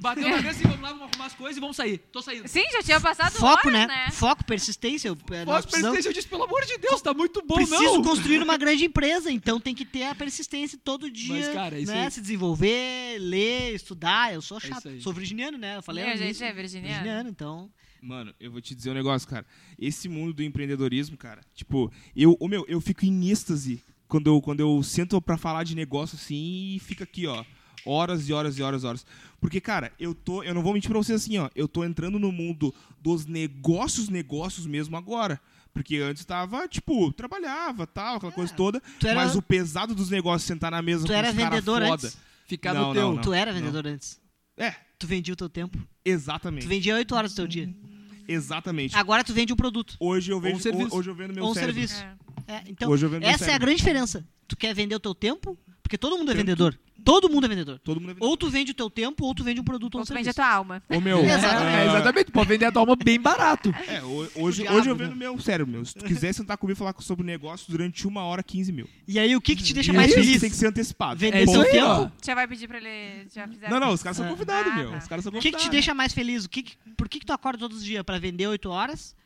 D: Bateu na mesa assim, vamos lá, vamos arrumar as coisas e vamos sair. Tô saindo.
B: Sim, já tinha passado
C: Foco,
D: Tá
B: horas,
C: né?
B: né?
C: Foco, persistência. eu- eh,
D: Pós
C: Nós precisamos,
D: persistência, eu disse, pelo amor de Deus, tá muito bom,
C: preciso
D: não.
C: construir uma grande empresa, então tem que ter a persistência todo dia,
D: cara, isso
C: né?
D: aí-
C: Se desenvolver, ler, estudar. Eu sou
D: É
C: chato,
D: isso aí.
C: sou virginiano, né? Eu falei
B: Eu,
C: no
B: gente,
C: início,
B: é virginiano.
C: virginiano, então.
A: Mano, eu vou te dizer um negócio, cara. Esse mundo do empreendedorismo, cara, tipo, eu, o meu, eu fico em êxtase quando eu, quando eu sento pra falar de negócio assim e fica aqui, ó, horas e horas e horas e horas. Porque, cara, eu tô, eu não vou mentir pra vocês assim, ó, eu tô entrando no mundo dos negócios, negócios mesmo agora. Porque antes tava, tipo, trabalhava, tal, aquela coisa toda.
C: É. Tu era-
A: Mas o pesado dos negócios, é sentar na mesa
C: Tu
A: com
C: era
A: os cara
C: vendedor
A: foda.
C: antes?
D: Ficar
A: Não,
D: no teu.
A: não.
C: tu era vendedor antes.
A: É,
C: Tu vendia o teu tempo. Tu
A: exatamente.
C: vendia 8 horas do teu dia.
A: Uhum. Exatamente.
C: Agora tu vende um produto.
A: Hoje eu, vejo,
D: serviço.
A: hoje eu vendo meu
C: ou um
A: cérebro.
C: serviço.
B: É.
C: É, então,
A: Hoje eu vendo meu
C: essa é a
A: cérebro.
C: grande diferença. Tu quer vender o teu tempo? Porque todo mundo é
A: Tempo.
C: vendedor. Todo mundo é vendedor.
A: Todo mundo é vendedor.
C: Ou tu vende o teu tempo, ou tu vende um produto ou um
B: Ou tu vende
C: serviço.
B: a tua alma.
A: Ô, meu,
C: Exatamente.
A: ah,
D: É, exatamente, tu pode vender a tua alma bem barato.
A: É, ho- hoje,
C: diabo,
A: hoje eu
C: né?
A: vendo meu cérebro, meu. Se tu quiser sentar comigo e falar sobre negócio durante uma hora, 15 mil.
C: E aí, o que, que te deixa
A: E
C: mais
A: isso
C: feliz?
A: Tem que ser antecipado.
C: Vender
D: É isso
C: teu
D: aí,
C: tempo?
D: ó.
B: Já vai pedir pra ele. Já fizeram.
A: Não, não, os caras são convidados,
B: Ah,
A: meu.
B: tá.
A: Os caras são
C: O que, que
A: convidados.
C: te deixa mais feliz? O que que- por que, que tu acorda todos os dias? Pra vender 8 horas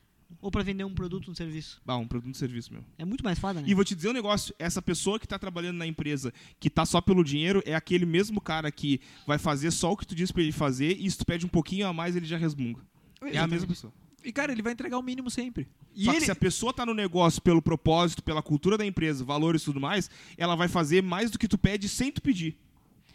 C: ou pra vender um produto, um serviço?
A: Bah, um produto de serviço, meu.
C: É muito mais foda, né?
A: E vou te dizer um negócio, essa pessoa que tá trabalhando na empresa, que tá só pelo dinheiro, é aquele mesmo cara que vai fazer só o que tu diz pra ele fazer e se tu pede um pouquinho a mais, ele já resmunga. É a mesma pessoa.
D: E, cara, ele vai entregar o mínimo sempre. E
A: Só
D: ele...
A: que se a pessoa tá no negócio pelo propósito, pela cultura da empresa, valores e tudo mais, ela vai fazer mais do que tu pede sem tu pedir.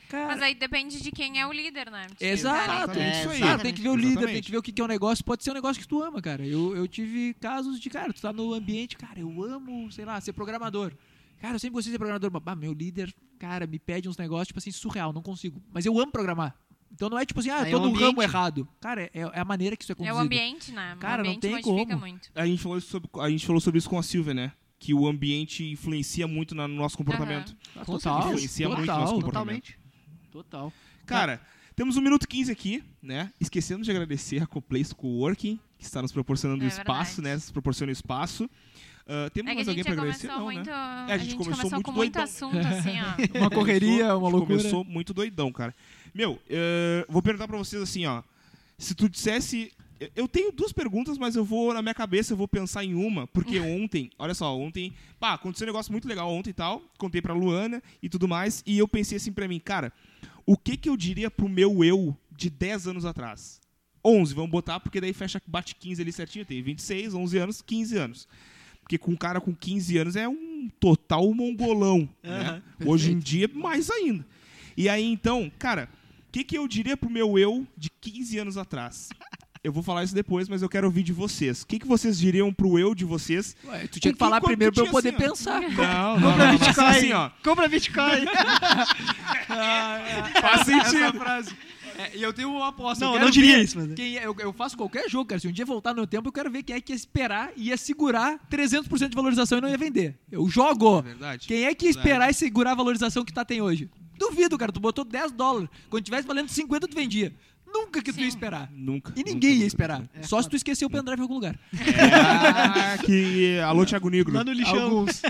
D: Cara,
B: Mas aí depende de quem é o líder, né? Se o cara-
D: Exato,
A: Exatamente.
D: é isso aí.
C: Exatamente.
D: Tem que ver o líder, tem
A: Exatamente.
D: que ver o que que é um negócio. Pode ser um negócio que tu ama, cara. Eu, eu tive casos de, cara, tu tá no ambiente, cara, eu amo, sei lá, ser programador. Cara, eu sempre gostei de ser programador, mas bah, meu líder, cara, me pede uns negócios, tipo assim, surreal, não consigo. Mas eu amo programar. Então não é tipo assim, ah,
A: Tá
C: Aí
D: eu
A: um
C: é
D: tô
C: o
D: no ramo
C: ambiente.
D: errado. Cara, é, é a maneira que isso é
B: É
D: conduzido.
B: o ambiente, né?
D: Cara,
B: o
D: não
B: ambiente
D: tem
B: modifica
D: como.
B: muito.
A: A gente, falou sobre, a gente falou sobre isso com a Silvia, né? Que o ambiente influencia muito na- no nosso comportamento.
D: Ah,
C: Com
D: Total,
A: certeza. Influencia muito
D: total,
A: nosso comportamento.
C: Totalmente.
D: total.
A: Cara, temos um minuto 15 aqui, né? Esquecemos de agradecer a Coplace Coworking, que está nos proporcionando
B: É
A: espaço,
B: verdade.
A: né? Nos proporciona espaço. Ah, temos
B: É que a
A: mais alguém
B: gente
A: para
B: já
A: agradecer?
B: começou
A: Não,
B: muito.
A: né?
B: a, gente começou, com muito
A: doidão.
B: assunto, assim, ó.
D: Uma correria,
A: Começou-
D: uma loucura.
A: Começou muito doidão, cara. Meu, eh, vou perguntar pra vocês assim, ó. Se tu dissesse... eu- Eu tenho duas perguntas, mas eu vou, na minha cabeça, eu vou pensar em uma. Porque ontem, olha só, ontem... Pá, aconteceu um negócio muito legal ontem e tal. Contei pra Luana e tudo mais. E eu pensei assim pra mim, cara... O que que eu diria pro meu eu de 10 anos atrás? 11, vamos botar, porque daí fecha, bate 15 ali certinho. Tem 26, 11 anos, 15 anos. Porque com um cara com 15 anos é um total mongolão, né? Hoje em dia, mais ainda. E aí, então, cara, o que, que eu diria pro meu eu de 15 anos atrás? Eu vou falar isso depois, mas eu quero ouvir de vocês. O que, que vocês diriam pro eu de vocês?
D: Ué, tu tinha que
A: Com-
D: falar
A: quando
D: primeiro pra eu
A: tinha
D: poder
A: assim, ó.
D: pensar.
A: Não,
C: Compra
A: mas
C: Bitcoin.
A: assim, ó.
C: Compra Bitcoin.
A: Faz
D: Essa
A: sentido.
D: frase. É, e eu tenho uma aposta.
C: Não,
D: eu
C: eu
D: quero
C: não diria
D: ver
C: isso, mas-
D: Quem é- eu, eu faço qualquer jogo, cara. Se um dia voltar no tempo, eu quero ver quem é que ia esperar e ia segurar 300% de valorização e não ia vender. Eu jogo.
A: verdade.
D: Quem é que ia esperar e segurar a valorização que tá tem hoje? Duvido, cara. Tu botou 10 dólares. Quando tivesse valendo 50, tu vendia. Nunca que tu ia esperar.
A: Nunca.
D: E
A: nunca,
D: ninguém
A: nunca.
D: ia esperar. Só se tu esqueceu o pendrive em algum lugar.
A: Ah, que... Alô, Thiago Negro.
C: Lá no lixão.
D: Alguns.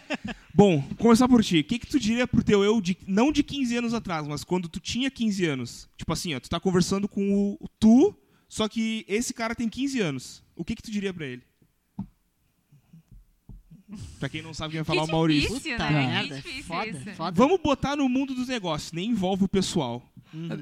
A: Bom, começar por ti. O que, que tu diria pro teu eu, de, não de 15 anos atrás, mas quando tu tinha 15 anos? Tipo assim, ó, tu tá conversando com o, o tu, só que esse cara tem 15 anos. O que que tu diria pra ele? Pra quem não sabe quem vai falar, é
B: que
A: o Maurício.
B: difícil,
C: Puta
B: né?
C: merda,
B: que
C: é
B: difícil
C: foda,
B: isso.
C: foda.
A: Vamos botar no mundo dos negócios, nem envolve o pessoal.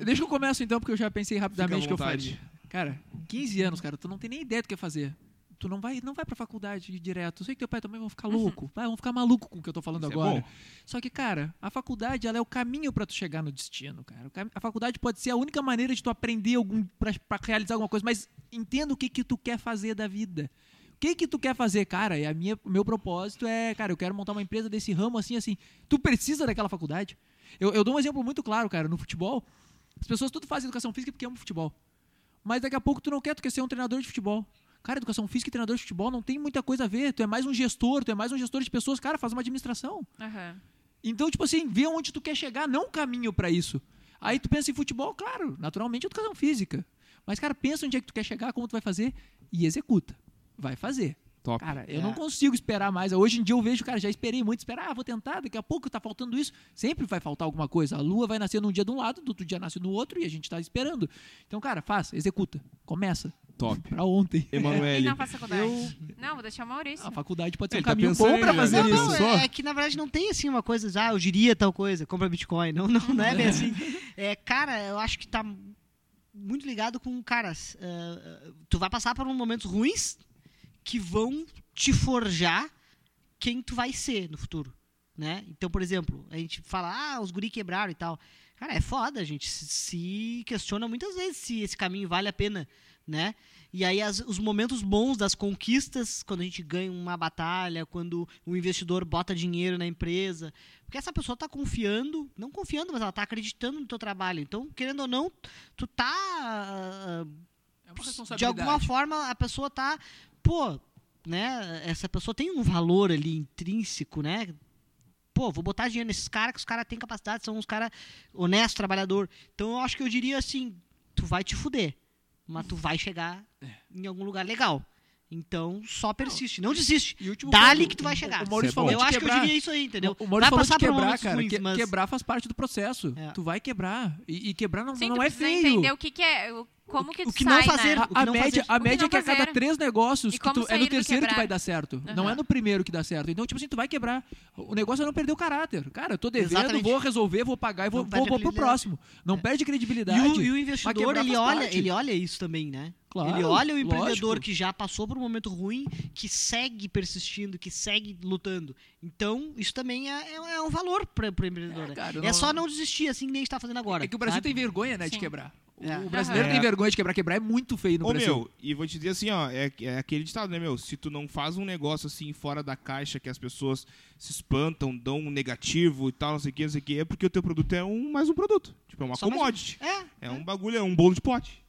D: Deixa eu começo então, porque eu já pensei rapidamente o que eu
A: Uhum. vontade.
D: faria. Cara, 15 anos, cara, tu não tem nem ideia do que é fazer. Tu não vai, não vai pra faculdade direto. Eu sei que teu pai também vão ficar louco. Vai, vão ficar maluco com o que eu tô falando
A: Uhum. Isso é
D: agora.
A: bom.
D: Só que, cara, a faculdade ela é o caminho pra tu chegar no destino, cara. O cam- A faculdade pode ser a única maneira de tu aprender algum pra, pra realizar alguma coisa, mas entenda o que que tu quer fazer da vida. O que que tu quer fazer, cara? E a minha meu propósito é, cara, eu quero montar uma empresa desse ramo assim assim. Tu precisa daquela faculdade? Eu, eu dou um exemplo muito claro, cara, no futebol. As pessoas tudo fazem educação física porque amam futebol. Mas daqui a pouco tu não quer, tu quer ser um treinador de futebol. Cara, educação física e treinador de futebol não tem muita coisa a ver. Tu é mais um gestor, tu é mais um gestor de pessoas. Cara, faz uma administração.
B: Aham.
D: Então, tipo assim, vê onde tu quer chegar, não o caminho pra isso. Aí tu pensa em futebol, claro, naturalmente é educação física. Mas, cara, pensa onde é que tu quer chegar, como tu vai fazer e executa. Vai fazer.
A: Top.
D: Cara, eu
C: É.
D: não consigo esperar mais. Hoje em dia eu vejo, cara, já esperei muito, esperar, ah, vou tentar, daqui a pouco tá faltando isso. Sempre vai faltar alguma coisa. A lua vai nascer num dia de um lado, do outro dia nasce no outro e a gente tá esperando. Então, cara, faça, executa, começa.
A: Top.
D: Pra ontem.
B: E
A: Emanuele.
B: não faça faculdade. Não, vou deixar o Maurício.
D: A faculdade pode ser
A: Ele
D: um
A: tá
D: caminho
A: pensando
D: bom pra
A: em-
D: fazer
C: Não,
A: Fazer
D: isso.
C: não,
A: isso.
C: é, é que na verdade não tem assim uma coisa, ah, eu diria tal coisa, compra Bitcoin. Não, não, não é bem assim. É, cara, eu acho que tá muito ligado com, caras, ah, tu vai passar por um momentos ruins que vão te forjar quem tu vai ser no futuro, né? Então, por exemplo, a gente fala, ah, os guri quebraram e tal. Cara, é foda, a gente se- se questiona muitas vezes se esse caminho vale a pena, né? E aí as- os momentos bons das conquistas, quando a gente ganha uma batalha, quando o investidor bota dinheiro na empresa, porque essa pessoa está confiando, não confiando, mas ela está acreditando no teu trabalho. Então, querendo ou não, tu tá ah, ah,
D: É uma
C: de alguma forma a pessoa tá, pô, né, essa pessoa tem um valor ali intrínseco, né? Pô, vou botar dinheiro nesses caras que os caras têm capacidade, são uns caras honestos, trabalhador. Então eu acho que eu diria assim, tu vai te fuder, mas tu vai chegar
D: É.
C: em algum lugar legal. Então só persiste, não desiste.
D: E o último
C: Dá-lhe
D: ponto,
C: que tu vai
D: Tipo, o-
C: chegar.
D: O Maurício
A: Isso é
D: falou
A: bom.
C: eu
D: de
C: acho que eu
D: quebrar.
C: diria isso aí, entendeu?
D: O Maurício
C: vai
D: falou de
C: passar por
D: quebrar,
C: momentos
D: cara.
C: ruins,
D: que-
C: mas
D: Quebrar faz parte do processo.
C: É.
D: Tu vai quebrar. E, e quebrar não,
B: Sim,
D: não
B: tu
D: é
B: precisa
D: feio.
B: entender o que, que é. O Como que tu
C: o que
B: sai,
C: não fazer,
B: né?
C: o que
D: A
C: não
D: média,
C: fazer.
B: O
D: a
B: que
D: média
B: não
D: é que a cada
B: fazer.
D: três negócios,
B: E
D: que tu-
B: como
D: é
B: sair
D: no
B: do
D: terceiro que
B: quebrado.
D: vai dar certo. Não
B: Aham.
D: é no primeiro que dá certo. Então, tipo assim, tu vai quebrar. O negócio é não perder o caráter. Cara, eu tô devendo,
C: Exatamente.
D: vou resolver, vou pagar e vou,
C: Não
D: vou,
C: perde
D: vou pro
C: credibilidade.
D: próximo. Não perde credibilidade.
C: E o, e o
D: Mas
C: investidor,
D: quebrar
C: ele
D: faz
C: olha,
D: parte.
C: ele olha isso também, né?
D: Claro,
C: ele olha o empreendedor
D: lógico.
C: que já passou por um momento ruim, que segue persistindo, que segue lutando. Então, isso também é, é- é um valor para o empreendedor.
D: É,
C: né? É,
D: cara, eu
C: só não desistir, assim que nem a gente tá fazendo agora.
D: É que o Brasil
C: sabe?
D: tem vergonha, né, de
B: Sim.
D: quebrar.
C: É.
D: O brasileiro
A: Aham.
D: tem
A: É.
D: vergonha de quebrar. Quebrar é muito feio no
A: Ô,
D: Brasil.
A: meu, e vou te dizer assim, ó, é, é aquele ditado, né, meu? Se tu não faz um negócio assim fora da caixa que as pessoas se espantam, dão um negativo e tal, não sei o que, não sei o que, é porque o teu produto é um mais um produto. Tipo, é uma
C: Só mais um.
A: commodity.
C: É,
A: É um bagulho, é um bolo de pote.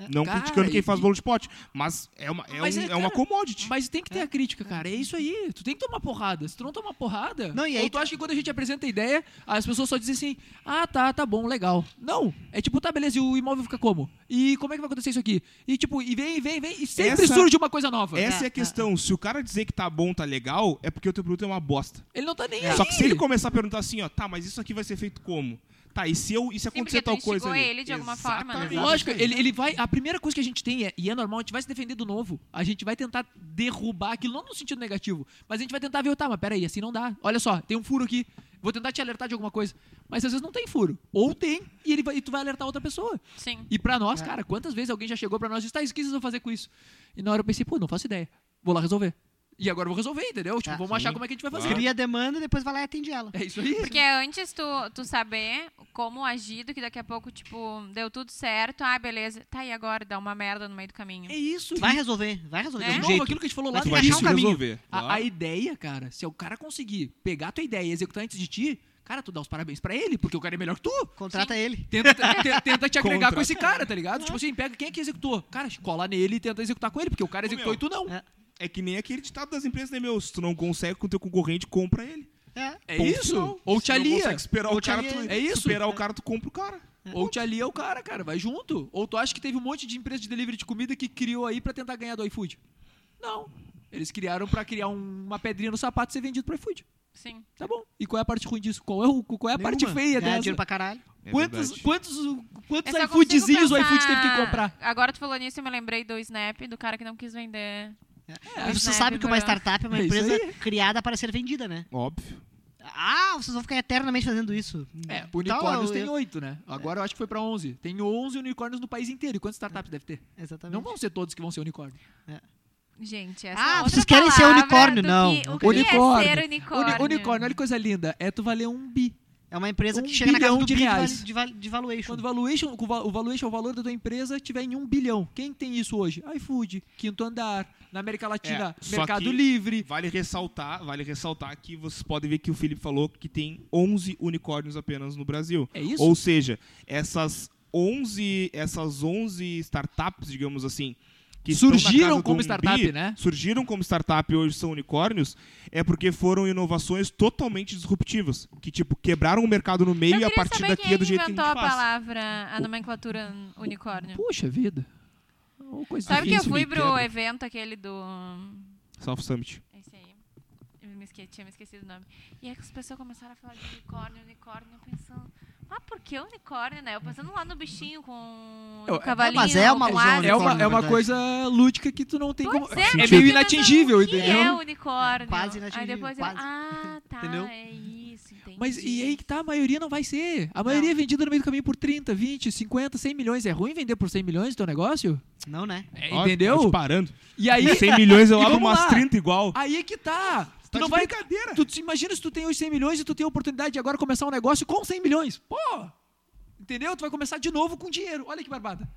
C: É.
A: Não
D: Cara,
A: criticando quem
D: e-
A: faz bolo de pote, mas é uma, é
D: Mas
A: um-
D: é,
A: é uma
D: cara,
A: commodity.
D: Mas tem que ter a crítica, cara. É isso aí. Tu tem que tomar porrada. Se tu não tomar porrada.
C: Não, e
D: ou
C: aí
D: tu acha que quando a gente apresenta a ideia, as pessoas só dizem assim: ah, tá, tá bom, legal. Não. É tipo, tá, beleza, e o imóvel fica como? E como é que vai acontecer isso aqui? E tipo, e vem, vem, vem. E sempre
A: Essa-
D: surge uma coisa nova.
A: Essa é a questão. Se o cara dizer que tá bom, tá legal, é porque o teu produto é uma bosta.
D: Ele não tá nem
A: Só
D: aí.
A: que se ele começar a perguntar assim, ó, tá, mas isso aqui vai ser feito como? Tá, e se, eu, e se
B: porque
A: acontecer
B: tu
A: tal coisa
B: instigou
A: ali?
B: ele de alguma forma, né?
A: Exatamente.
D: Lógico, ele, ele vai. A primeira coisa que a gente tem é, e é normal, a gente vai se defender do novo. A gente vai tentar derrubar aquilo, não no sentido negativo, mas a gente vai tentar ver, tá, mas peraí, assim não dá. Olha só, tem um furo aqui. Vou tentar te alertar de alguma coisa. Mas às vezes não tem furo. Ou tem, e, ele vai, e tu vai alertar outra pessoa.
B: Sim.
D: E pra nós, cara, quantas vezes alguém já chegou pra nós e disse, tá, isso que vocês vão fazer com isso? E na hora eu pensei, pô, não faço ideia. Vou lá resolver. E agora eu vou resolver, entendeu? Tipo,
C: Ah,
D: vamos achar
A: sim.
D: como é que a gente vai fazer.
A: Claro.
C: cria demanda, depois vai lá e atende ela.
D: É isso aí.
B: Porque antes tu, tu saber como agir, do que daqui a pouco, tipo, deu tudo certo, ah, beleza. Tá, e agora? Dá uma merda no meio do caminho.
D: É isso.
C: Vai resolver, vai resolver.
B: É.
C: de
D: De
C: um
D: novo,
C: jeito.
D: aquilo que a gente falou lá
C: Mas
A: Tu
D: no
A: vai
C: achar
D: início.
C: um
A: isso
C: caminho.
A: resolver.
D: A, a
A: Claro.
D: ideia, cara, se o cara conseguir pegar a tua ideia e executar antes de ti, cara, tu dá os parabéns pra ele, porque o cara é melhor que tu.
C: Contrata ele.
D: Tenta, te- tenta te agregar
A: Contra-
D: com esse cara, tá ligado? Tipo assim, pega quem é que executou? Cara, cola nele e tenta executar com ele, porque o cara
A: Ô,
D: executou
A: meu.
D: e tu não.
C: É.
A: É que nem aquele ditado das empresas, né, meu? Se tu não consegue com o teu concorrente, compra ele.
C: É.
D: É
A: Ponto
D: isso?
A: final.
D: Ou
A: Se
D: te
A: tu não
D: alia.
A: consegue superar
C: Ou
A: o
C: te
A: cara,
C: alia.
A: tu,
D: É isso.
A: superar o cara, tu compra o cara.
D: Ou te alia o cara, cara, vai junto. Ou tu acha que teve um monte de empresa de delivery de comida que criou aí pra tentar ganhar do iFood? Não. Eles criaram pra criar um- uma pedrinha no sapato e ser vendido pro iFood.
B: Sim.
D: Tá bom. E qual é a parte ruim disso? Qual é, o, qual é a parte
C: Nenhuma.
D: feia
C: Ganha
D: dessa?
C: dinheiro pra caralho.
A: É
D: quantos,
A: verdade.
D: quantos, quantos
B: é Eu só
D: iFoodzinhos
B: consigo
D: o iFood teve
B: pensar-
D: que comprar?
B: Agora tu falou nisso, eu me lembrei do Snap, do cara que não quis vender.
C: E você
B: Snap,
C: sabe que uma
B: Bruno.
C: startup é uma
D: É isso
C: empresa
D: aí.
C: criada para ser vendida, né?
A: Óbvio.
C: Ah, vocês vão ficar eternamente fazendo isso.
D: É,
B: tá
C: Então,
D: unicórnios
C: eu-
D: tem oito, né? Agora eu acho que foi pra 11. Tem 11 unicórnios no país inteiro. E quantas startups deve ter?
C: Exatamente.
D: Não vão ser todos que vão ser unicórnio.
B: Gente, essa
C: Ah,
B: é outra
C: vocês querem ser
B: palavra
C: unicórnio?
B: do
C: Não,
B: Que,
C: não
B: o que
D: Unicórnio.
B: é ser unicórnio?
D: Uni- unicórnio, olha que coisa linda. É tu valer um bi.
C: É uma empresa
D: Um
C: que chega na casa
D: bilhão
C: do
D: de
C: bi de, val-
D: reais.
C: de, val- de valuation.
D: Quando o valuation, o va- o valuation, o valor da tua empresa estiver em um bilhão. Quem tem isso hoje? iFood, Quinto Andar, na América Latina,
A: É, só
D: Mercado
A: que-
D: Livre.
A: Vale ressaltar, vale ressaltar que vocês podem ver que o Felipe falou que tem 11 unicórnios apenas no Brasil.
D: É isso?
A: Ou seja, essas 11, essas 11 startups, digamos assim, que estão na
D: Surgiram
A: casa do
D: como
A: um
D: startup,
A: bi,
D: né?
A: Surgiram como startup e hoje são unicórnios, é porque foram inovações totalmente disruptivas, que tipo quebraram o mercado no meio
B: Eu
A: e a
B: queria
A: partir
B: saber
A: daqui
B: quem
A: é do jeito que a gente
B: inventou a
A: faz.
B: palavra, a nomenclatura unicórnio.
D: Puxa vida. Ô, coisa
B: Sabe que eu
D: difícil,
B: fui
D: me
B: pro
D: quebra.
B: evento aquele do.
A: Self Summit.
B: Esse aí. Eu me esque... tinha me esquecido o nome. E aí que as pessoas começaram a falar de unicórnio, unicórnio, eu pensando. Ah, por que unicórnio, né? Eu pensando lá no bichinho com
D: Eu-
B: o cavalinho.
C: mas é uma
B: com
C: alusão,
B: asa.
C: né?
D: É uma,
C: unicórnio,
D: é
C: na
D: uma
C: verdade.
D: coisa lúdica que tu não tem
B: Pois
D: como.
B: é,
D: É,
B: mas
D: meio
B: eu pensava,
D: inatingível,
B: o que
D: entendeu?
B: É unicórnio.
C: Quase inatingível,
B: Aí depois
C: quase.
B: eu, ah, tá,
C: Entendeu?
B: é isso, entendi.
D: Mas e aí que tá, a maioria não vai ser. A maioria é vendida no meio do caminho por 30, 20, 50, 100 milhões. É ruim vender por 100 milhões o teu negócio?
C: Não, né?
D: É,
A: Ó,
D: entendeu?
A: tá te parando.
D: E aí,
A: 100 milhões eu
D: E
A: abro
D: vamos
A: umas
D: lá.
A: 30 igual.
D: aí é que tá. Tu
A: Tá
D: não
A: de
D: vai.
A: brincadeira.
D: Tu, tu imagina se tu tem hoje 100 milhões e tu tem a oportunidade de agora começar um negócio com 100 milhões. Pô! Entendeu? Tu vai começar de novo com dinheiro. Olha que barbada.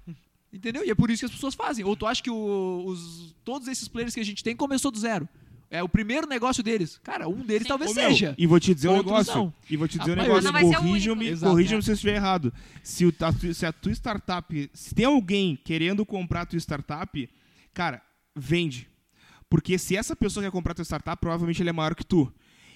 D: Entendeu? E é por isso que as pessoas fazem. Ou tu acha que o- os, todos esses players que a gente tem começou do zero. É o primeiro negócio deles. Cara, um deles talvez
A: Ô, meu,
D: seja.
A: E vou te dizer um
D: Outros
A: negócio.
D: não.
A: E vou te dizer
D: A
A: um
D: maioria
A: negócio.
B: não é vai ser o
A: Corrijam-me
D: único.
A: corrijam se eu estiver errado. Se, o, ta- se a tua startup. Se tem alguém querendo comprar a tua startup, cara, vende. Porque se essa pessoa quer comprar a tua startup, provavelmente ele é maior que tu.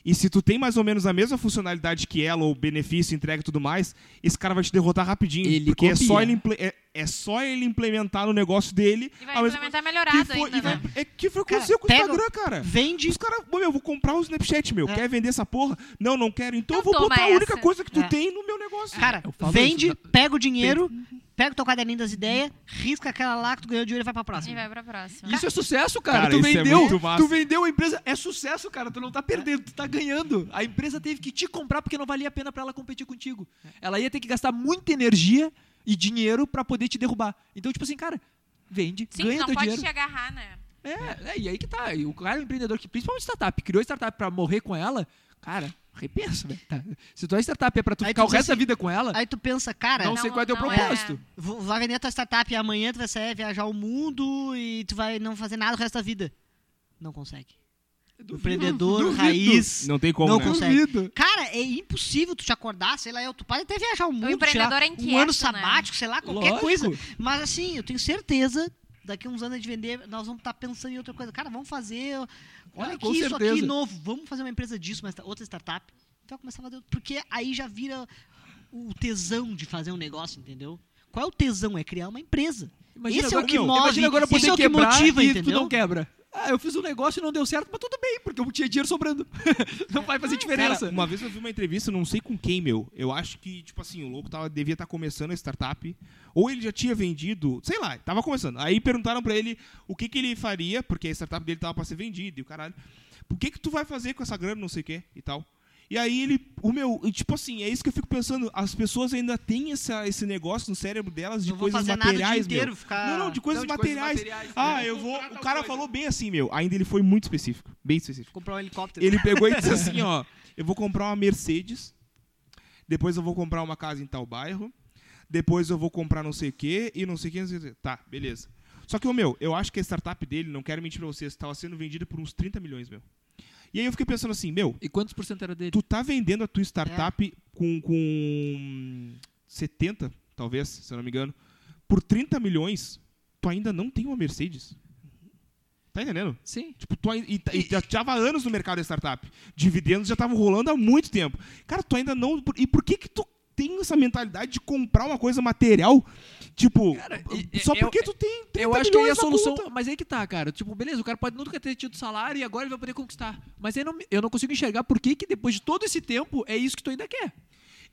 A: E se tu tem mais ou menos a mesma funcionalidade que ela, ou benefício, entrega e tudo mais, esse cara vai te derrotar rapidinho.
D: Ele
A: porque é
D: copia.
A: só ele, imple- é, é só ele implementar no negócio dele.
B: E vai
A: a mesma coisa
B: implementar melhorado
A: que foi,
B: ainda,
A: e vai-
B: né?
A: é que foi o que
C: Cara,
A: aconteceu com o
C: pega-
A: Instagram,
D: É.
A: cara.
C: Vende.
A: Os caras, meu, eu vou comprar o Snapchat, meu. Quer vender essa porra? Não, não quero. Então
B: Então
A: eu vou
B: toma
A: botar a única
B: essa.
A: coisa que tu
C: É.
A: tem no meu negócio.
C: Cara,
D: eu falo
C: vende,
D: isso,
C: pega o dinheiro, pega o teu caderninho das ideias, risca aquela lá que tu ganhou dinheiro e vai pra próxima.
B: E vai pra próxima.
D: Isso é sucesso, cara.
A: Cara,
D: tu
A: isso é
D: vendeu,
A: muito massa.
D: tu vendeu a empresa. É sucesso, cara. Tu não tá perdendo, tu tá ganhando. A empresa teve que te comprar porque não valia a pena pra ela competir contigo.
B: É.
D: Ela ia ter que gastar muita energia e dinheiro pra poder te derrubar. Então, tipo assim, cara, vende,
B: Sim, tu
D: ganha
B: não
D: teu
B: pode
D: dinheiro.
B: te agarrar, né?
D: É, é, e aí que tá. E o cara, o empreendedor que, principalmente startup, criou startup pra morrer com ela, cara, repensa, velho. Tá. Se tua startup é pra tu
C: Aí
D: ficar
C: tu
D: o
C: diz
D: resto da
C: assim,
D: vida com ela,
C: Aí tu pensa, cara,
D: não, sei
B: Não,
D: qual é teu
B: não é.
D: propósito.
C: vou- vai vender a tua startup e amanhã tu vai sair, viajar o mundo e tu vai não fazer nada o resto da vida. Não consegue.
D: Duvido.
C: Empreendedor,
D: Duvido.
C: raiz.
A: Não tem como,
C: Não
A: né?
C: consigo.
D: Duvido.
C: Cara, é impossível tu te acordar, sei lá, eu, tu pode até viajar o mundo,
B: empreendedor
C: tirar
B: é inquieto,
C: um ano
B: né?
C: sabático, sei lá, qualquer
D: Lógico.
C: coisa. Mas assim, eu tenho certeza, daqui a uns anos de vender, nós vamos estar pensando em outra coisa. Cara, vamos fazer. Olha
D: Ah,
C: aqui,
D: com
C: isso aqui
D: certeza.
C: novo. Vamos fazer uma empresa disso, uma esta- outra startup. Então vai começar a fazer outro. Porque aí já vira o tesão de fazer um negócio, entendeu? Qual é o tesão? É criar uma empresa. Esse é o que
D: meu,
C: move,
D: Imagina agora
C: esse
D: poder
C: é o que
D: quebrar
C: motiva,
D: e tu
C: entendeu?
D: não quebra. Ah, eu fiz um negócio e não deu certo, mas tudo bem, porque eu tinha dinheiro sobrando. não vai fazer diferença.
A: Cara, uma vez eu vi uma entrevista, não sei com quem, meu. Eu acho que, tipo assim, o louco tava, devia estar começando a startup. Ou ele já tinha vendido, sei lá, tava começando. Aí perguntaram pra ele o que, que ele faria, porque a startup dele tava pra ser vendida e o caralho. O que que tu vai fazer com essa grana, não sei o quê e tal. E aí ele, o meu, e tipo assim, é isso que eu fico pensando. As pessoas ainda têm essa, esse negócio no cérebro delas de
C: não vou
A: coisas
C: fazer
A: materiais,
C: nada o dia
A: meu.
C: inteiro, ficar.
A: Não, não, de coisas
D: Não, de coisas
A: materiais.
D: materiais,
A: ah,
D: né?
A: eu vou.
D: Comprar
A: O
D: tal
A: cara
D: coisa.
A: falou bem assim, meu. Ainda ele foi muito específico. Bem específico.
C: comprar um helicóptero.
A: Ele pegou e disse assim, ó, eu vou comprar uma Mercedes, depois eu vou comprar uma casa em tal bairro, depois eu vou comprar não sei o quê e não sei o quê, não sei o quê. Tá, beleza. Só que, ô, meu, eu acho que a startup dele, não quero mentir pra vocês, estava sendo vendida por uns 30 milhões, meu. E aí eu fiquei pensando assim, meu,
D: E quantos por cento era dele?
A: tu tá vendendo a tua startup com, com 70, talvez, se eu não me engano, por 30 milhões, tu ainda não tem uma Mercedes. Tá entendendo?
D: Sim.
A: Tipo, tu, ai- e, ta- e já tava há anos no mercado da startup. Dividendos já estavam rolando há muito tempo. Cara, tu ainda não. por- E por que que tu tem essa mentalidade de comprar uma coisa material? Tipo,
D: Cara, e-
A: só
D: é-
A: porque
D: é-
A: tu tem. 30
D: Eu acho que aí é a
A: milhões na
D: solução.
A: conta.
D: Mas aí que tá, cara. Tipo, beleza, o cara pode nunca ter tido salário e agora ele vai poder conquistar. Mas aí não- eu não consigo enxergar por que, que depois de todo esse tempo é isso que tu ainda quer.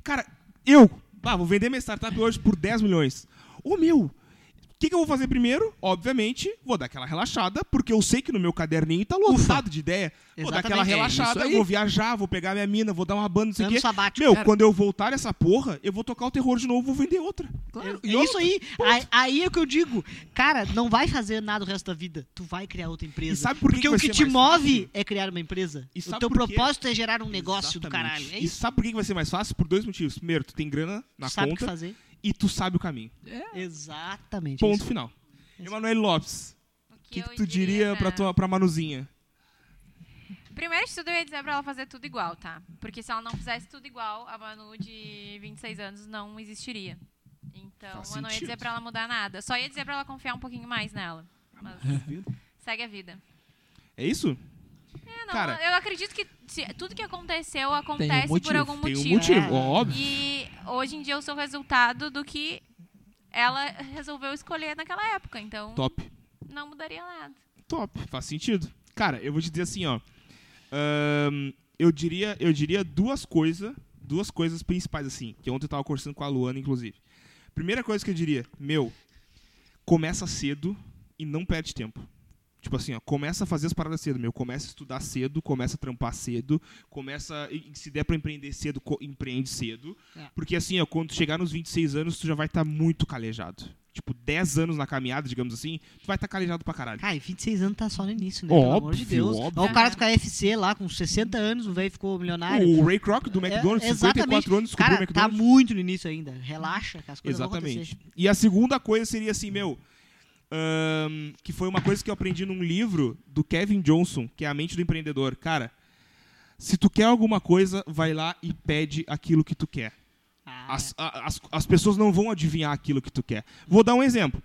A: Cara, eu. Ah, vou vender minha startup hoje por 10 milhões. Ô meu. O que, que eu vou fazer primeiro? Obviamente, vou dar aquela relaxada, porque eu sei que no meu caderninho tá lotado de ideia. Vou dar
C: Exatamente.
A: aquela
C: É isso
A: relaxada,
D: aí.
A: vou viajar, vou pegar minha mina, vou dar uma banda, não sei o
C: Ano
A: quê.
C: sabático.
A: Meu, quando eu voltar nessa porra, eu vou tocar o terror de novo, vou vender outra.
D: Claro.
C: É isso aí. Aí, aí é o que eu digo. Cara, não vai fazer nada o resto da vida. Tu vai criar outra empresa.
A: E sabe por que
C: Porque
A: que vai
C: o que
A: ser
C: te
A: mais
C: move
A: fácil?
C: é criar uma empresa.
A: E
C: o
A: sabe
C: teu
A: por quê?
C: propósito é gerar um negócio do
A: Exatamente.
C: caralho. É
A: E
C: isso.
A: sabe por que que vai ser mais fácil? Por dois motivos. Primeiro, tu tem grana na
C: tu sabe o que
A: conta
C: fazer.
A: e tu sabe o caminho.
C: Exatamente. é
A: Ponto
C: isso.
A: final. Emanuel Lopes,
B: O
A: o que,
B: eu
A: que tu diria pra, tua, pra Manuzinha?
B: Primeiro de tudo, eu ia dizer pra ela fazer tudo igual, tá? Porque se ela não fizesse tudo igual, a Manu de 26 anos não existiria. Então,
A: Faz
B: eu não ia
A: sentido.
B: dizer pra ela mudar nada. Só ia dizer pra ela confiar um pouquinho mais nela. Mas segue a vida.
A: É isso?
B: É, não,
A: Cara-
B: eu acredito que se- tudo que aconteceu acontece por
D: um motivo,
B: algum
A: tem
B: motivo.
A: um motivo,
C: É.
A: óbvio.
B: E hoje em dia eu sou resultado do que ela resolveu escolher naquela época. Então,
A: Top.
B: não mudaria nada.
A: Top. Faz sentido. Cara, eu vou te dizer assim, ó. Ahn, eu, diria, eu diria duas coisas, duas coisas principais, assim, que ontem eu tava conversando com a Luana, inclusive. Primeira coisa que eu diria, meu, começa cedo e não perde tempo. Tipo assim, ó, começa a fazer as paradas cedo, meu. Começa a estudar cedo, começa a trampar cedo, começa. e- e se der pra empreender cedo, co- empreende cedo.
C: É.
A: Porque assim, ó, quando tu chegar nos 26 anos, tu já vai estar muito calejado. Tipo, 10 anos na caminhada, digamos assim, tu vai estar calejado pra caralho.
C: Cara, e 26 anos tá só no início, né? Pelo amor de
A: Óbvio,
C: Deus.
A: óbvio.
C: Olha o cara do KFC lá, com 60 anos, o velho ficou milionário.
A: O Ray Kroc do McDonald's,
C: É,
A: 54 anos, descobriu o
C: Cara, tá
A: McDonald's.
C: muito no início ainda. Relaxa, que as coisas vão
A: Exatamente.
C: acontecer.
A: E a segunda coisa seria assim, meu. ahn, que foi uma coisa que eu aprendi num livro do Kevin Johnson, que é A Mente do Empreendedor. Cara, se tu quer alguma coisa, vai lá e pede aquilo que tu quer.
C: Ah,
A: As, a- as, as pessoas não vão adivinhar aquilo que tu quer. Vou dar um exemplo.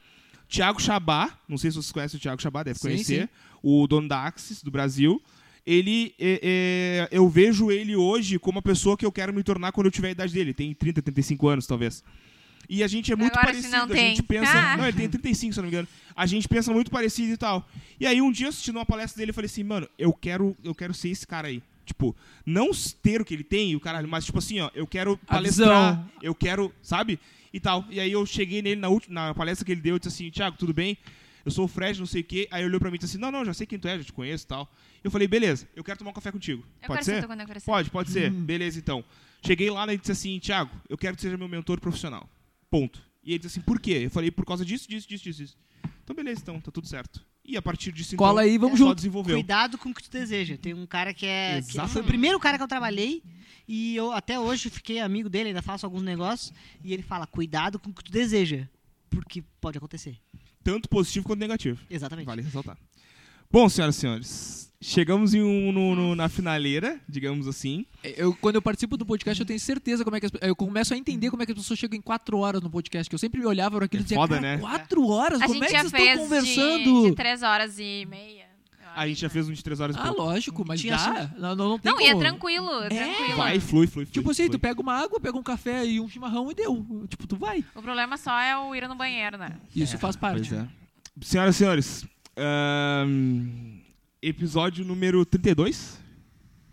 A: Tiago Chabá, não sei se vocês conhecem o Tiago Chabá, deve
D: Sim,
A: conhecer, o dono da Axis do Brasil. Ele, é- é, eu vejo ele hoje como a pessoa que eu quero me tornar quando eu tiver a idade dele. Tem 30, 35 anos, talvez. E a gente é muito
B: Agora, se
A: parecido.
B: não
A: a gente
B: tem.
A: pensa.
B: Ah.
A: Não, ele tem 35, se eu não me engano. A gente pensa muito parecido e tal. E aí, um dia, assistindo uma palestra dele, eu falei assim, mano, eu quero, eu quero ser esse cara aí. Tipo, não s- ter o que ele tem, o caralho, mas tipo assim, ó, eu quero
D: A
A: palestrar,
D: visão.
A: eu quero, sabe? E tal. E aí eu cheguei nele na, ulti- na palestra que ele deu, eu disse assim, Thiago, tudo bem? Eu sou o Fred, não sei o quê. Aí ele olhou pra mim e disse assim, não, não, já sei quem tu é, já te conheço e tal. Eu falei, beleza, eu quero tomar um café contigo.
B: Eu
A: Pode
B: quero ser
A: ser?
B: tu quando eu crescer.
A: Pode, pode ser.
D: Hum.
A: Beleza, então. Cheguei lá né, e disse assim, Thiago, eu quero que seja meu mentor profissional. Ponto. E ele disse assim, por quê? Eu falei, por causa disso, disso, disso, disso. disso. Então, beleza, então, tá tudo certo. E a partir disso,
D: Cola
A: então,
D: aí, vamos
A: só
D: junto.
A: desenvolveu.
C: Cuidado com o que tu deseja. Tem um cara que é. que
A: Exatamente.
C: foi o primeiro cara que eu trabalhei e eu até hoje fiquei amigo dele, ainda faço alguns negócios. E ele fala: cuidado com o que tu deseja. Porque pode acontecer.
A: Tanto positivo quanto negativo.
C: Exatamente.
A: Vale ressaltar. Bom, senhoras e senhores, chegamos em um- no- no- na finaleira, digamos assim.
D: Eu, quando eu participo do podcast, eu tenho certeza como é que as, Eu começo a entender como é que as pessoas chegam em quatro horas no podcast, que eu sempre olhava para aquilo
A: É
D: e dizia,
A: foda,
D: cara,
A: né?
D: quatro horas?
B: A
D: como
B: gente
D: é que
B: já
D: vocês
B: fez
D: estão
B: de-
D: conversando?
B: de três horas e meia. eu
A: A gente já fez um de três horas e
D: Ah,
A: pouco.
D: lógico, mas
C: Tinha
D: dá. Não, não, não tem
B: Não, e é
A: Tipo,
D: como.
B: tranquilo, é tranquilo.
A: Vai, flui, flui, flui.
D: Tipo assim, tu
A: flui.
D: pega uma água, pega um café e um chimarrão e deu. Tipo, tu vai.
B: O problema só é o ir no banheiro, né?
D: Isso faz parte.
A: Pois é. Senhoras e senhores, ahn, episódio número 32?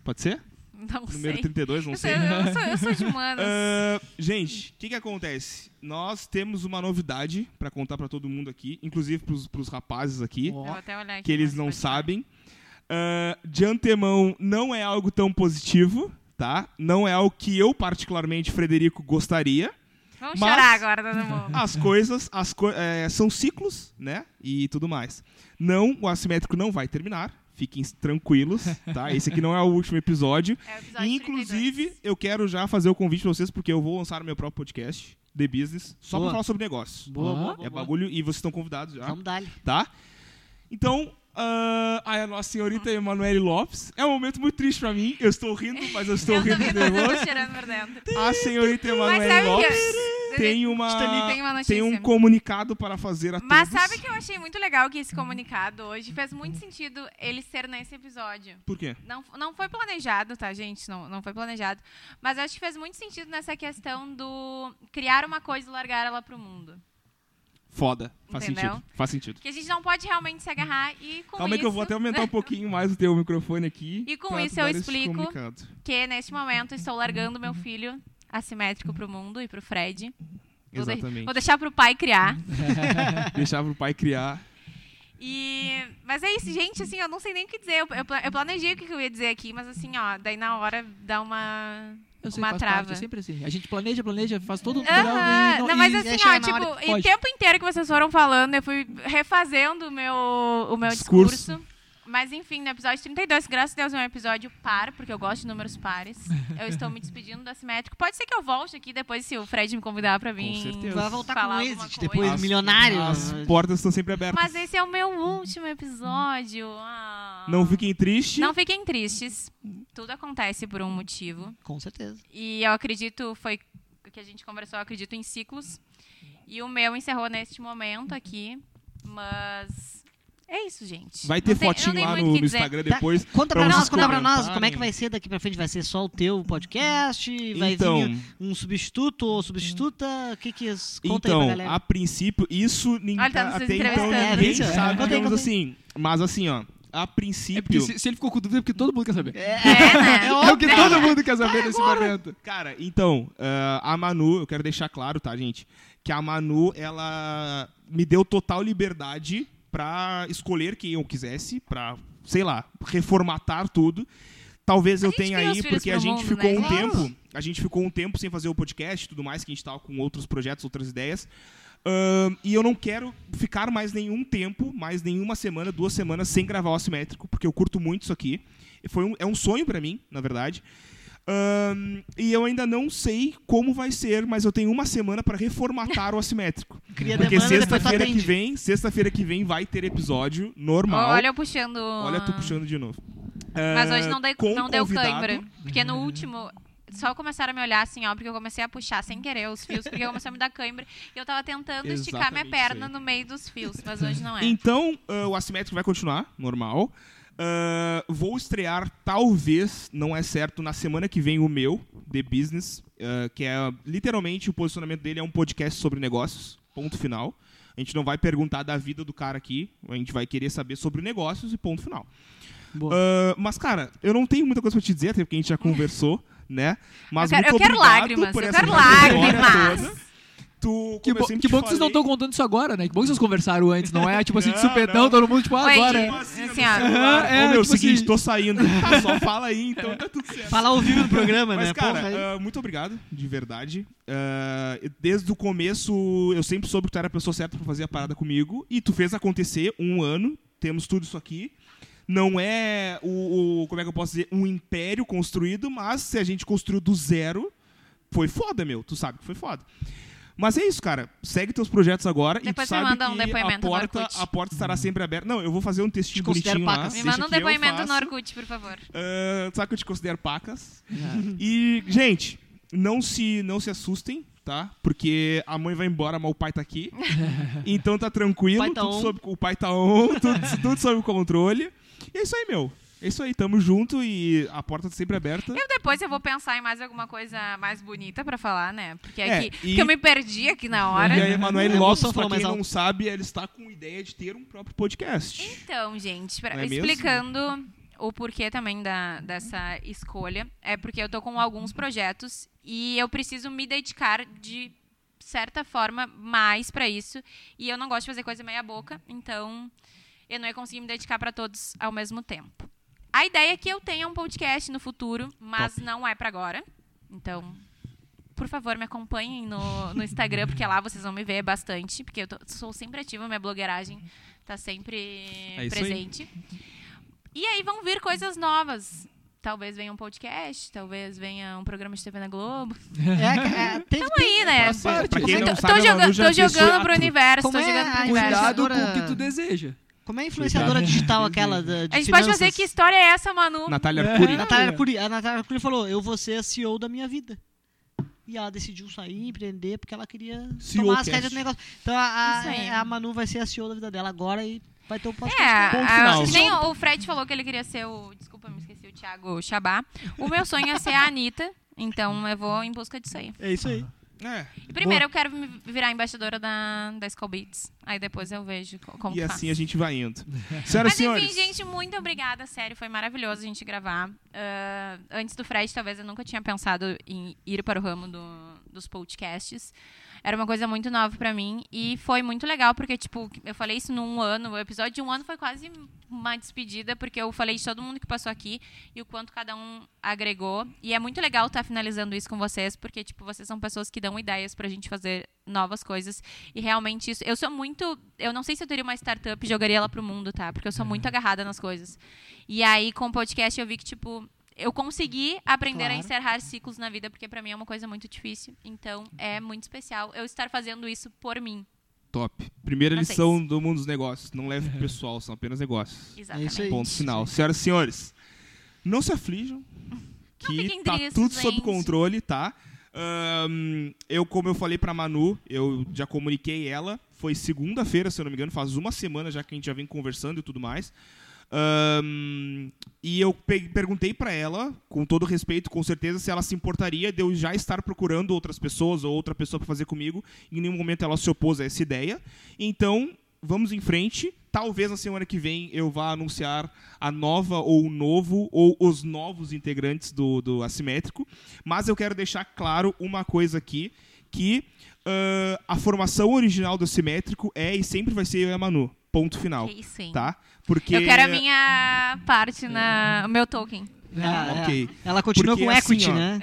A: Pode ser?
B: Não
A: Número
B: sei.
A: 32, não
B: Eu
A: sei.
B: sou, eu, sou, eu sou de humanas.
A: Ah, gente, o que, que acontece? Nós temos uma novidade pra contar pra todo mundo aqui, inclusive pros, pros rapazes aqui,
B: eu vou
D: Ó,
B: até olhar aqui.
A: que eles
B: mas
A: não
B: pode-
A: sabem. Ah, de antemão, não é algo tão positivo, tá? Não é algo que eu, particularmente, Frederico, gostaria.
B: Vamos
A: Mas-
B: chorar agora, todo mundo.
C: Uhum.
A: As coisas as co- é, são ciclos, né? E tudo mais. Não, o assimétrico não vai terminar. Fiquem tranquilos, tá? Esse aqui não é o último episódio.
B: É o episódio
A: Inclusive,
B: 32.
A: eu quero já fazer o convite pra vocês, porque eu vou lançar o meu próprio podcast, The Business, só
C: Boa.
A: pra falar sobre negócios.
C: Boa,
D: Ó.
C: boa, boa,
A: É
C: boa.
A: bagulho e vocês estão convidados já,
C: Vamos dar-lhe.
A: tá? Então, ah, a nossa senhorita
B: Uhum.
A: Emanuele Lopes. É um momento muito triste pra mim. Eu estou rindo, mas eu estou
B: Eu tô
A: rindo
B: vendo, eu tô
A: nervoso.
B: cheirando por dentro.
A: A senhorita
B: Mas
A: Emanuele
B: sabe o que
A: Lopes
B: eu-
A: tem uma,
B: Tem uma notícia.
A: tem um comunicado para fazer a
B: Mas
A: todos.
B: sabe que eu achei muito legal que esse comunicado hoje fez muito sentido ele ser nesse episódio.
A: Por quê?
B: Não, não foi planejado, tá, gente? Não, não foi planejado. Mas acho que fez muito sentido nessa questão do criar uma coisa e largar ela pro mundo.
A: Foda. Faz
B: Entendeu?
A: sentido. Faz sentido.
B: Que a gente não pode realmente se agarrar e com
A: Calma aí que eu vou
B: isso-
A: até aumentar um pouquinho mais o teu microfone aqui.
B: E com
A: pra
B: isso
A: tu
B: eu
A: dar esse
B: explico.
A: comunicado.
B: que neste momento estou largando meu filho assimétrico pro mundo e pro Fred. Vou de-
A: Exatamente.
B: Vou deixar pro pai criar.
A: Deixar pro pai criar.
B: E... Mas é isso, gente, assim, eu não sei nem o que dizer. Eu, eu, pla- eu planejei o que que eu ia dizer aqui, mas assim, ó, daí na hora dá uma...
D: eu sei,
B: uma
D: faz
B: trava.
D: parte, é sempre assim. A gente planeja, planeja, faz todo o tutorial
B: Aham,
D: e
B: não,
D: não,
B: mas
D: e-
C: aí
B: assim, ó,
C: chega na
B: tipo,
C: hora
D: e
B: o
D: pode.
B: tempo inteiro que vocês foram falando, eu fui refazendo o meu, o meu discurso.
A: Discurso.
B: Mas enfim, no episódio 32, graças a Deus é um episódio par, porque eu gosto de números pares. Eu estou me despedindo do assimétrico. Pode ser que eu volte aqui depois se o Fred me convidar pra vir.
A: certeza.
C: Vai voltar
B: falar
C: com
B: alguma
C: êxito
B: coisa.
C: depois,
A: As-
C: milionário. né?
A: As portas estão sempre abertas.
B: Mas esse é o meu último episódio. Ah.
A: Não fiquem tristes.
B: Não fiquem tristes. Tudo acontece por um motivo.
C: Com certeza.
B: E eu acredito, foi o que a gente conversou, eu acredito em ciclos. E o meu encerrou neste momento aqui. Mas é isso, gente.
A: Vai ter
B: Não tem-
A: fotinho
B: não tem
A: lá
B: muito o
A: no,
B: que
A: no
B: dizer.
A: Instagram
C: Tá,
A: depois.
C: Conta pra,
A: vocês
C: nós, conta pra nós.
A: comentarem.
C: Como é que vai ser daqui pra frente? Vai ser só o teu podcast? Vai
A: Então,
C: vir um substituto ou substituta? O que que... es- Conta aí pra
A: então
C: galera.
A: a princípio, isso ninguém,
B: Olha, tá nos
A: até então
B: entrevistando.
A: ninguém
C: É,
A: sabe,
C: conta aí,
A: digamos
C: conta aí.
A: assim. Mas assim, ó, a
B: assim-
D: É
A: princípio...
D: porque se, se ele ficou com dúvida, é porque todo mundo quer saber.
B: É,
D: É,
B: né?
D: o que todo mundo quer saber nesse momento.
A: Cara, então, ah, a Manu, eu quero deixar claro, tá, gente? Que a Manu, ela me deu total liberdade pra escolher quem eu quisesse, pra, sei lá, reformatar tudo. Talvez eu
B: gente
A: tenha aí,
B: criou os filhos
A: porque a
B: pro
A: gente
B: mundo,
A: ficou
B: né?
A: um
C: Claro.
A: tempo. A gente ficou um tempo sem fazer o podcast e tudo mais, que a gente tava com outros projetos, outras ideias. Ahn, e eu não quero ficar mais nenhum tempo, mais nenhuma semana, duas semanas sem gravar o assimétrico, porque eu curto muito isso aqui. Foi um- é um sonho pra mim, na verdade. Ahn, e eu ainda não sei como vai ser, mas eu tenho uma semana pra reformatar o assimétrico.
C: Cria
A: Porque
C: demanda, depois tu
A: sexta-feira que
C: atende.
A: vem, sexta-feira que vem vai ter episódio normal.
B: Olha eu puxando.
A: Olha, eu tô puxando de novo.
B: Ah. Mas
A: Ah,
B: hoje não, dei,
A: com
B: não deu
A: convidado. Uhum.
B: cãibra. Porque no último. Só começaram a me olhar assim, ó, porque eu comecei a puxar sem querer os fios, porque começou a me dar cãibra. E eu tava tentando esticar minha
A: Exatamente isso
B: perna
A: aí.
B: no meio dos fios, mas hoje não é.
A: Então, ah, o assimétrico vai continuar, normal. Ah, vou estrear, talvez, não é certo, na semana que vem o meu, The Business, ah, que é literalmente o posicionamento dele é um podcast sobre negócios, ponto final. A gente não vai perguntar da vida do cara aqui, a gente vai querer saber sobre negócios e ponto final.
D: Boa.
A: Ah, mas, cara, eu não tenho muita coisa pra te dizer, até porque a gente já conversou, né? Mas
B: Eu quero-
A: muito
B: eu quero
A: obrigado
B: lágrimas,
A: por
B: eu
A: essa
B: quero
A: trajetória
B: lágrimas.
A: toda. Tu,
D: Que,
A: como eu
D: bo-
A: sempre
D: que
A: te
D: bom que vocês
A: falei-
D: não estão contando isso agora, né? Que bom que vocês conversaram antes, não é? Tipo assim, de
A: Não,
D: supetão,
A: não.
D: todo mundo, tipo, ah,
B: Oi,
D: agora.
B: gente. Assim, ó.
A: Aham, é,
D: Ô, meu,
A: tipo
D: seguinte,
B: assim.
A: seguinte, tô saindo. tá? só fala aí, então tá tudo certo.
C: Falar ao vivo no programa,
A: Mas,
C: né?
A: cara,
C: Porra, aí-
A: ah, muito obrigado, de verdade. Ah, desde o começo, eu sempre soube que tu era a pessoa certa pra fazer a parada comigo. E tu fez acontecer um ano. Temos tudo isso aqui. Não é o, o- Como é que eu posso dizer? Um império construído, mas se a gente construiu do zero, foi foda, meu. Tu sabe que foi foda. Mas é isso, cara. Segue teus projetos agora e tu
B: Depois me
A: sabe
B: manda um
A: que a,
B: depoimento no
A: porta,
B: Orkut.
A: a porta estará sempre aberta. Não, eu vou fazer um
C: Te
A: textinho
C: considero
A: bonitinho lá.
C: pacas.
B: Me
A: deixa
B: manda um
A: que eu
B: depoimento no
A: faço.
B: Orkut, por favor.
A: Ah, sabe que eu te considero pacas.
C: É.
A: E, gente, não se, não se assustem, tá? Porque a mãe vai embora, mas o pai tá aqui. então tá tranquilo,
C: O pai tá
A: tudo
C: on.
A: sob- o pai tá on, tudo, tudo sob controle. E é isso aí, meu. É isso aí, tamo junto e a porta tá sempre aberta.
B: Eu depois eu vou pensar em mais alguma coisa mais bonita pra falar, né? Porque
A: É,
B: aqui
A: e- é
B: que eu me perdi aqui na
A: E
B: hora.
A: a Emanuele
C: Eu
A: Lopes,
C: vou só
A: pra
C: falar
A: quem
C: mais
A: não
C: alto.
A: sabe, ela está com ideia de ter um próprio podcast.
B: Então, gente, pra-
A: Não é mesmo?
B: explicando o porquê também da, dessa escolha, é porque eu tô com alguns projetos e eu preciso me dedicar de certa forma mais pra isso. E eu não gosto de fazer coisa meia boca, então eu não ia conseguir me dedicar pra todos ao mesmo tempo. A ideia é que eu tenha um podcast no futuro, mas não é pra agora. Então, por favor, me acompanhem no, no Instagram, porque lá vocês vão me ver bastante, porque eu tô- sou sempre ativa, minha blogueiragem tá sempre
A: É isso aí.
B: presente. E aí vão vir coisas novas. Talvez venha um podcast, talvez venha um programa de TV na Globo.
C: É, cara, teve,
B: Tamo aí, né?
A: Pra
C: parte,
A: pra
C: você
A: quem
C: tá-
B: Tô,
A: não
B: tô
A: sabe, a Manu
B: jogando,
A: já
B: tô
A: fez
B: jogando pro
A: teatro.
B: universo,
C: Como
B: tô
C: é
B: jogando pro
C: a
B: universo.
D: Cuidado com o
C: Agora-
D: que tu deseja.
C: Como é a influenciadora digital aquela da, de
B: A gente pode fazer
C: finanças?
B: que história é essa, Manu?
A: Natália
D: É.
A: Arcuri.
C: Natália Arcuri, a Natália Arcuri falou, eu vou ser a CEO da minha vida. E ela decidiu sair, empreender, porque ela queria
A: CEO
C: tomar as
A: cast.
C: rédeas do negócio. Então a,
B: Isso aí.
C: a, a Manu vai ser a CEO da vida dela agora e vai ter o
B: É,
C: podcast.
A: Ponto
B: a,
A: final.
B: que nem o Fred falou que ele queria ser o. Desculpa, me esqueci, o Thiago Chabá. O meu sonho é ser a Anitta, então eu vou em busca disso aí.
C: É isso aí.
A: É.
B: E primeiro eu quero me virar embaixadora da, da Skull Beats. Aí depois eu vejo co- como
A: E
B: que
A: assim
B: faço.
A: a gente vai indo. Senhoras e
B: tá. Mas
A: senhores.
B: enfim, gente, muito obrigada, sério, foi maravilhoso a gente gravar. Ah, antes do Fred, talvez eu nunca tinha pensado em ir para o ramo do- dos podcasts. Era uma coisa muito nova pra mim e foi muito legal, porque, tipo, eu falei isso num ano, o episódio de um ano foi quase uma despedida, porque eu falei de todo mundo que passou aqui e o quanto cada um agregou. E é muito legal estar finalizando isso com vocês, porque, tipo, vocês são pessoas que dão ideias pra gente fazer novas coisas. E realmente isso. Eu sou muito. Eu não sei se eu teria uma startup e jogaria ela pro mundo, tá? Porque eu
C: Uhum.
B: sou muito agarrada nas coisas. E aí, com o podcast, eu vi que, tipo. Eu consegui aprender a
C: Claro.
B: encerrar ciclos na vida, porque pra mim é uma coisa muito difícil. Então, é
C: Uhum.
B: muito especial eu estar fazendo isso por mim.
A: Top. Primeira
B: Pra
A: lição do mundo dos negócios. Não leve pro pessoal, são apenas negócios.
B: Exatamente.
C: É isso aí.
A: Ponto final. Senhoras e senhores, não se aflijam. Que
B: fiquem
A: tá
B: tristes,
A: tudo sob
B: gente.
A: controle, tá? Ahn, eu, como eu falei pra Manu, eu já comuniquei ela. Foi segunda-feira, se eu não me engano, faz uma semana já que a gente já vem conversando e tudo mais. Ahn, e eu pe- perguntei pra ela, com todo respeito, com certeza, se ela se importaria de eu já estar procurando outras pessoas ou outra pessoa pra fazer comigo. Em nenhum momento ela se opôs a essa ideia. Então, vamos em frente. Talvez na semana que vem eu vá anunciar a nova ou o novo ou os novos integrantes do, do Assimétrico. Mas eu quero deixar claro uma coisa aqui, que ah, a formação original do Assimétrico é e sempre vai ser eu e a Manu. Ponto final.
B: Ok, sim.
A: Tá? Porque...
B: É Eu quero a minha parte, na, o meu token.
C: Ah, é.
A: Ok.
C: Ela continua
A: Porque
C: com
A: assim,
C: equity,
A: ó,
C: né?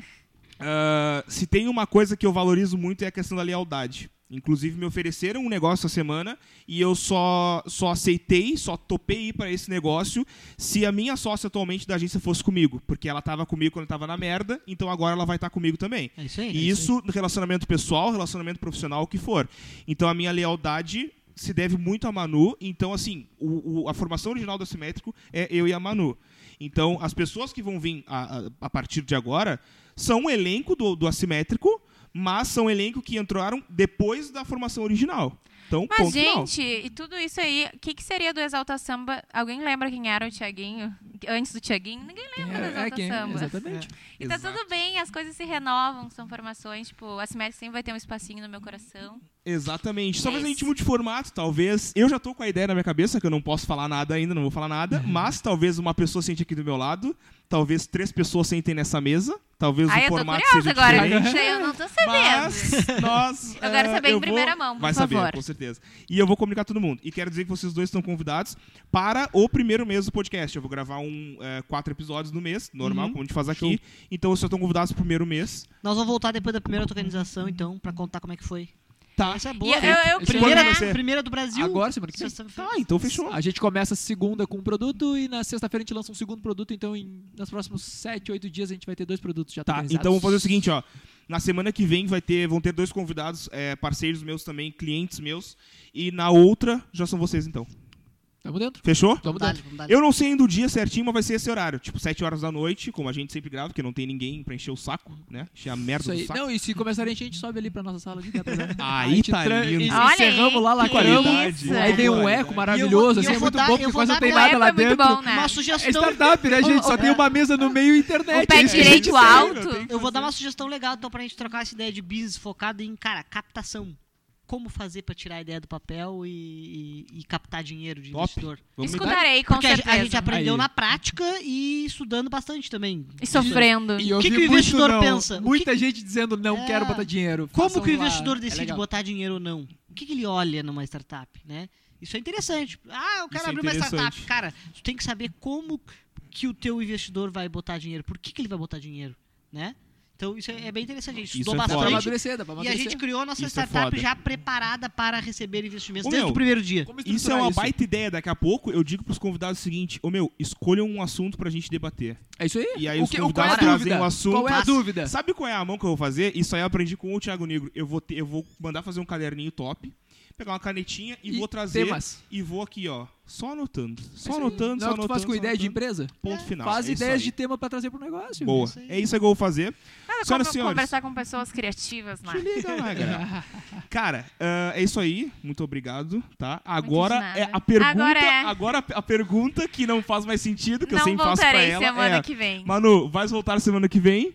A: Ah, se tem uma coisa que eu valorizo muito é a questão da lealdade. Inclusive, me ofereceram um negócio essa semana e eu só, só aceitei, só topei ir para esse negócio se a minha sócia atualmente da agência fosse comigo. Porque ela estava comigo quando eu estava na merda, então agora ela vai estar comigo também.
C: É isso aí. é
A: E isso no relacionamento pessoal, relacionamento profissional, o que for. Então a minha lealdade se deve muito a Manu. Então, assim, o- o- a formação original do Assimétrico é eu e a Manu. Então, as pessoas que vão vir a, a- a partir de agora são um elenco do, do Assimétrico, mas são um elenco que entraram depois da formação original. Então,
B: Mas,
A: ponto final.
B: gente, e tudo isso aí, o que, que seria do Exalta Samba? Alguém lembra quem era o Tiaguinho? antes do Tiaguinho, ninguém lembra das altas
A: É,
B: sambas.
D: exatamente.
C: É.
B: E tá
A: Exato.
B: tudo bem, as coisas se renovam, são formações, tipo, a Simétrica sempre vai ter um espacinho no meu coração.
A: Exatamente. Só
B: É
A: fazendo
B: isso.
A: gente de formato, talvez. Eu já tô com a ideia na minha cabeça, que eu não posso falar nada ainda, não vou falar nada.
B: Uhum.
A: Mas talvez uma pessoa sente aqui do meu lado. Talvez três pessoas sentem nessa mesa. Talvez
B: Ai,
A: o
B: eu tô
A: formato seja
B: curiosa agora,
A: diferente.
B: gente, eu não tô sabendo.
A: Mas nós.
B: Eu quero
A: eh,
B: saber em
A: vou-
B: primeira mão, por
A: Vai saber,
B: favor.
A: com certeza. E eu vou comunicar todo mundo. E quero dizer que vocês dois estão convidados para o primeiro mês do podcast. Eu vou gravar um, eh, quatro episódios no mês, normal,
B: Uhum.
A: como a gente faz aqui. Então vocês estão convidados pro primeiro mês.
C: Nós vamos voltar depois da primeira tokenização, então, pra contar como é que foi.
A: Tá.
C: Essa é
B: E
C: boa.
B: eu,
C: hein?
B: eu,
D: Esse
B: queria-
A: ano vai ser-
C: primeira, primeira do Brasil.
D: Agora, semana que vem.
C: Sexta-feira.
A: Tá, então fechou.
D: A gente começa segunda com um produto e na sexta-feira a gente lança um segundo produto, então em, nos próximos 7, 8 dias a gente vai ter dois produtos já
A: Tá,
D: tokenizados.
A: então vamos fazer o seguinte, ó. Na semana que vem vai ter, vão ter dois convidados, é, parceiros meus também, clientes meus. E na outra já são vocês, então.
D: Tamo dentro?
A: Fechou?
D: Tamo
C: Vamos
D: dentro.
C: dar, vamos dar.
A: Eu não sei ainda o dia certinho, mas vai ser esse horário. Tipo, 7 horas da noite, como a gente sempre grava, porque não tem ninguém pra encher o saco, né? Encher a merda
D: Isso
A: do
D: aí.
A: saco.
D: Não, e se começarem a encher, a gente sobe ali pra nossa sala de né? dentro.
A: Aí
D: A gente
A: tá
D: tra-
A: lindo.
D: e-
B: Olha
D: Encerramos
B: aí,
D: lá,
B: que
D: lacramos.
B: isso.
D: Aí vem um
A: Qualidade.
D: eco maravilhoso,
C: É. E eu vou-
D: assim,
C: e eu
D: é
C: vou
D: muito
C: dar-
D: bom,
C: eu
D: porque
C: vou
D: quase não
C: dar
D: tem
B: o
D: nada
B: eco
D: lá
B: é muito
D: dentro.
B: bom, né?
C: Uma
D: É
C: sugestão.
D: startup, né, gente? Só tem
C: é.
D: uma mesa no meio e internet.
B: O pé
D: É isso aí.
B: direito
D: Isso aí.
B: alto.
C: Eu vou dar uma sugestão legal, então, pra gente trocar essa ideia de business focada em, cara, captação. Como fazer pra tirar a ideia do papel e, e- e captar dinheiro de
A: Top.
C: investidor?
A: Vamos
D: é
A: mudar.
B: Escutarei, com
C: Porque a,
B: certeza.
C: a gente aprendeu
D: Aí.
C: na prática e estudando bastante também.
B: E sofrendo.
D: E eu
C: que
D: vi
C: que o
D: muito
C: investidor
D: não.
C: pensa? O
D: Muita gente dizendo não
C: É.
D: quero botar dinheiro.
C: Como
D: façam
C: que o
D: lá.
C: investidor
D: É
C: decide
D: legal.
C: botar dinheiro ou não? O que, que ele olha numa startup, né? Isso é interessante. Ah, eu quero
A: Isso é
C: abrir uma startup.
A: interessante.
C: Cara, tu tem que saber como que o teu investidor vai botar dinheiro. Por que, que ele vai botar dinheiro, né? Então, isso é é bem interessante. A gente
A: Isso
C: estudou
A: é
D: Dá pra
A: foda.
C: bastante.
D: amadurecer, dá
C: E
D: pra
C: a
D: amadurecer.
C: gente criou a nossa
A: Isso é
C: startup
A: foda.
C: já preparada para receber investimentos
A: Ô,
C: desde
A: meu,
C: o primeiro dia.
D: Como
A: Isso é
D: estruturar
A: uma baita ideia. Daqui a pouco eu digo pros convidados o seguinte: Ô meu, escolham um assunto pra gente debater.
D: É isso aí.
A: E aí
D: o
A: os
D: que, o- qual é a
A: convidados trazem
D: dúvida?
A: o assunto.
D: Qual é a
A: Mas-
D: dúvida?
A: Sabe qual é a mão que eu vou fazer? Isso aí eu aprendi com o Thiago Negro. Eu vou, ter- eu vou mandar fazer um caderninho top, pegar uma canetinha e, vou trazer.
D: Temas.
A: E vou aqui, ó, só anotando. Só
D: Isso aí.
A: anotando,
D: Não é
A: só
D: o que tu
A: anotando.
D: faz com
A: só
D: ideia de
A: anotando.
D: empresa?
A: Ponto final.
D: Faz
A: é isso
D: ideias
A: aí.
D: de tema pra trazer pro negócio.
A: Boa.
C: isso aí.
A: É isso aí que eu vou fazer.
B: Nada
A: Senhoras e
B: como
A: senhores.
B: conversar com pessoas criativas lá.
A: Te liga lá, galera. Cara, ah, é isso aí. Muito obrigado, tá? Agora
B: nada.
A: é a pergunta.
B: Agora
A: Agora,
B: é.
A: a pergunta que não faz mais sentido, que eu
B: Não
A: sempre faço pra
B: voltarei
A: ela.
B: semana
A: é,
B: que vem.
A: Manu, vai voltar semana que vem?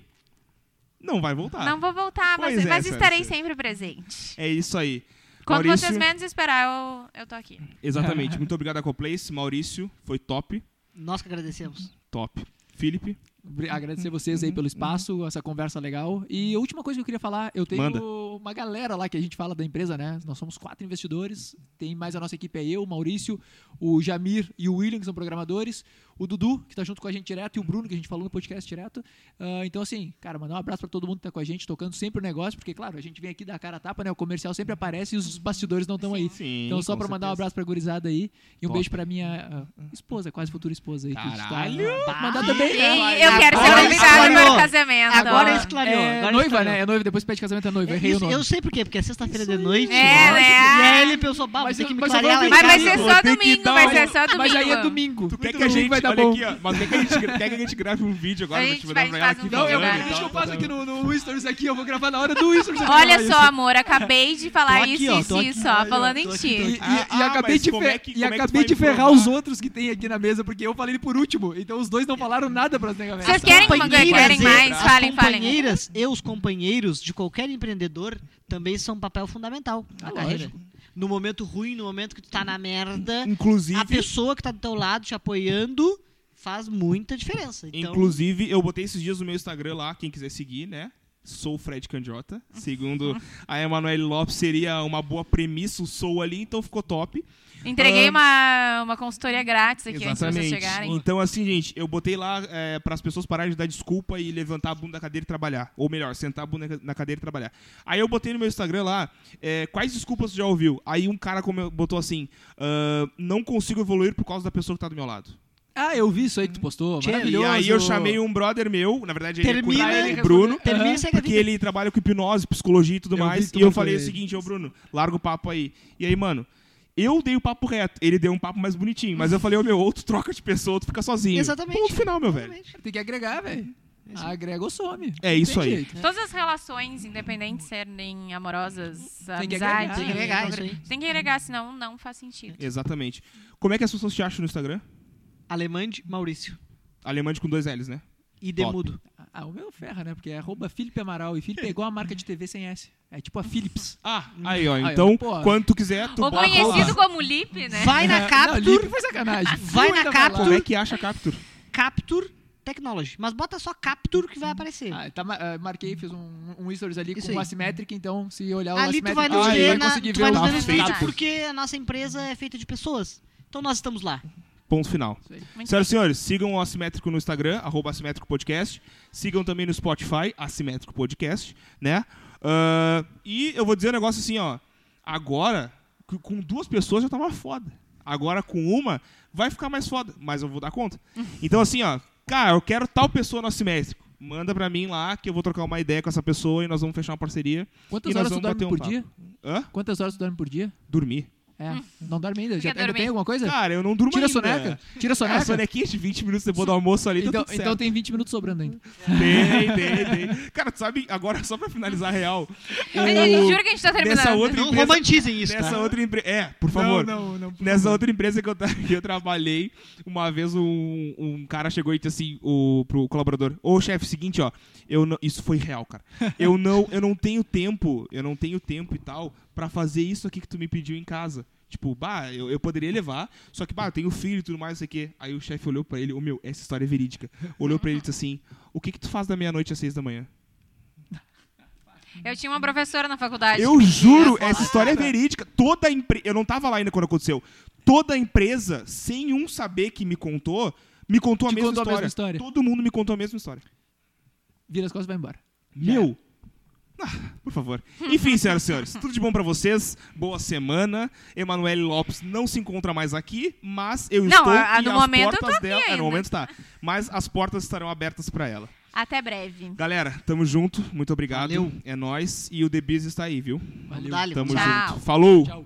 A: Não vai voltar.
B: Não vou voltar, mas,
A: Ah, Pois é,
B: mas
A: Sérgio.
B: estarei sempre presente.
A: É isso aí.
B: Quando
A: Maurício,
B: vocês menos esperar, eu, eu tô aqui.
A: Exatamente. Muito obrigado a Coplace. Maurício, foi top.
C: Nós que agradecemos.
A: Top. Felipe, Uhum,
D: Obri- Agradecer vocês aí pelo espaço, essa conversa legal. E a última coisa que eu queria falar, eu tenho
A: Manda.
D: uma galera lá que a gente fala da empresa, né? Nós somos quatro investidores, tem mais a nossa equipe é eu, o Maurício, o Jamir e o William, que são programadores, o Dudu, que tá junto com a gente direto, e o Bruno, que a gente falou no podcast direto. Ah, então, assim, cara, mandar um abraço pra todo mundo que tá com a gente, tocando sempre o negócio, porque, claro, a gente vem aqui dar a cara a tapa, né? O comercial sempre aparece e os bastidores não estão aí.
A: Sim,
D: Então, só
A: com
D: pra mandar um
A: certeza.
D: abraço pra gurizada aí e um
A: Top.
D: beijo pra minha ah, esposa, quase futura esposa aí. que está-
A: Caralho! Ah,
D: Mandar também,
B: E
D: né?
B: eu quero ser
C: Agora
B: convidada
C: esclareou.
B: para o casamento.
C: Agora
B: ó.
C: esclareou.
D: É
C: agora
D: noiva,
C: esclareou.
D: né? É noiva, depois pede casamento é noiva. Errei
C: Isso, eu
D: o nome.
C: sei por quê, porque é sexta-feira
D: Isso
C: de
D: aí.
C: noite.
B: É, né?
C: E aí ele pensou, bah, mas
D: Mas
C: tem que
D: tem
C: me
D: que-
C: clarear lá em
B: Mas vai
C: casa.
B: ser
A: Vou
B: só
A: ter que
B: domingo,
A: dar
B: vai
A: uma-
B: ser só domingo.
D: Mas aí é domingo.
A: Tu quer
D: Muito
A: que a
D: domingo
A: gente.
D: vai dar
A: olha
D: bom.
A: aqui, ó. Mas quer que a gente, quer que a gente grave um vídeo agora
B: A
A: pra
B: gente
A: te mandar
B: faz-
A: pra ela
B: faz um
A: aqui
B: vídeo
D: Não, eu,
A: falando e
B: Tá,
D: deixa
A: tal,
D: eu faço
A: tá,
D: aqui
A: tá.
D: no, no Stories aqui, eu vou gravar na hora do Stories. eu vou
B: Olha
D: gravar
B: só,
D: isso.
B: amor, acabei de falar
C: Tô aqui,
B: isso,
C: ó,
B: isso,
C: tô aqui.
B: isso, ó,
C: Olha,
B: falando em
C: tô
D: E,
B: ti.
D: e-
A: Ah,
D: e
A: ah,
D: acabei,
A: mas
D: de,
A: como
D: fe-
A: é que-
D: e
A: como é que tu
D: acabei
A: vai
D: de ferrar
A: informar?
D: os outros que tem aqui na mesa, porque eu falei por último. Então os dois não falaram nada pras nega
B: Vocês querem uma- querem mais?
C: As
B: Falem, falem.
C: companheiras e os companheiros de qualquer empreendedor também são um papel fundamental na
D: Ah,
C: carreira. No momento ruim, no momento que tu tá na merda,
A: Uhum. Inclusive,
C: a pessoa que tá do teu lado te apoiando faz muita diferença. Então,
A: inclusive, eu botei esses dias no meu Instagram lá, quem quiser seguir, né? Sou o Fred Candiota. Segundo a Emanuele Lopes, seria uma boa premissa o sou ali, então ficou top.
B: Entreguei
A: Ah.
B: uma, uma consultoria grátis aqui antes de vocês chegarem.
A: Então, assim, gente, eu botei lá para as pessoas pararem de dar desculpa e levantar a bunda da cadeira e trabalhar. Ou melhor, sentar a bunda na cadeira e trabalhar. Aí eu botei no meu Instagram lá, é, quais desculpas você já ouviu? Aí um cara come- botou assim, "Ah, não consigo evoluir por causa da pessoa que tá do meu lado.
D: Ah, eu vi isso aí que tu postou.
C: Tchê,
A: E
D: Maravilhoso.
A: aí eu chamei um brother meu, na verdade ele é
C: Termina-
A: cunhado,
D: ele
A: Bruno,
C: termina
D: Aham,
C: e segue a
A: porque
C: vida.
A: ele trabalha com hipnose, psicologia e tudo
D: Eu vi
A: mais.
D: que tu
A: E eu
D: mandou
A: falei o
D: ele.
A: seguinte, ô Bruno, larga o papo aí. E aí, mano, eu dei o papo reto, ele deu um papo mais bonitinho, mas eu falei, ô meu, ou tu troca de pessoa, ou tu fica sozinho.
C: Exatamente.
A: Ponto final, meu velho.
C: Exatamente.
D: Tem que agregar, velho. Agrega ou some.
A: É isso aí.
B: Todas as relações, independente de serem amorosas,
D: que
B: amizade...
D: agregar,
C: Tem que agregar isso aí.
B: Tem que agregar, senão não faz sentido.
A: Exatamente. Como é que as pessoas te acham no Instagram?
C: Alemande Maurício.
A: Alemande com dois L's, né?
C: E
A: Top.
C: demudo.
D: Ah, o meu ferra, né? Porque é arroba Felipe Amaral. E Felipe é igual a marca de TV sem S. É tipo a Philips.
A: Ah, aí, ó.
D: Aí, ó,
A: Então,
D: pô.
A: quando tu quiser, tu
B: Ou
A: bota
B: conhecido
A: lá.
B: como Lip, né?
C: Vai
D: É,
C: na
D: Não,
C: Capture,
D: Lipe foi sacanagem.
C: Ah, Vai na
D: Puta,
C: Capture.
A: Como é que acha a Capture?
C: Capture Technology. Mas bota só Capture que vai aparecer.
D: Ah, tá, ma- ah, marquei, fiz um, um stories ali
C: Isso
D: com o
C: aí.
D: Asymmetric, então se olhar o
C: Ali tu
D: Asymmetric,
C: vai nos
A: Ah, ele
C: ver,
A: vai
C: na,
D: conseguir
C: tu vai
D: ver
C: nos
D: o
C: ver nos
A: Tá feito.
C: vídeos porque a nossa empresa é feita de pessoas. Então nós estamos lá.
A: Ponto final.
D: Isso aí.
B: Muito
A: Senhoras e senhores, sigam o Assimétrico no Instagram, arroba Assimétrico Podcast. Sigam também no Spotify, Assimétrico Podcast, né? Ah, e eu vou dizer um negócio assim, ó. Agora, c- com duas pessoas já tava foda. Agora com uma, vai ficar mais foda, mas eu vou dar conta. Então assim, ó. Cara, eu quero tal pessoa no Assimétrico. Manda pra mim lá que eu vou trocar uma ideia com essa pessoa e nós vamos fechar uma parceria.
D: Quantas
A: E nós
D: horas tu
A: vamos
D: dorme
A: bater um
D: por
A: papo.
D: dia?
A: Hã?
D: Quantas horas tu dorme por dia?
A: Dormir.
D: É,
C: Hum.
D: não dorme ainda?
B: Tu
D: Já
B: quer
D: ainda
B: dormir?
D: tem alguma coisa?
A: Cara, eu não durmo
D: Tira a
A: ainda.
D: soneca. Tira a
A: Soneca.
D: soneca.
A: É, sonequinha de 20 minutos depois do almoço ali, tá
D: Então,
A: tudo certo.
D: então tem 20 minutos sobrando ainda.
A: Tem, tem, tem. Cara, tu sabe, agora só pra finalizar a real.
B: bom.
A: o-
B: Ele jura que a gente tá terminando.
A: Nessa outra
C: Não
A: empresa.
C: romantizem isso,
A: Nessa
C: tá?
A: outra empresa. É, por favor.
D: Não, não, não.
A: Nessa outra empresa que eu, tra- que eu trabalhei, uma vez um, um cara chegou e disse assim o, pro colaborador: Ô chefe, seguinte, ó, eu não- isso foi real, cara. Eu não, eu não tenho tempo, eu não tenho tempo e tal pra fazer isso aqui que tu me pediu em casa. Tipo, bah, eu, eu poderia levar, só que, bah, eu tenho filho e tudo mais, não sei o quê. Aí o chefe olhou pra ele, ô meu, essa história é verídica. Olhou pra ele e disse assim: O que que tu faz da meia-noite às seis da manhã?
B: Eu tinha uma professora na faculdade.
A: Eu juro, essa história é verídica. Toda a empresa. Eu não tava lá ainda quando aconteceu. Toda a empresa, sem um saber que me contou, me contou, a
D: Te
A: mesma,
D: contou a
A: história.
D: mesma história.
A: Todo mundo me contou a mesma história.
D: Vira as costas e vai embora.
A: Meu. Ah, por favor. Enfim, senhoras e senhores, tudo de bom pra vocês. Boa semana. Emanuele Lopes não se encontra mais aqui, mas eu
B: Não,
A: estou
B: a- a-
A: e
B: no
A: as
B: momento eu tô
A: portas
B: aqui
A: dela, é,
B: ainda.
A: no momento tá. Mas as portas estarão abertas pra ela.
B: Até breve.
A: Galera, tamo junto. Muito obrigado.
C: Valeu.
A: É nóis. e o The Biz está aí, viu?
C: Vamos
D: Valeu.
C: dar-lhe,
A: Tamo
C: vamos dar-lhe.
B: Tchau.
A: junto. Falou.
D: Tchau.